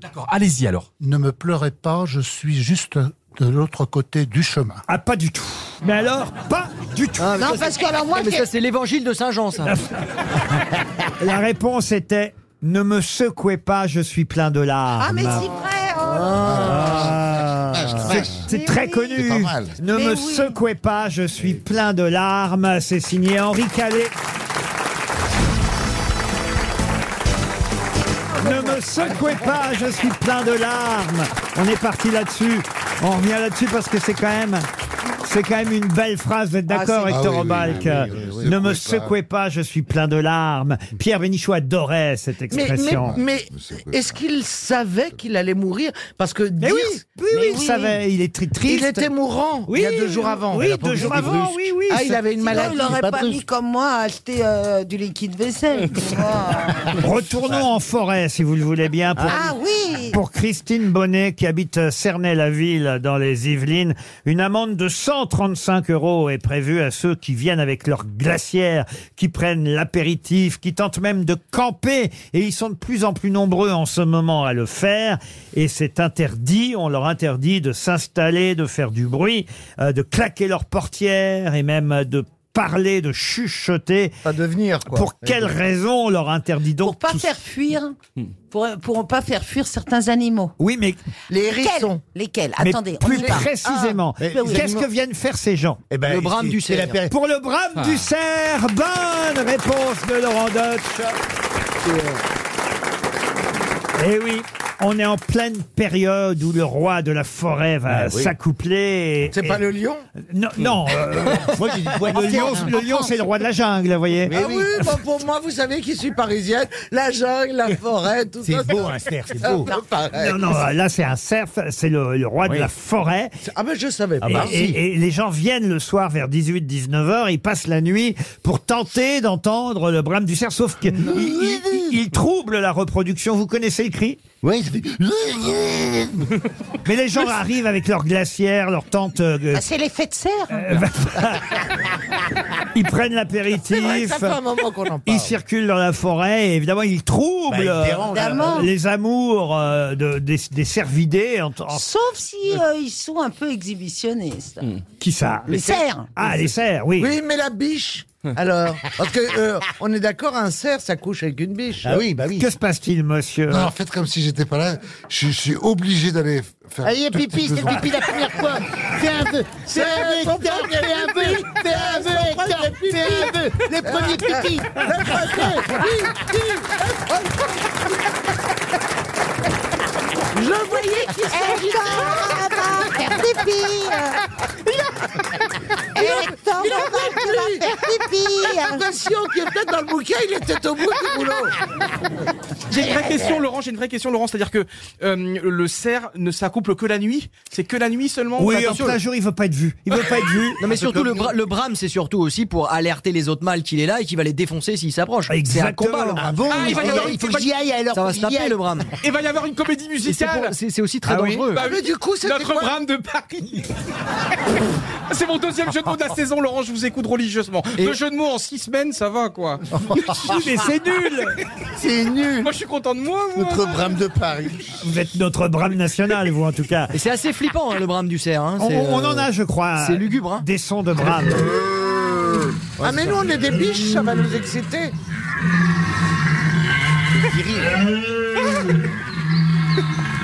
Speaker 13: D'accord, allez-y alors.
Speaker 17: ne me pleurez pas, je suis juste de l'autre côté du chemin.
Speaker 2: Ah, pas du tout. Mais alors, pas du tout.
Speaker 7: Ah, mais
Speaker 4: Non,
Speaker 7: ça,
Speaker 4: parce
Speaker 7: c'est-
Speaker 4: que alors moi,
Speaker 7: Ah, mais
Speaker 4: j'ai-
Speaker 7: ça, c'est l'évangile de Saint Jean, ça.
Speaker 2: La réponse était Ne me secouez pas, je suis plein de larmes.
Speaker 4: Ah, mais si vrai. oh.
Speaker 2: Ah. C'est-
Speaker 4: Mais
Speaker 2: C'est très
Speaker 4: oui.
Speaker 2: connu.
Speaker 8: C'est pas mal.
Speaker 2: Ne
Speaker 4: Mais
Speaker 2: me
Speaker 4: oui.
Speaker 2: secouez pas, je suis plein de larmes. C'est signé Henri Calais. Ne me secouez pas, je suis plein de larmes. On est parti là-dessus. On revient là-dessus parce que c'est quand même. C'est quand même une belle phrase, vous êtes d'accord,
Speaker 8: c'est-
Speaker 2: Hector
Speaker 8: Ah oui, oui,
Speaker 2: Obalk
Speaker 8: oui, oui, oui, oui.
Speaker 2: Ne me
Speaker 8: Secouez pas.
Speaker 2: secouez pas, je suis plein de larmes. Pierre Bénichou adorait cette
Speaker 6: mais, mais,
Speaker 2: expression.
Speaker 6: mais est-ce qu'il savait qu'il allait mourir Parce que
Speaker 2: Mais
Speaker 6: dire-
Speaker 2: oui, oui, oui, il savait, il est tri- triste.
Speaker 6: il était mourant
Speaker 2: Oui,
Speaker 6: il y a deux jours avant.
Speaker 2: Oui, deux jours avant, oui, oui.
Speaker 6: Ah, il avait une
Speaker 4: Sinon,
Speaker 6: maladie.
Speaker 4: il n'aurait
Speaker 6: c'est
Speaker 4: pas,
Speaker 6: pas brusque.
Speaker 4: mis comme moi à acheter euh, du liquide vaisselle. tu vois.
Speaker 2: Retournons en forêt, si vous le voulez bien, pour,
Speaker 4: ah oui.
Speaker 2: pour Christine Bonnet, qui habite Cernay-la-Ville, dans les Yvelines. Une amende de 135 euros est prévue à ceux qui viennent avec leur glacière, qui prennent l'apéritif, qui tentent même de camper. Et ils sont de plus en plus nombreux en ce moment à le faire. Et c'est interdit, on leur interdit de s'installer, de faire du bruit, euh, de claquer leur portière et même de parler, de chuchoter.
Speaker 5: Pas devenir quoi.
Speaker 2: Pour quelles raisons on leur interdit donc
Speaker 4: Pour pas
Speaker 2: tout ça
Speaker 4: faire fuir, pour pour pas faire fuir certains animaux.
Speaker 2: Oui, mais,
Speaker 6: Les
Speaker 4: Lesquels
Speaker 6: hérissons.
Speaker 4: Lesquels
Speaker 2: mais
Speaker 4: Attendez, on
Speaker 2: plus
Speaker 4: y parle.
Speaker 2: précisément,
Speaker 5: Ah, mais oui.
Speaker 2: qu'est-ce que viennent faire ces gens
Speaker 5: Eh ben,
Speaker 7: Le brame
Speaker 5: c'est-
Speaker 7: du
Speaker 5: c'est la
Speaker 7: cerf.
Speaker 5: péri-
Speaker 2: Pour le brame
Speaker 6: Ah.
Speaker 2: du cerf, bonne réponse de Laurent Deutsch. Eh oui, on est en pleine période où le roi de la forêt va s'accoupler. et-
Speaker 6: C'est pas
Speaker 2: et-
Speaker 6: le lion
Speaker 2: Non, non, euh,
Speaker 5: Moi, j'ai dit, ouais,
Speaker 2: le lion, le lion, c'est le roi de la jungle, vous voyez.
Speaker 6: Ah oui, bah, pour moi, vous savez qui suis parisienne, la jungle, la forêt, tout ça.
Speaker 5: c'est beau
Speaker 2: hein,
Speaker 5: un cerf, c'est beau.
Speaker 6: Ah, pareil.
Speaker 2: Non, euh, non, là c'est un cerf, c'est le, le roi de la forêt.
Speaker 6: Ah ben je savais pas.
Speaker 2: Et- et, et les gens viennent le soir vers 18-19 heures, ils passent la nuit pour tenter d'entendre le brame du cerf, sauf qu'il trouble la reproduction. Vous connaissez le cri
Speaker 5: Ouais, ça fait-
Speaker 2: Mais les gens arrivent avec leur glacière, leur tente, euh,
Speaker 4: Ah, c'est l'effet de serre.
Speaker 2: bah, ils prennent
Speaker 6: C'est vrai que
Speaker 2: l'apéritif,
Speaker 6: ça fait un moment qu'on en parle.
Speaker 2: ils circulent dans la forêt, et évidemment ils troublent
Speaker 5: Bah, ils dérangent.
Speaker 2: euh, les amours euh, de- des, des cervidés. en- en-
Speaker 4: Sauf si euh, ils sont un peu exhibitionnistes.
Speaker 2: qui ça
Speaker 4: Les cerfs.
Speaker 2: Ah, les cerfs, oui.
Speaker 6: Oui, mais la biche. Alors, parce que euh, on est d'accord, un cerf, ça couche avec une biche.
Speaker 5: Ah oui, bah oui.
Speaker 2: Que se passe-t-il, monsieur
Speaker 8: Non, en fait, comme si j'étais pas là, je, je suis obligé d'aller f- faire.
Speaker 15: Allez,
Speaker 8: tout
Speaker 15: pipi,
Speaker 8: petit peu
Speaker 15: c'est
Speaker 8: droit.
Speaker 15: pipi la première fois. Fais un vœu. Fais un vœu, Hector, Fais un vœu. Fais un vœu, Hector, Fais un vœu. Le premier pipi.
Speaker 4: Je voyais qu'ils sont faire pipi. Hector,
Speaker 6: il a
Speaker 4: on va faire pipi.
Speaker 6: Attention, qui est peut-être dans le bouquet, il était au bout du boulot.
Speaker 3: J'ai une vraie question, Laurent. J'ai une vraie question, Laurent. C'est-à-dire que euh, le cerf ne s'accouple que la nuit. C'est que la nuit seulement.
Speaker 2: Oui, en
Speaker 3: Enfin, attention,
Speaker 2: plein jour, il veut pas être vu. Il veut pas être vu.
Speaker 7: bah,
Speaker 3: Un
Speaker 7: Non mais
Speaker 3: peu
Speaker 7: surtout
Speaker 3: comme
Speaker 7: le,
Speaker 3: nous.
Speaker 7: bra- le brame c'est surtout aussi pour alerter les autres mâles qu'il est là et qu'il va les défoncer s'ils s'approchent. C'est un
Speaker 2: Exactement.
Speaker 7: combat.
Speaker 2: Ah bon,
Speaker 7: il va y avoir
Speaker 2: il
Speaker 7: une
Speaker 2: faut
Speaker 7: combat-
Speaker 2: que j'y aille, alors
Speaker 13: Oh,
Speaker 7: Ça va
Speaker 2: faut que
Speaker 7: se
Speaker 2: j'y
Speaker 7: taper
Speaker 2: aille.
Speaker 7: le brame.
Speaker 3: Et va y avoir une comédie musicale.
Speaker 7: pour- c'est- c'est aussi très Ah oui dangereux.
Speaker 3: Bah
Speaker 7: Mais du coup, c'était
Speaker 3: notre
Speaker 7: quoi
Speaker 3: brame de Paris. c'est mon deuxième jeu de mots de la saison, Laurent. Je vous écoute religieusement. Deux jeux de mots en six semaines, ça va quoi
Speaker 2: Mais c'est nul.
Speaker 3: C'est nul. Moi, je suis content de moi. hein. moi.
Speaker 2: brame de Paris. Vous êtes notre brame national, vous en tout cas.
Speaker 7: Et c'est assez flippant hein, le brame du cerf. hein.
Speaker 2: On,
Speaker 7: C'est,
Speaker 2: on
Speaker 7: euh,
Speaker 2: en a, je crois.
Speaker 7: C'est lugubre. hein.
Speaker 2: Des sons de brame.
Speaker 15: Ah mais nous on est des biches, ça va nous exciter.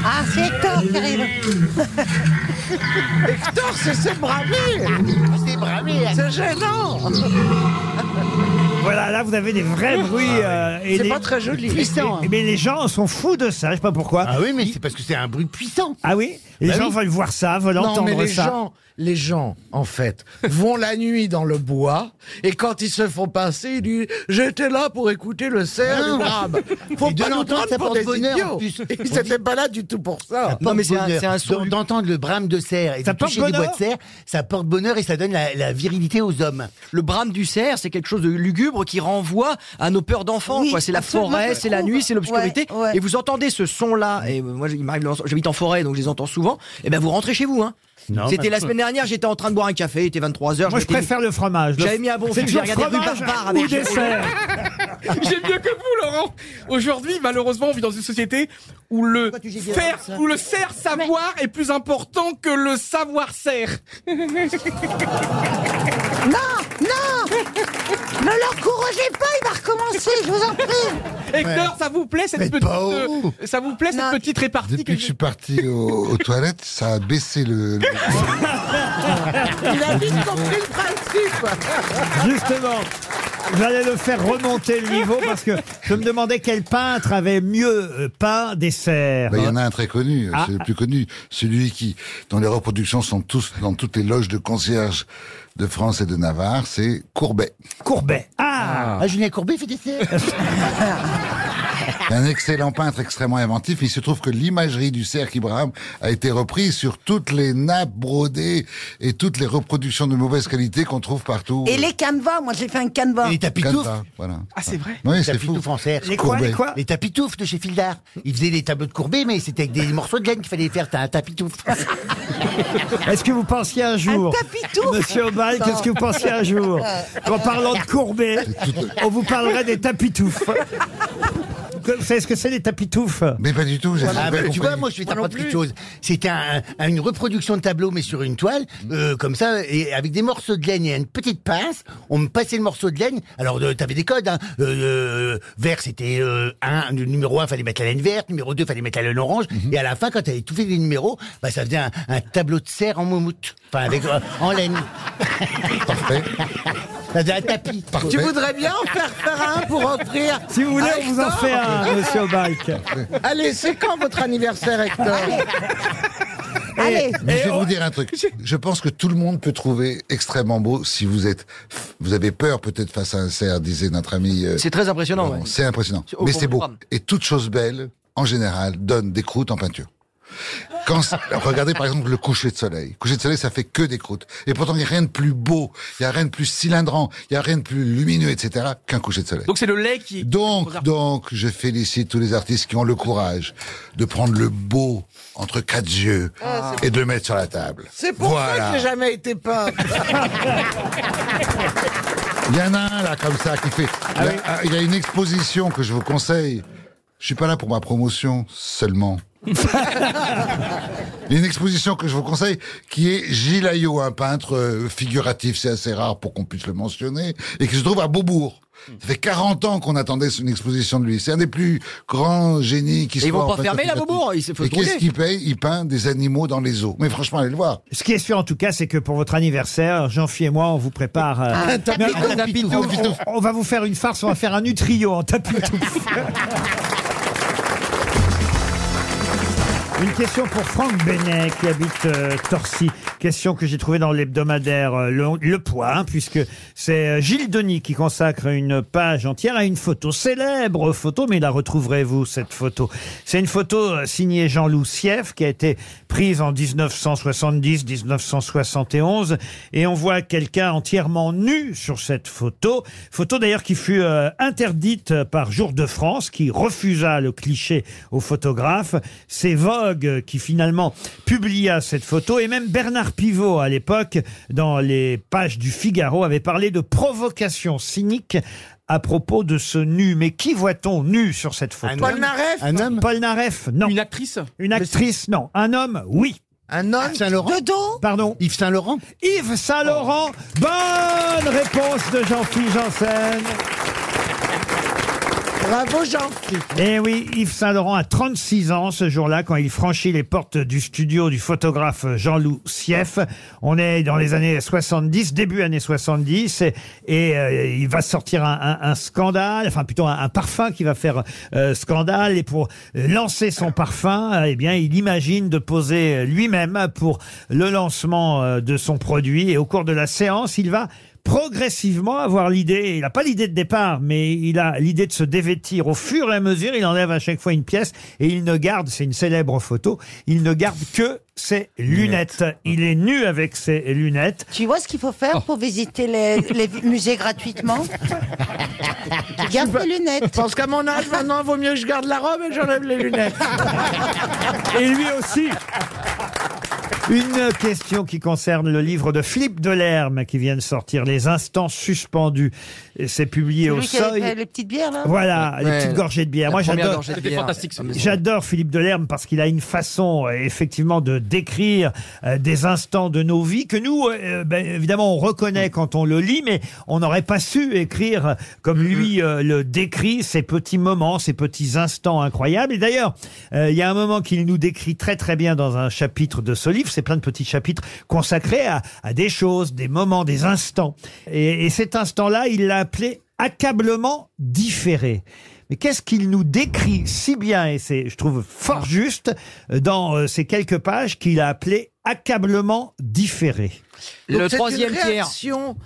Speaker 4: Ah, c'est Hector qui arrive.
Speaker 15: Hector, c'est se bramer. C'est bramer. C'est gênant.
Speaker 2: Voilà, là, vous avez des
Speaker 5: Ah
Speaker 7: Ah,
Speaker 2: vrais bruits. euh, et
Speaker 15: C'est
Speaker 2: des-
Speaker 15: pas très joli. Puissant,
Speaker 2: Et-
Speaker 15: hein.
Speaker 2: Mais les gens sont fous de ça, je sais pas pourquoi. Ah oui, mais c'est parce que c'est un bruit puissant. Ah oui Les
Speaker 6: Bah
Speaker 2: gens
Speaker 6: oui.
Speaker 2: veulent voir ça, veulent
Speaker 6: non,
Speaker 2: entendre
Speaker 6: mais les
Speaker 2: ça.
Speaker 6: Gens, les gens, en fait, vont la nuit dans le bois et quand ils se font passer, ils disent J'étais là pour écouter le cerf
Speaker 15: Non.
Speaker 6: du brame. Faut
Speaker 15: Et de
Speaker 6: pas nous
Speaker 15: l'entendre,
Speaker 6: prendre
Speaker 15: ça
Speaker 6: pour
Speaker 15: porte
Speaker 6: des
Speaker 15: bonheur,
Speaker 6: idiots.
Speaker 15: en plus.
Speaker 6: Ils n'étaient pas là du tout pour ça.
Speaker 5: Non, mais c'est un, c'est un son. D'entendre le brame de cerf et
Speaker 6: Ça
Speaker 5: de
Speaker 6: porte
Speaker 5: toucher des bois
Speaker 6: bonheur
Speaker 5: de cerf, ça porte bonheur et ça donne la, la virilité aux hommes.
Speaker 7: Le brame du cerf, c'est quelque chose de lugubre qui renvoie à nos peurs d'enfant.
Speaker 5: Oui,
Speaker 7: quoi. c'est la
Speaker 5: absolument,
Speaker 7: forêt,
Speaker 5: je
Speaker 7: c'est la
Speaker 5: trouve.
Speaker 7: nuit, c'est l'obscurité.
Speaker 5: Ouais, ouais.
Speaker 7: Et vous entendez ce son-là. Et moi, il m'arrive, de l'entendre- j'habite en forêt, donc je les entends souvent. Et ben, vous rentrez chez vous. Hein.
Speaker 2: Non,
Speaker 7: C'était
Speaker 2: mais-
Speaker 7: la semaine dernière, j'étais en train de boire un café, il était 23h.
Speaker 2: Moi, je préfère le fromage. Le-
Speaker 7: J'avais mis un bon
Speaker 2: C'est
Speaker 7: film, j'ai
Speaker 2: toujours
Speaker 7: regardé Rue
Speaker 2: fromage
Speaker 7: Barbare
Speaker 2: ou
Speaker 7: avec
Speaker 2: dessert.
Speaker 3: J'ai mieux que vous, Laurent. Aujourd'hui, malheureusement, on vit dans une société où le
Speaker 15: génies
Speaker 3: faire,
Speaker 15: comme ça
Speaker 3: où le faire savoir est plus important que le savoir faire.
Speaker 4: Non, non Ne l'encouragez pas, il va recommencer, je vous en prie
Speaker 3: Hector, ça vous plaît cette petite, euh, ça vous plaît cette petite répartie
Speaker 8: Depuis que je suis parti aux, aux toilettes, ça a baissé le. le-
Speaker 15: Il a vite compris le principe.
Speaker 2: Justement, j'allais le faire remonter le niveau parce que je me demandais quel peintre avait mieux euh, peint des cerfs.
Speaker 8: Bah, Il y en a un très connu,
Speaker 2: Ah.
Speaker 8: c'est le plus connu, celui qui, dont les reproductions sont tous dans toutes les loges de concierge de France et de Navarre, c'est Courbet.
Speaker 2: Courbet. Ah,
Speaker 5: Julien Courbet fait des cerfs.
Speaker 8: Un excellent peintre extrêmement inventif. Il se trouve que l'imagerie du cerf qui brame a été reprise sur toutes les nappes brodées et toutes les reproductions de mauvaise qualité qu'on trouve partout.
Speaker 4: Et les canevas, moi j'ai fait un canevas.
Speaker 8: Canevas, voilà.
Speaker 3: Ah, c'est vrai
Speaker 8: Oui,
Speaker 5: les
Speaker 8: c'est fou.
Speaker 5: tapitoufs en cerf.
Speaker 8: Les quoi, les quoi
Speaker 5: Les tapitoufs de chez Fildar. Ils faisaient des tableaux de courbés, mais c'était avec des morceaux de laine qu'il fallait faire. T'as un tapitouf.
Speaker 2: Est-ce que vous pensiez un jour, Monsieur Obal, qu'est-ce que vous pensiez un jour qu'en parlant de courbet, on vous parlerait des tapitoufs Que- Vous savez ce que c'est les tapitoufs
Speaker 8: Mais pas du tout,
Speaker 5: Ah, bah, tu vois, moi je vais t'apprendre quelque chose. C'était un- un- une reproduction de tableau, mais sur une toile,
Speaker 8: Mm.
Speaker 5: euh, comme ça, et avec des morceaux de laine et une petite pince. On me passait le morceau de laine. Alors, euh, t'avais des codes. Hein. Euh, euh, vert, c'était euh, un, le numéro 1, fallait mettre la laine verte. Numéro 2, fallait mettre la laine orange.
Speaker 8: Mm-hmm.
Speaker 5: Et à la fin, quand t'avais tout fait les numéros, bah, ça faisait un, un tableau de serre en moumoute. Enfin, avec, euh, en laine.
Speaker 8: Parfait.
Speaker 5: Ça faisait un tapis.
Speaker 6: Tu voudrais bien en faire faire un pour offrir
Speaker 2: Si vous voulez,
Speaker 6: à
Speaker 2: on vous en
Speaker 6: Hector
Speaker 2: fait un, monsieur Obike.
Speaker 6: Allez, c'est quand votre anniversaire, Hector
Speaker 8: Allez. je vais vous dire un truc. Je pense que tout le monde peut trouver extrêmement beau si vous êtes, vous avez peur peut-être face à un cerf, disait notre ami. euh,
Speaker 7: C'est très impressionnant,
Speaker 8: Laurent.
Speaker 7: ouais.
Speaker 8: C'est impressionnant.
Speaker 7: Au
Speaker 8: Mais
Speaker 7: fond
Speaker 8: c'est
Speaker 7: du
Speaker 8: beau.
Speaker 7: drame.
Speaker 8: Et toute chose belle, en général, donne des croûtes en peinture. Quand regardez par exemple le coucher de soleil. Le coucher de soleil, ça fait que des croûtes. Et pourtant, il n'y a rien de plus beau, il n'y a rien de plus cylindrant, il n'y a rien de plus lumineux, etc., qu'un coucher de soleil.
Speaker 3: Donc c'est le lait qui.
Speaker 8: Donc, donc, je félicite tous les artistes qui ont le courage de prendre le beau entre quatre yeux
Speaker 6: Ah, c'est
Speaker 8: et de le mettre sur la table.
Speaker 6: C'est pour ça
Speaker 8: voilà.
Speaker 6: que j'ai jamais été peintre.
Speaker 8: Il y en a un là comme ça qui fait.
Speaker 3: Ah
Speaker 8: il, y a, il y a une exposition que je vous conseille. Je suis pas là pour ma promotion seulement. Il y a une exposition que je vous conseille qui est Gilles Ayot, un peintre euh, figuratif, c'est assez rare pour qu'on puisse le mentionner, et qui se trouve à Beaubourg. Ça fait 40 ans qu'on attendait une exposition de lui. C'est un des plus grands génies qui
Speaker 7: Et
Speaker 8: soit.
Speaker 7: ils vont pas
Speaker 8: en peinture
Speaker 7: fermer, là,
Speaker 8: figurative.
Speaker 7: Beaubourg Il se- faut
Speaker 8: Et
Speaker 7: se
Speaker 8: qu'est-ce
Speaker 7: trouver.
Speaker 8: qu'il paye Il peint des animaux dans les eaux. Mais franchement, allez le voir.
Speaker 2: Ce qui est sûr en tout cas, c'est que pour votre anniversaire, Jean-Phi et moi, on vous prépare. euh,
Speaker 8: Un tapis
Speaker 2: mais-
Speaker 8: tout, tapis tout,
Speaker 2: on-
Speaker 8: tapis tout.
Speaker 2: on, on va vous faire une farce, on va faire un utrio en tapis tout. Une question pour Franck Benet qui habite euh, Torcy. Question que j'ai trouvée dans l'hebdomadaire euh, le, Le Poids, hein, puisque c'est euh, Gilles Denis qui consacre une page entière à une photo, célèbre photo, mais la retrouverez-vous cette photo C'est une photo euh, signée Jean Loussieff qui a été prise en 1970-1971 et on voit quelqu'un entièrement nu sur cette photo. Photo d'ailleurs qui fut euh, interdite par Jour de France qui refusa le cliché aux photographes. C'est Vogue qui finalement publia cette photo et même Bernard Pivot à l'époque dans les pages du Figaro avait parlé de provocation cynique à propos de ce nu. Mais qui voit-on nu sur cette photo
Speaker 15: homme Paul Naref
Speaker 2: Un homme Paul Naref, non. Une actrice Ah, Une actrice, non. Un homme, oui.
Speaker 6: Un homme
Speaker 2: Saint-Laurent Pardon
Speaker 5: Yves Saint-Laurent
Speaker 2: Yves Saint-Laurent Bonne réponse de Jean-Philippe Janssen
Speaker 6: Bravo Jean.
Speaker 2: Eh oui, Yves Saint-Laurent a 36 ans ce jour-là quand il franchit les portes du studio du photographe Jean-Loup Sieff. On est dans les années 70, début années 70, et, et, euh, il va sortir un, un- un scandale, enfin plutôt un, un parfum qui va faire euh, scandale. Et pour lancer son parfum, euh, eh bien, il imagine de poser lui-même pour le lancement euh, de son produit. Et au cours de la séance, il va progressivement avoir l'idée, il n'a pas l'idée de départ, mais il a l'idée de se dévêtir au fur et à mesure, il enlève à chaque fois une pièce et il ne garde, c'est une célèbre photo, il ne garde que ses lunettes. Il est nu avec ses lunettes. Oh.
Speaker 12: Tu vois ce qu'il faut faire pour visiter les, les musées gratuitement Garde tes lunettes. Je
Speaker 6: pense qu'à mon âge, maintenant, vaut mieux que je garde la robe et que j'enlève les lunettes.
Speaker 2: Et lui aussi Une question qui concerne le livre de Philippe Delerme qui vient de sortir, Les instants suspendus. Et C'est publié au
Speaker 12: Celui qui avait
Speaker 2: seuil.
Speaker 12: fait les petites bières, là
Speaker 2: Voilà, les
Speaker 12: Ouais.
Speaker 2: petites gorgées de bière.
Speaker 12: La
Speaker 2: Moi,
Speaker 12: première
Speaker 2: j'adore.
Speaker 12: gorgée de C'était bière. fantastique, ça.
Speaker 2: J'adore Philippe Delerme parce qu'il a une façon, euh, effectivement, de décrire euh, des instants de nos vies que nous, euh, ben, évidemment, on reconnaît quand on le lit, mais on n'aurait pas su écrire euh, comme
Speaker 12: Mm-hmm.
Speaker 2: lui euh, le décrit ces petits moments, ces petits instants incroyables. Et d'ailleurs, euh, il y a un moment qu'il nous décrit très très bien dans un chapitre de ce livre. C'est plein de petits chapitres consacrés à, à des choses, des moments, des instants. Et, et cet instant-là, il l'a appelé accablement différé. Mais qu'est-ce qu'il nous décrit si bien, et c'est, je trouve, fort juste, euh, dans euh, ces quelques pages qu'il a appelé accablement différé.
Speaker 7: Le troisième tiers.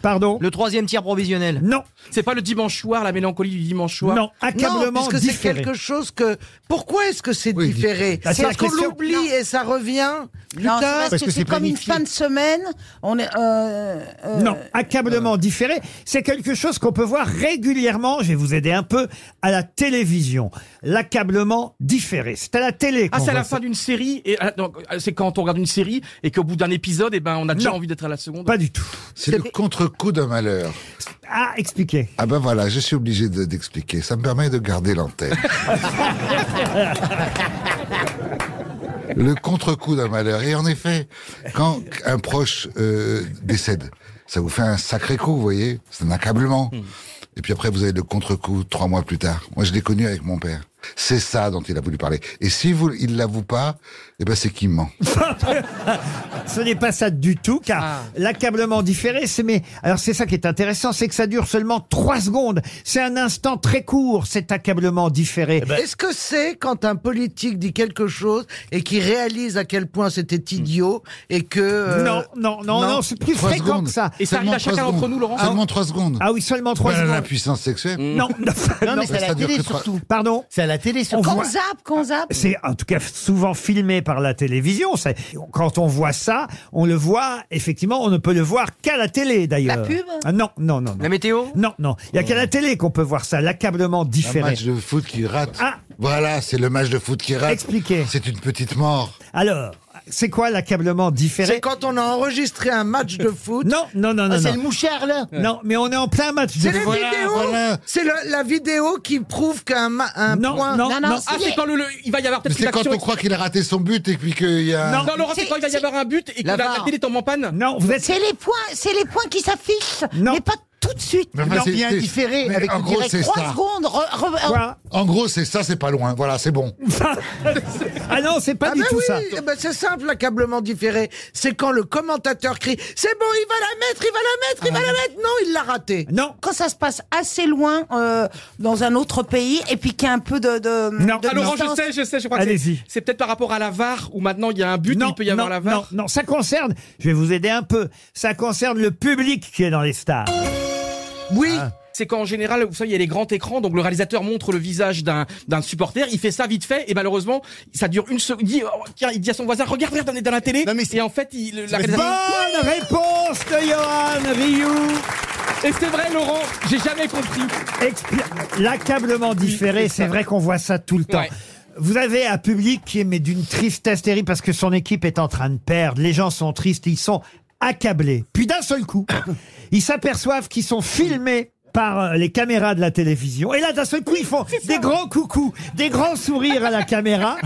Speaker 2: Pardon
Speaker 7: Le troisième tiers provisionnel.
Speaker 2: Non.
Speaker 13: C'est pas le dimanche soir, la mélancolie du dimanche soir.
Speaker 2: Non,
Speaker 6: non, puisque c'est quelque chose que. Pourquoi est-ce que Bah, c'est différé
Speaker 13: Ah, c'est la
Speaker 6: Parce qu'on
Speaker 13: question.
Speaker 6: l'oublie et ça revient. plus
Speaker 12: Non, c'est
Speaker 6: tard.
Speaker 12: parce, que, c'est comme une fin de semaine. On est. euh, euh,
Speaker 2: Non, accablement différé, c'est quelque chose qu'on peut voir régulièrement, je vais vous aider un peu, à la télévision. L'accablement différé, c'est à la télé.
Speaker 13: Ah,
Speaker 2: qu'on
Speaker 13: c'est à
Speaker 2: voit
Speaker 13: la
Speaker 2: ça.
Speaker 13: fin d'une série, et ah, donc,
Speaker 3: euh,
Speaker 13: ah, c'est quand on regarde une série et qu'au bout d'un
Speaker 3: eh
Speaker 13: épisode, et ben, on a déjà
Speaker 2: Non.
Speaker 13: envie d'être à la seconde.
Speaker 2: Pas du tout.
Speaker 8: C'est le contre-coup d'un malheur.
Speaker 2: Ah, expliquez.
Speaker 8: Ah ben voilà, je suis obligé de- d'expliquer. Ça me permet de garder l'antenne. le contre-coup d'un malheur. Et en effet, quand un proche euh, décède, ça vous fait un sacré coup, vous voyez C'est un accablement. Et puis après, vous avez le contre-coup trois mois plus tard. Moi, je l'ai connu avec mon père. C'est ça dont il a voulu parler. Et si vous, il l'avoue pas, eh ben c'est qu'il ment.
Speaker 2: Ce n'est pas ça du tout, car l'accablement différé, c'est mais alors c'est ça qui est intéressant, c'est que ça dure seulement trois secondes. C'est un instant très court, cet accablement différé.
Speaker 8: Eh ben,
Speaker 6: Est-ce que c'est quand un politique dit quelque chose et qui réalise à quel point c'était idiot et que euh,
Speaker 2: Non, non, non, non, c'est plus
Speaker 6: Trois
Speaker 2: fréquent
Speaker 6: secondes.
Speaker 2: que ça.
Speaker 8: Seulement trois secondes. Seulement trois secondes.
Speaker 2: Ah oui, seulement trois
Speaker 8: Voilà
Speaker 2: secondes.
Speaker 8: La puissance sexuelle.
Speaker 2: Non, non,
Speaker 8: Ça dure que trois-
Speaker 2: Pardon C'est à la télé
Speaker 12: Qu'on zappe, qu'on
Speaker 7: Ah
Speaker 12: zappe.
Speaker 2: C'est en tout cas souvent filmé par la télévision. C'est- Quand on voit ça, on le voit, effectivement, on ne peut le voir qu'à la télé d'ailleurs.
Speaker 7: La pub
Speaker 2: Ah Non, non, non. La
Speaker 7: météo
Speaker 2: Non, non. Il n'y a qu'à la télé qu'on peut voir ça, l'accablement
Speaker 8: Un
Speaker 2: différé. Ah.
Speaker 8: match de foot qui rate. Voilà, c'est le match de foot qui rate.
Speaker 2: Expliquez.
Speaker 8: C'est une petite mort.
Speaker 2: Alors, c'est quoi l'accablement différé
Speaker 6: C'est quand on a enregistré un match de foot. Ah,
Speaker 2: Non, non, non, non.
Speaker 6: c'est
Speaker 2: non.
Speaker 6: le mouchard, là
Speaker 2: Non, mais on est en plein match de
Speaker 6: C'est la
Speaker 2: Voilà,
Speaker 6: vidéo
Speaker 2: voilà.
Speaker 6: C'est la, la vidéo qui prouve qu'un ma- un
Speaker 2: Non,
Speaker 6: point.
Speaker 2: non, Non, non, non.
Speaker 13: Ah, c'est quand le, le- il va y avoir
Speaker 8: Mais
Speaker 13: peut-être une
Speaker 8: C'est quand
Speaker 13: action.
Speaker 8: on croit qu'il a raté son but et puis qu'il y a.
Speaker 13: Non, non, Laurent, c'est quand il va y avoir un but et que la,
Speaker 8: La
Speaker 13: la
Speaker 8: VAR.
Speaker 13: télé tombe en panne.
Speaker 2: Non, vous êtes.
Speaker 12: C'est les points, c'est les points qui s'affichent.
Speaker 2: Non.
Speaker 12: Mais pas tout de suite.
Speaker 8: Mais enfin,
Speaker 12: Non,
Speaker 8: c'est-
Speaker 12: bien
Speaker 8: c'est-
Speaker 12: différé,
Speaker 8: mais
Speaker 12: avec
Speaker 8: en
Speaker 12: une
Speaker 8: gros,
Speaker 12: directe.
Speaker 8: c'est
Speaker 12: Trois
Speaker 8: ça.
Speaker 12: secondes, re- re-
Speaker 8: En gros, c'est ça, c'est pas loin. Voilà, c'est bon.
Speaker 2: Ah non, c'est pas
Speaker 8: du tout ça.
Speaker 6: ben c'est simple, l'accablement différé. C'est quand le commentateur crie C'est bon, il va la mettre, il va la mettre, il va la mettre. Non, il l'a raté.
Speaker 2: Non.
Speaker 12: Quand ça se passe assez loin, euh, dans un autre pays, et puis qu'il y a un peu de. de de
Speaker 3: Ah, Laurent,
Speaker 12: distance.
Speaker 3: je sais, je sais, je crois que c'est-
Speaker 2: Allez-y.
Speaker 3: c'est peut-être par rapport à la VAR où maintenant il y a un but, il peut y avoir la VAR.
Speaker 2: Non, non, ça concerne, je vais vous aider un peu, ça concerne le public qui est dans les stars.
Speaker 6: Oui.
Speaker 8: Ah.
Speaker 3: C'est qu'en général, vous savez, il y a les grands écrans, donc le réalisateur montre le visage d'un d'un supporter, il fait ça vite fait, et malheureusement, ça dure une seconde. Il dit, oh, tiens, il dit à son voisin, regarde, regarde, on est dans la télé. et en fait, il, le- la
Speaker 2: Bonne réponse de Johan Rioux.
Speaker 3: Et c'est vrai, Laurent, j'ai jamais compris.
Speaker 2: Expli- L'accablement différé, c'est vrai qu'on voit ça tout le temps. Vous avez un public qui est mais d'une tristesse terrible parce que son équipe est en train de perdre. Les gens sont tristes, ils sont accablés. Puis d'un seul coup, ils s'aperçoivent qu'ils sont filmés par euh, les caméras de la télévision. Et là, d'un seul coup, ils font des grands coucous, des grands sourires à la caméra.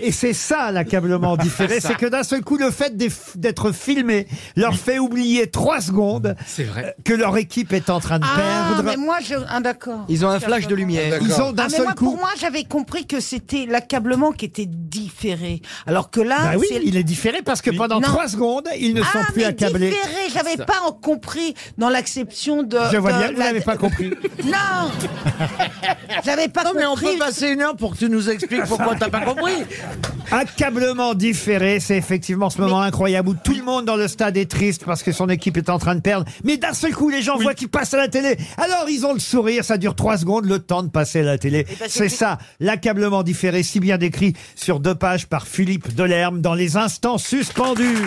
Speaker 2: Et, et c'est ça l'accablement différé.
Speaker 3: Ça.
Speaker 2: C'est que d'un seul coup, le fait d'eff- d'être filmé leur fait oublier trois secondes
Speaker 3: C'est vrai.
Speaker 2: que leur équipe est en train de
Speaker 12: Ah,
Speaker 2: perdre.
Speaker 12: mais moi, je. Ah, d'accord.
Speaker 2: Ils ont un flash de lumière. Ils ont d'un
Speaker 12: Ah, mais
Speaker 2: seul
Speaker 12: moi,
Speaker 2: coup-
Speaker 12: Pour moi, j'avais compris que c'était l'accablement qui était différé. Alors que
Speaker 4: Ah,
Speaker 12: là.
Speaker 2: Bah oui,
Speaker 12: c'est-
Speaker 2: il est différé parce que pendant
Speaker 12: Non.
Speaker 2: trois secondes, ils ne
Speaker 12: ah,
Speaker 2: sont plus
Speaker 12: mais
Speaker 2: accablés.
Speaker 12: Différé, j'avais pas en compris dans l'acception de.
Speaker 2: Je vois
Speaker 12: de
Speaker 2: bien que vous
Speaker 12: la-
Speaker 2: n'avez pas compris.
Speaker 12: Non J'avais pas
Speaker 6: non, mais on
Speaker 12: compris.
Speaker 6: peut passer une heure pour que tu nous expliques pourquoi t'as pas compris.
Speaker 2: Accablement différé, c'est effectivement ce moment incroyable où tout le monde dans le stade est triste parce que son équipe est en train de perdre. Mais d'un seul coup, les gens voient qu'ils passent à la télé. Alors ils ont le sourire, ça dure trois secondes, le temps de passer à la télé. C'est ça, l'accablement différé, si bien décrit sur deux pages par Philippe Delerme dans Les Instants Suspendus.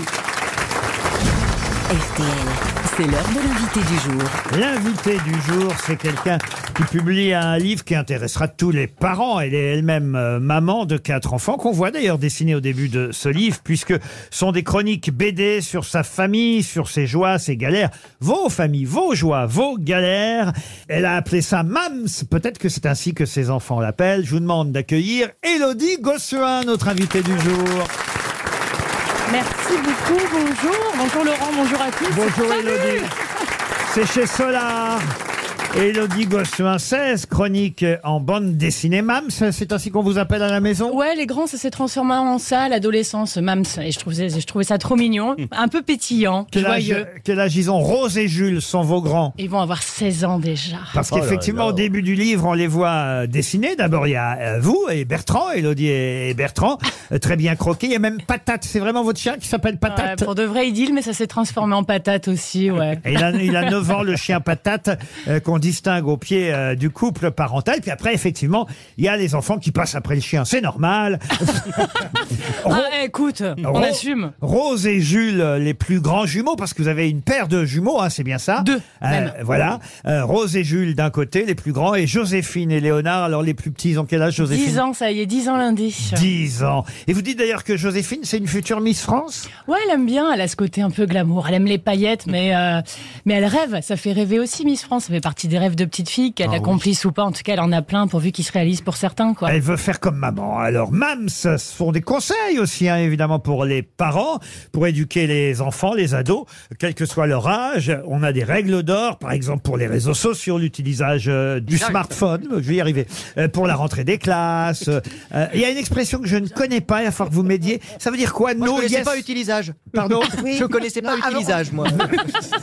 Speaker 9: C'est l'heure de l'invité du jour.
Speaker 2: L'invité du jour, c'est quelqu'un qui publie un livre qui intéressera tous les parents. Elle est elle-même euh, maman de quatre enfants, qu'on voit d'ailleurs dessinés au début de ce livre, puisque sont des chroniques BD sur sa famille, sur ses joies, ses galères, vos familles, vos joies, vos galères. Elle a appelé ça Mams, peut-être que c'est ainsi que ses enfants l'appellent. Je vous demande d'accueillir Elodie Gossuin, notre invitée du jour.
Speaker 18: Merci beaucoup, bonjour. Bonjour Laurent, bonjour à tous.
Speaker 2: Bonjour
Speaker 18: Salut
Speaker 2: Elodie. C'est chez Solar. Elodie Gossuin, 16 chroniques en bande dessinée. Mams, c'est ainsi qu'on vous appelle à la maison
Speaker 18: Ouais, les grands, ça s'est transformé en ça, l'adolescence, mams. Et je trouvais, je trouvais ça trop mignon, un peu pétillant,
Speaker 2: Hmm. Quel âge,
Speaker 18: joyeux.
Speaker 2: quel âge ils ont Rose et Jules sont vos grands.
Speaker 18: Ils vont avoir 16 ans déjà.
Speaker 2: Parce qu'effectivement, au début du livre, on les voit euh, dessiner. D'abord, il y a euh, vous et Bertrand, Elodie et et Bertrand, euh, très bien croqués. Il y a même Patate. C'est vraiment votre chien qui s'appelle Patate.
Speaker 18: Ouais, pour de vrais idyles, mais ça s'est transformé en patate aussi, ouais.
Speaker 2: Et il a, il a 9 ans, le chien patate, euh, qu'on distingue au pied euh, du couple parental. Puis après, effectivement, il y a les enfants qui passent après le chien. C'est normal.
Speaker 18: Ah, écoute, on
Speaker 2: Ro-
Speaker 18: assume.
Speaker 2: Rose et Jules, euh, les plus grands jumeaux, parce que vous avez une paire de jumeaux, hein, c'est bien ça Deux.
Speaker 18: même.
Speaker 2: Voilà. Euh, Rose et Jules d'un côté, les plus grands, et Joséphine et Léonard. Alors, les plus petits, ils ont quel âge, Joséphine
Speaker 18: 10 ans, ça y est, 10 ans lundi.
Speaker 2: 10 ans. Et vous dites d'ailleurs que Joséphine, c'est une future Miss France
Speaker 18: Ouais, elle aime bien, elle a ce côté un peu glamour, elle aime les paillettes, mais, euh, mais elle rêve, ça fait rêver aussi Miss France, ça fait partie des rêves de petites filles, qu'elles
Speaker 2: Ah,
Speaker 18: accomplissent ou pas, en tout cas elle en a plein pourvu qu'ils se réalisent pour certains. quoi.
Speaker 2: Elle veut faire comme maman. Alors, MAMS, ce sont des conseils aussi, hein, évidemment, pour les parents, pour éduquer les enfants, les ados, quel que soit leur âge. On a des règles d'or, par exemple, pour les réseaux sociaux, l'utilisage euh, du
Speaker 5: Exact.
Speaker 2: smartphone, je vais y arriver, euh, pour la rentrée des classes. Euh, euh, Il y a une expression que je ne connais pas, il va falloir que vous m'aidiez. Ça veut dire quoi
Speaker 7: Moi, je
Speaker 2: No,
Speaker 7: connaissais
Speaker 2: Oh, yes
Speaker 7: pas utilisage.
Speaker 2: Pardon
Speaker 7: Je connaissais pas utilisage, moi.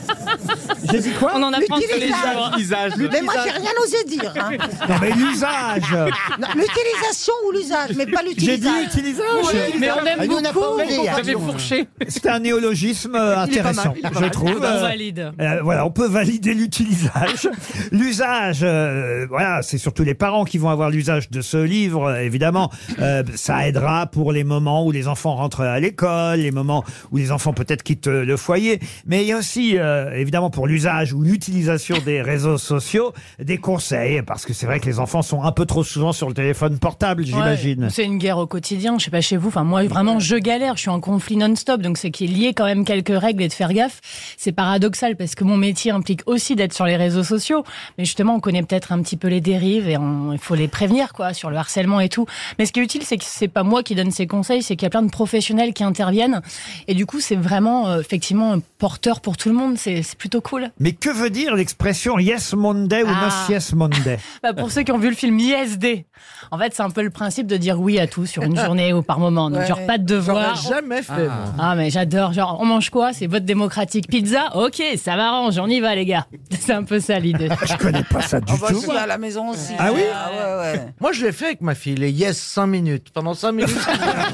Speaker 2: J'ai dit quoi
Speaker 7: On en apprend tous les
Speaker 12: L'utilisage.
Speaker 7: jours.
Speaker 12: Mais moi, j'ai rien osé dire. hein.
Speaker 2: Non, mais l'usage
Speaker 12: Non, L'utilisation ou l'usage, mais pas
Speaker 2: J'ai dit
Speaker 12: l'utilisation.
Speaker 2: utilisage.
Speaker 18: Ah, nous, on n'a pas oublié,
Speaker 2: Vous avez
Speaker 18: attention.
Speaker 2: fourché. C'est un néologisme euh,
Speaker 18: Il est pas mal,
Speaker 2: intéressant,
Speaker 18: il est pas
Speaker 2: je
Speaker 18: mal.
Speaker 2: trouve.
Speaker 18: On valide.
Speaker 2: euh, voilà, on peut valider l'utilisage. l'usage, euh, voilà, c'est surtout les parents qui vont avoir l'usage de ce livre, euh, évidemment. Euh, ça aidera pour les moments où les enfants rentrent à l'école, les moments où les enfants peut-être quittent euh, le foyer. Mais il y a aussi, euh, évidemment, pour l'usage ou l'utilisation des réseaux sociaux des conseils, parce que c'est vrai que les enfants sont un peu trop souvent sur le téléphone portable, j'imagine.
Speaker 18: Ouais, c'est une guerre au quotidien, je sais pas chez vous. Enfin, moi, vraiment, je galère. Je suis en conflit non-stop, donc c'est qu'il y ait quand même quelques règles et de faire gaffe. C'est paradoxal parce que mon métier implique aussi d'être sur les réseaux sociaux. Mais justement, on connaît peut-être un petit peu les dérives et on- il faut les prévenir, quoi, sur le harcèlement et tout. Mais ce qui est utile, c'est que c'est pas moi qui donne ces conseils, c'est qu'il y a plein de professionnels qui interviennent. Et du coup, c'est vraiment, euh, effectivement, un porteur pour tout le monde. C'est c'est plutôt cool.
Speaker 2: Mais que veut dire l'expression Yes Monday ou
Speaker 18: Ah.
Speaker 2: Not Yes Monday
Speaker 18: Bah, pour ceux qui ont vu le film ISD, en fait, c'est un peu le principe de dire oui à tout sur une journée ou par moment. Donc,
Speaker 2: Ouais.
Speaker 18: genre, pas de devoir.
Speaker 6: J'aurais jamais fait,
Speaker 18: Ah,
Speaker 6: moi.
Speaker 18: Ah, mais j'adore. Genre, on mange quoi C'est vote démocratique. Pizza Ok, ça m'arrange, on y va, les gars. C'est un peu ça l'idée.
Speaker 2: Ah, Je connais pas ça
Speaker 4: On va se faire à la maison aussi.
Speaker 6: Ah oui
Speaker 4: ouais, ouais.
Speaker 6: Moi, je l'ai fait avec ma fille, les yes 5 minutes. Pendant 5 minutes.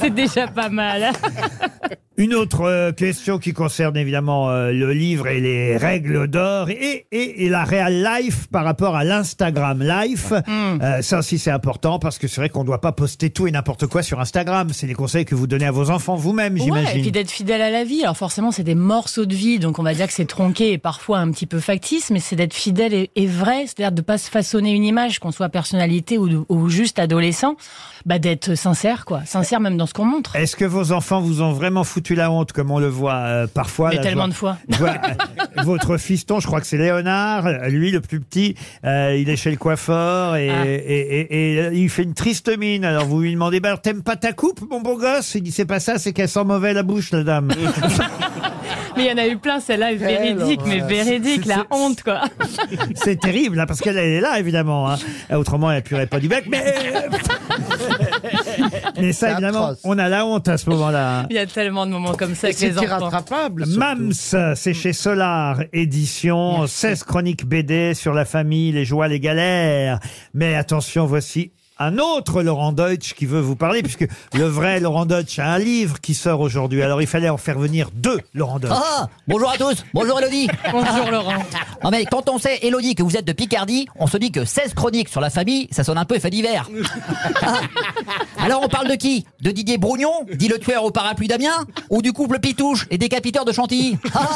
Speaker 18: c'est déjà pas mal. hein.
Speaker 2: Une autre euh, question qui concerne évidemment euh, le livre et les règles d'or et, et, et la Real Life par rapport à l'Instagram Life.
Speaker 18: Mm.
Speaker 2: Euh, ça aussi c'est important parce que c'est vrai qu'on ne doit pas poster tout et n'importe quoi sur Instagram. C'est les conseils que vous donnez à vos enfants vous-même,
Speaker 18: Ouais, et
Speaker 2: j'imagine.
Speaker 18: puis d'être fidèle à la vie. Alors forcément, c'est des morceaux de vie, donc on va dire que c'est tronqué et parfois un petit peu factice, mais c'est d'être fidèle et, et vrai, c'est-à-dire de pas se façonner une image, qu'on soit personnalité ou, ou juste adolescent, bah d'être sincère, quoi. Sincère même dans ce qu'on montre.
Speaker 2: Est-ce que vos enfants vous ont vraiment foutu la honte, comme on le voit euh, parfois
Speaker 18: Mais
Speaker 2: là, je
Speaker 18: tellement de
Speaker 2: vois-
Speaker 18: fois.
Speaker 2: je vois, euh, votre fiston, je crois que c'est Léonard, euh, lui le plus petit, euh, il est chez le coiffeur et,
Speaker 18: Ah.
Speaker 2: et- et- et, euh, il fait une triste mine. Alors vous lui demandez, bah, alors, t'aimes pas ta coupe, mon beau gosse Il dit, c'est pas ça, c'est qu'elle sent mauvais la bouche, la dame.
Speaker 18: Mais il y en a eu plein, celle-là est véridique,
Speaker 2: horreur.
Speaker 18: mais véridique, la honte, quoi.
Speaker 2: c'est terrible, hein, parce qu'elle elle est là, évidemment. hein. Euh, Autrement, elle purerait pas du bec. Mais, euh, mais ça, évidemment, on a la honte à ce moment-là. hein.
Speaker 18: Il y a tellement de moments comme ça
Speaker 6: Et
Speaker 18: avec les
Speaker 6: c'est
Speaker 18: enfants.
Speaker 6: irrattrapable,
Speaker 2: Mams, c'est chez Solar Édition, 16 chroniques BD sur la famille, les joies, les galères. Mais attention, voici un autre Laurent Deutsch qui veut vous parler, puisque le vrai Laurent Deutsch a un livre qui sort aujourd'hui. Alors il fallait en faire venir deux Laurent Deutsch.
Speaker 19: Ah Bonjour à tous Bonjour Elodie
Speaker 18: Bonjour Laurent
Speaker 19: Non mais quand on sait, Elodie, que vous êtes de Picardie, on se dit que 16 chroniques sur la famille, ça sonne un peu fait divers. Ah. Alors on parle de qui De Didier Brognon, dit le tueur au parapluie d'Amiens Ou du couple Pitouche et décapiteur de Chantilly Ah.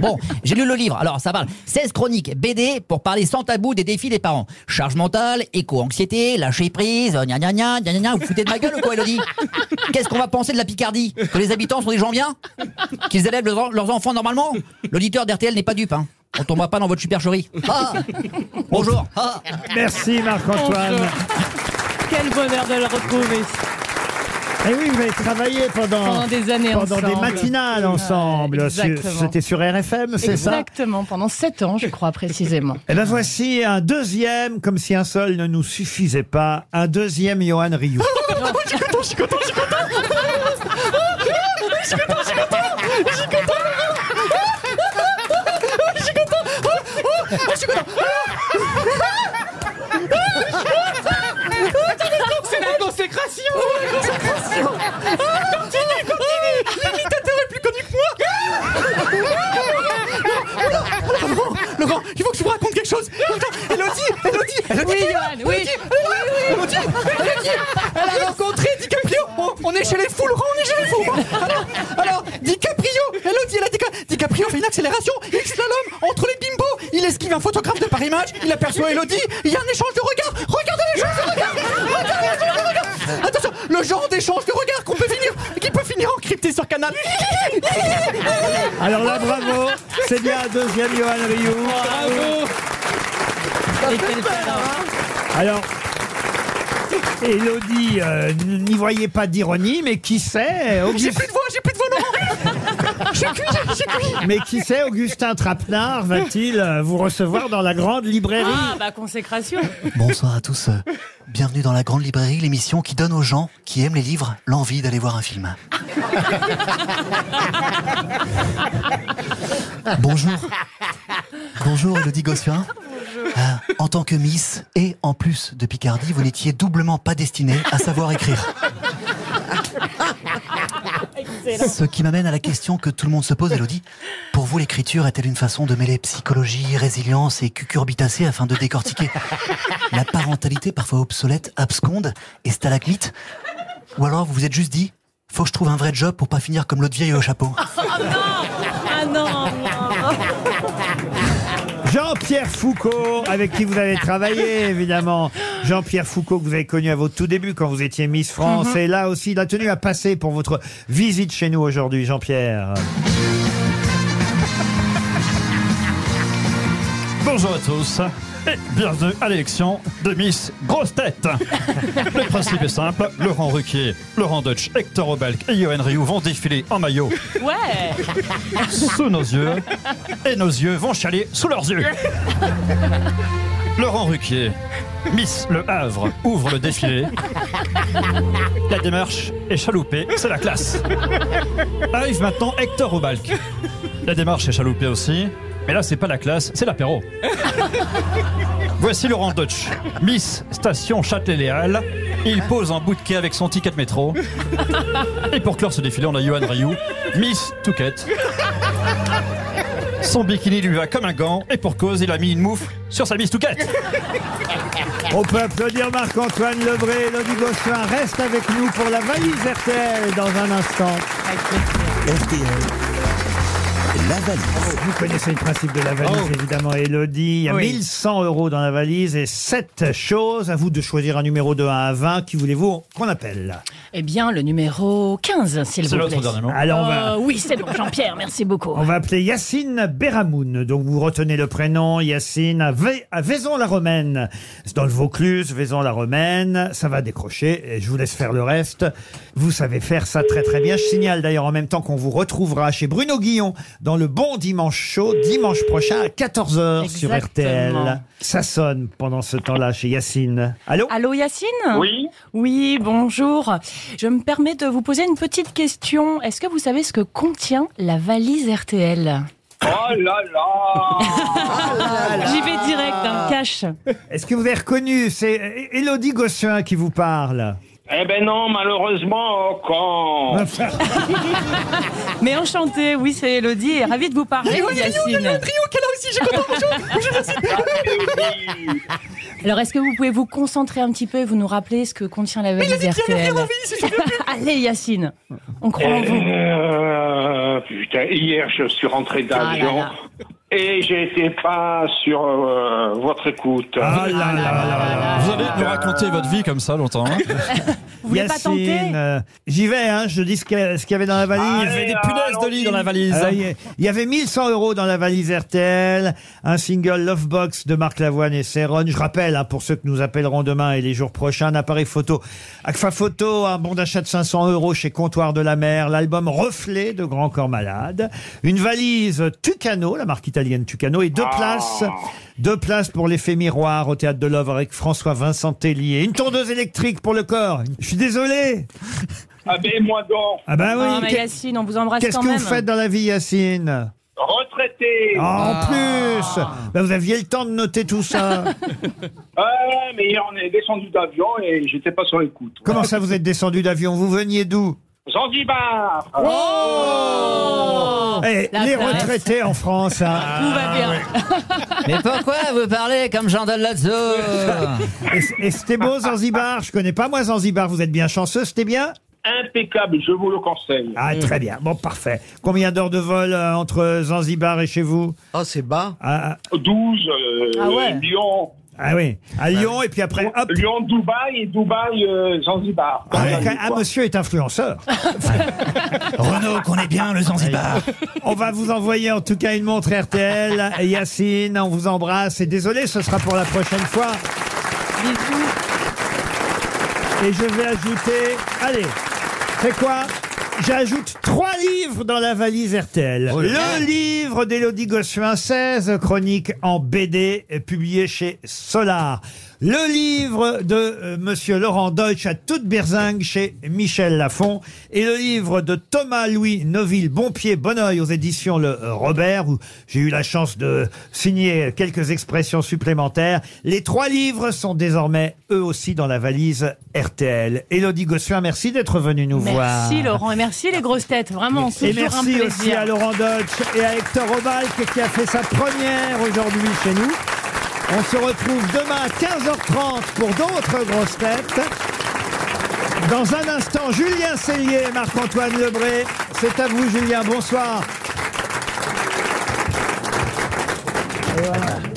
Speaker 19: Bon, j'ai lu le livre, alors ça parle 16 chroniques BD pour parler sans tabou des défis des parents. Charge mentale, éco-anxiété, lâcher prise, gna gna gna, gna gna gna, vous vous foutez de ma gueule ou quoi Elodie Qu'est-ce qu'on va penser de la Picardie Que les habitants sont des gens bien Qu'ils élèvent leurs leurs enfants normalement L'auditeur d'RTL n'est pas dupe, hein. On tombera pas dans votre supercherie. Ah. Bonjour Ah.
Speaker 2: Merci Marc-Antoine.
Speaker 18: Bonjour. Quel bonheur de le retrouver.
Speaker 20: Eh
Speaker 2: Et oui, vous avez travaillé pendant,
Speaker 18: Pendant des années
Speaker 2: pendant des
Speaker 18: ensemble.
Speaker 2: matinales ensemble. Sur-
Speaker 18: exactement.
Speaker 2: C'était sur RFM, c'est ça
Speaker 18: Exactement, pendant 7 ans, je crois précisément.
Speaker 2: Eh ben voici un deuxième, comme si un seul ne nous suffisait pas, un deuxième Johan Rioux.
Speaker 15: Je suis content, je suis content, je suis content Je suis content, je suis content Je suis content Je suis content Oh, oh, oh, Je suis content
Speaker 3: C'est la consécration
Speaker 15: Attention Continue, continue L'imitateur est plus connu que moi Non, non, Oh Laurent, Laurent, il faut que je vous raconte quelque chose Attends, Elodie, Elodie, Elodie
Speaker 18: Oui, Johan, oui.
Speaker 15: Elodie, Elodie, Elodie, Elle a rencontré DiCaprio on, on est chez les fous, Laurent, on est chez les fous Alors, alors DiCaprio Elodie, elle a Dica- DiCaprio fait une accélération, il slalom entre les bimbos Il esquive un photographe de par image, il aperçoit Elodie, il y a un échange de regards Regardez les gens, regardez Regardez les gens, regardez Attention, le genre d'échange de regards qu'on peut finir, qui peut finir encrypté sur Canal.
Speaker 2: Alors là, bravo, c'est bien un deuxième Johan Rioux.
Speaker 15: Bravo.
Speaker 2: Alors, Elodie, euh, n'y voyez pas d'ironie, mais qui sait
Speaker 15: J'ai
Speaker 2: Auguste-
Speaker 15: plus de voix, j'ai plus de voix, Laurent. J'ai cuit, j'ai cuit.
Speaker 2: Mais qui sait, Augustin Trapenard va-t-il euh, vous recevoir dans la grande librairie
Speaker 18: Ah, bah consécration
Speaker 20: Bonsoir à tous. euh, Bienvenue dans la Grande Librairie, l'émission qui donne aux gens qui aiment les livres l'envie d'aller voir un film. Bonjour. Bonjour Elodie Gossuin. Euh, en tant que Miss et en plus de Picardie, vous n'étiez doublement pas destinée à savoir écrire. Ce qui m'amène à la question que tout le monde se pose, Elodie. Pour vous, l'écriture est-elle une façon de mêler psychologie, résilience et cucurbitacée afin de décortiquer la parentalité parfois obsolète, absconde et stalagmite Ou alors vous vous êtes juste dit, faut que je trouve un vrai job pour pas finir comme
Speaker 15: Oh
Speaker 20: l'autre vieille au chapeau
Speaker 15: Ah non.
Speaker 18: Ah non
Speaker 2: Jean Jean-Pierre Foucault, avec qui vous avez travaillé, évidemment. Jean-Pierre Foucault, que vous avez connu à vos tout débuts quand vous étiez Miss France.
Speaker 21: Mhm.
Speaker 2: Et là aussi, il a tenu à passer pour votre visite chez nous aujourd'hui, Jean-Pierre.
Speaker 22: Bonjour à tous et bienvenue à l'élection de Miss Grosse Tête. Le principe est simple, Laurent Ruquier, Laurent Deutsch, Hector Obalk et Johan Rioux vont défiler en maillot
Speaker 23: Ouais
Speaker 22: sous nos yeux et nos yeux vont chialer sous leurs yeux. Laurent Ruquier, Miss Le Havre, ouvre le défilé. La démarche est chaloupée, c'est la classe. Arrive maintenant Ah, Hector Obalk. La démarche est chaloupée aussi, mais là c'est pas la classe, c'est l'apéro. Voici Laurent Deutsch, Miss Station Châtelet-Léal. Il pose en bout de quai avec son ticket de métro. Et pour clore ce défilé, on a Johan Rioux, Miss Touquette. Son bikini lui va comme un gant, et pour cause, il a mis une moufle sur sa Miss Touquette.
Speaker 2: On peut applaudir Marc-Antoine Lebré, Elodie Gosselin. Reste avec nous pour la valise RTL dans un instant. La valise. Ah Vous connaissez le principe de la valise,
Speaker 22: Oh.
Speaker 2: évidemment, Elodie. Il y a
Speaker 22: Oui.
Speaker 2: 1100 euros dans la valise et 7 choses. À vous de choisir un numéro de 1 à 20. Qui voulez-vous qu'on appelle
Speaker 18: Eh bien, le numéro 15, s'il
Speaker 2: C'est
Speaker 18: vous plaît.
Speaker 2: l'autre dernier mot. Alors, on va-
Speaker 18: Euh, oui, c'est bon, Jean-Pierre, merci beaucoup.
Speaker 2: On va appeler Yacine Beramoun. Donc vous retenez le prénom Yacine à, Vé- à Vaison-la-Romaine. C'est dans le Vaucluse, Vaison-la-Romaine. Ça va décrocher et je vous laisse faire le reste. Vous savez faire ça très très bien. Je signale d'ailleurs en même temps qu'on vous retrouvera chez Bruno Guillon dans le Bon Dimanche Chaud dimanche prochain à 14h sur
Speaker 18: Exactement.
Speaker 2: RTL. Ça sonne pendant ce temps-là chez Yacine. Allô
Speaker 18: Allô Yacine
Speaker 2: Oui.
Speaker 18: Oui, bonjour. Je me permets de vous poser une petite question. Est-ce que vous savez ce que contient la valise RTL
Speaker 10: Oh là là
Speaker 2: Ah
Speaker 10: Ah
Speaker 18: J'y vais direct, hein, cash.
Speaker 2: Est-ce que vous avez reconnu C'est Elodie Gossuin qui vous parle.
Speaker 10: Eh ben non, malheureusement, oh, quand
Speaker 18: Mais enchantée, oui, c'est Elodie et ravie de vous parler,
Speaker 15: Et ouais, il y a Lyon, il y a
Speaker 18: Yacine.
Speaker 15: Lyon, Trio, qu'elle a aussi, j'ai content, bonjour, bonjour, Yacine.
Speaker 18: Alors, est-ce que vous pouvez vous concentrer un petit peu et vous nous rappeler ce que contient la
Speaker 15: Mais il a
Speaker 18: valise
Speaker 15: dit qu'il allait
Speaker 18: RTL
Speaker 15: rien envie, c'est
Speaker 18: Allez, Yacine, on croit en vous.
Speaker 10: Euh, putain, hier, je suis rentré d'avion et j'étais pas sur euh, votre écoute.
Speaker 22: Ah là là Vous allez nous raconter votre vie comme ça longtemps. hein
Speaker 18: Vous voulez pas tenter
Speaker 2: euh, J'y vais, hein, je dis ce qu'il y a- ce qu'il y avait dans la valise.
Speaker 22: Ah, il y avait des punaises de lit dans la valise.
Speaker 2: Ah, il y a- il y avait 1100 euros dans la valise RTL, un single Lovebox de Marc Lavoine et Céron. Je rappelle, hein, pour ceux que nous appellerons demain et les jours prochains, un appareil photo Agfa Photo, un bon d'achat de 500 euros chez Comptoir de la Mer, l'album Reflet de Grand Corps Malade, une valise Tucano, la marque italienne Tucano, et deux
Speaker 10: Ah.
Speaker 2: places deux places pour l'effet miroir au théâtre de l'œuvre avec François Vincent Tellier. Une tondeuse électrique pour le corps. Je suis désolé.
Speaker 10: Ah ben moi donc.
Speaker 2: Ah bah oui.
Speaker 18: Non, mais
Speaker 2: qu'est-
Speaker 18: Yacine, on vous embrasse
Speaker 2: Qu'est-ce
Speaker 18: quand
Speaker 2: que
Speaker 18: même.
Speaker 2: vous faites dans la vie, Yacine
Speaker 10: Retraité.
Speaker 2: Ah, En plus Bah, Vous aviez le temps de noter tout ça.
Speaker 10: Ouais, mais hier, on est descendu d'avion et j'étais pas sur l'écoute.
Speaker 2: Comment ça, vous êtes descendu d'avion Vous veniez d'où
Speaker 10: Zanzibar. Oh.
Speaker 15: Oh.
Speaker 18: Oh,
Speaker 2: Eh,
Speaker 19: La
Speaker 2: Les
Speaker 19: presse.
Speaker 2: retraités en France. hein.
Speaker 19: Mais pourquoi vous parlez comme Jean Dalazzo
Speaker 2: Et, et c'était beau, Zanzibar Je connais pas moi Zanzibar. Vous êtes bien chanceux, c'était bien
Speaker 10: Impeccable, je vous le conseille.
Speaker 2: Ah, très bien. Bon, parfait. Combien d'heures de vol euh, entre Zanzibar et chez vous
Speaker 6: Oh, c'est bas.
Speaker 10: 12, euh,
Speaker 2: Ah ouais.
Speaker 10: Lyon.
Speaker 2: Ah oui, à Lyon et puis après, hop.
Speaker 10: Lyon, Dubaï et Dubaï, euh, Zanzibar.
Speaker 2: Ah, ouais. Ah, monsieur est influenceur.
Speaker 20: Renaud, qu'on est bien le Zanzibar.
Speaker 2: On va vous envoyer en tout cas une montre RTL. Yacine, on vous embrasse et désolé, ce sera pour la prochaine fois. Et je vais ajouter, allez, c'est quoi J'ajoute trois livres dans la valise RTL.
Speaker 22: Oh là là.
Speaker 2: Le livre d'Élodie Gossuin, 16 chroniques en BD, publié chez Solar. Le livre de euh, Monsieur Laurent Deutsch à toute berzingue chez Michel Lafon. Et le livre de Thomas-Louis Neuville, Bonpied, Bonneuil aux éditions Le euh, Robert, où j'ai eu la chance de signer quelques expressions supplémentaires. Les trois livres sont désormais eux aussi dans la valise RTL. Élodie Gossuin, merci d'être venue nous voir.
Speaker 18: Merci Laurent et merci les grosses têtes, vraiment, c'est
Speaker 2: Et
Speaker 18: toujours un
Speaker 2: merci
Speaker 18: plaisir.
Speaker 2: aussi à Laurent Deutsch et à Hector Obalk qui a fait sa première aujourd'hui chez nous. On se retrouve demain à 15h30 pour d'autres grosses têtes. Dans un instant, Julien Cellier et Marc-Antoine Lebré. C'est à vous, Julien. Bonsoir. Et voilà.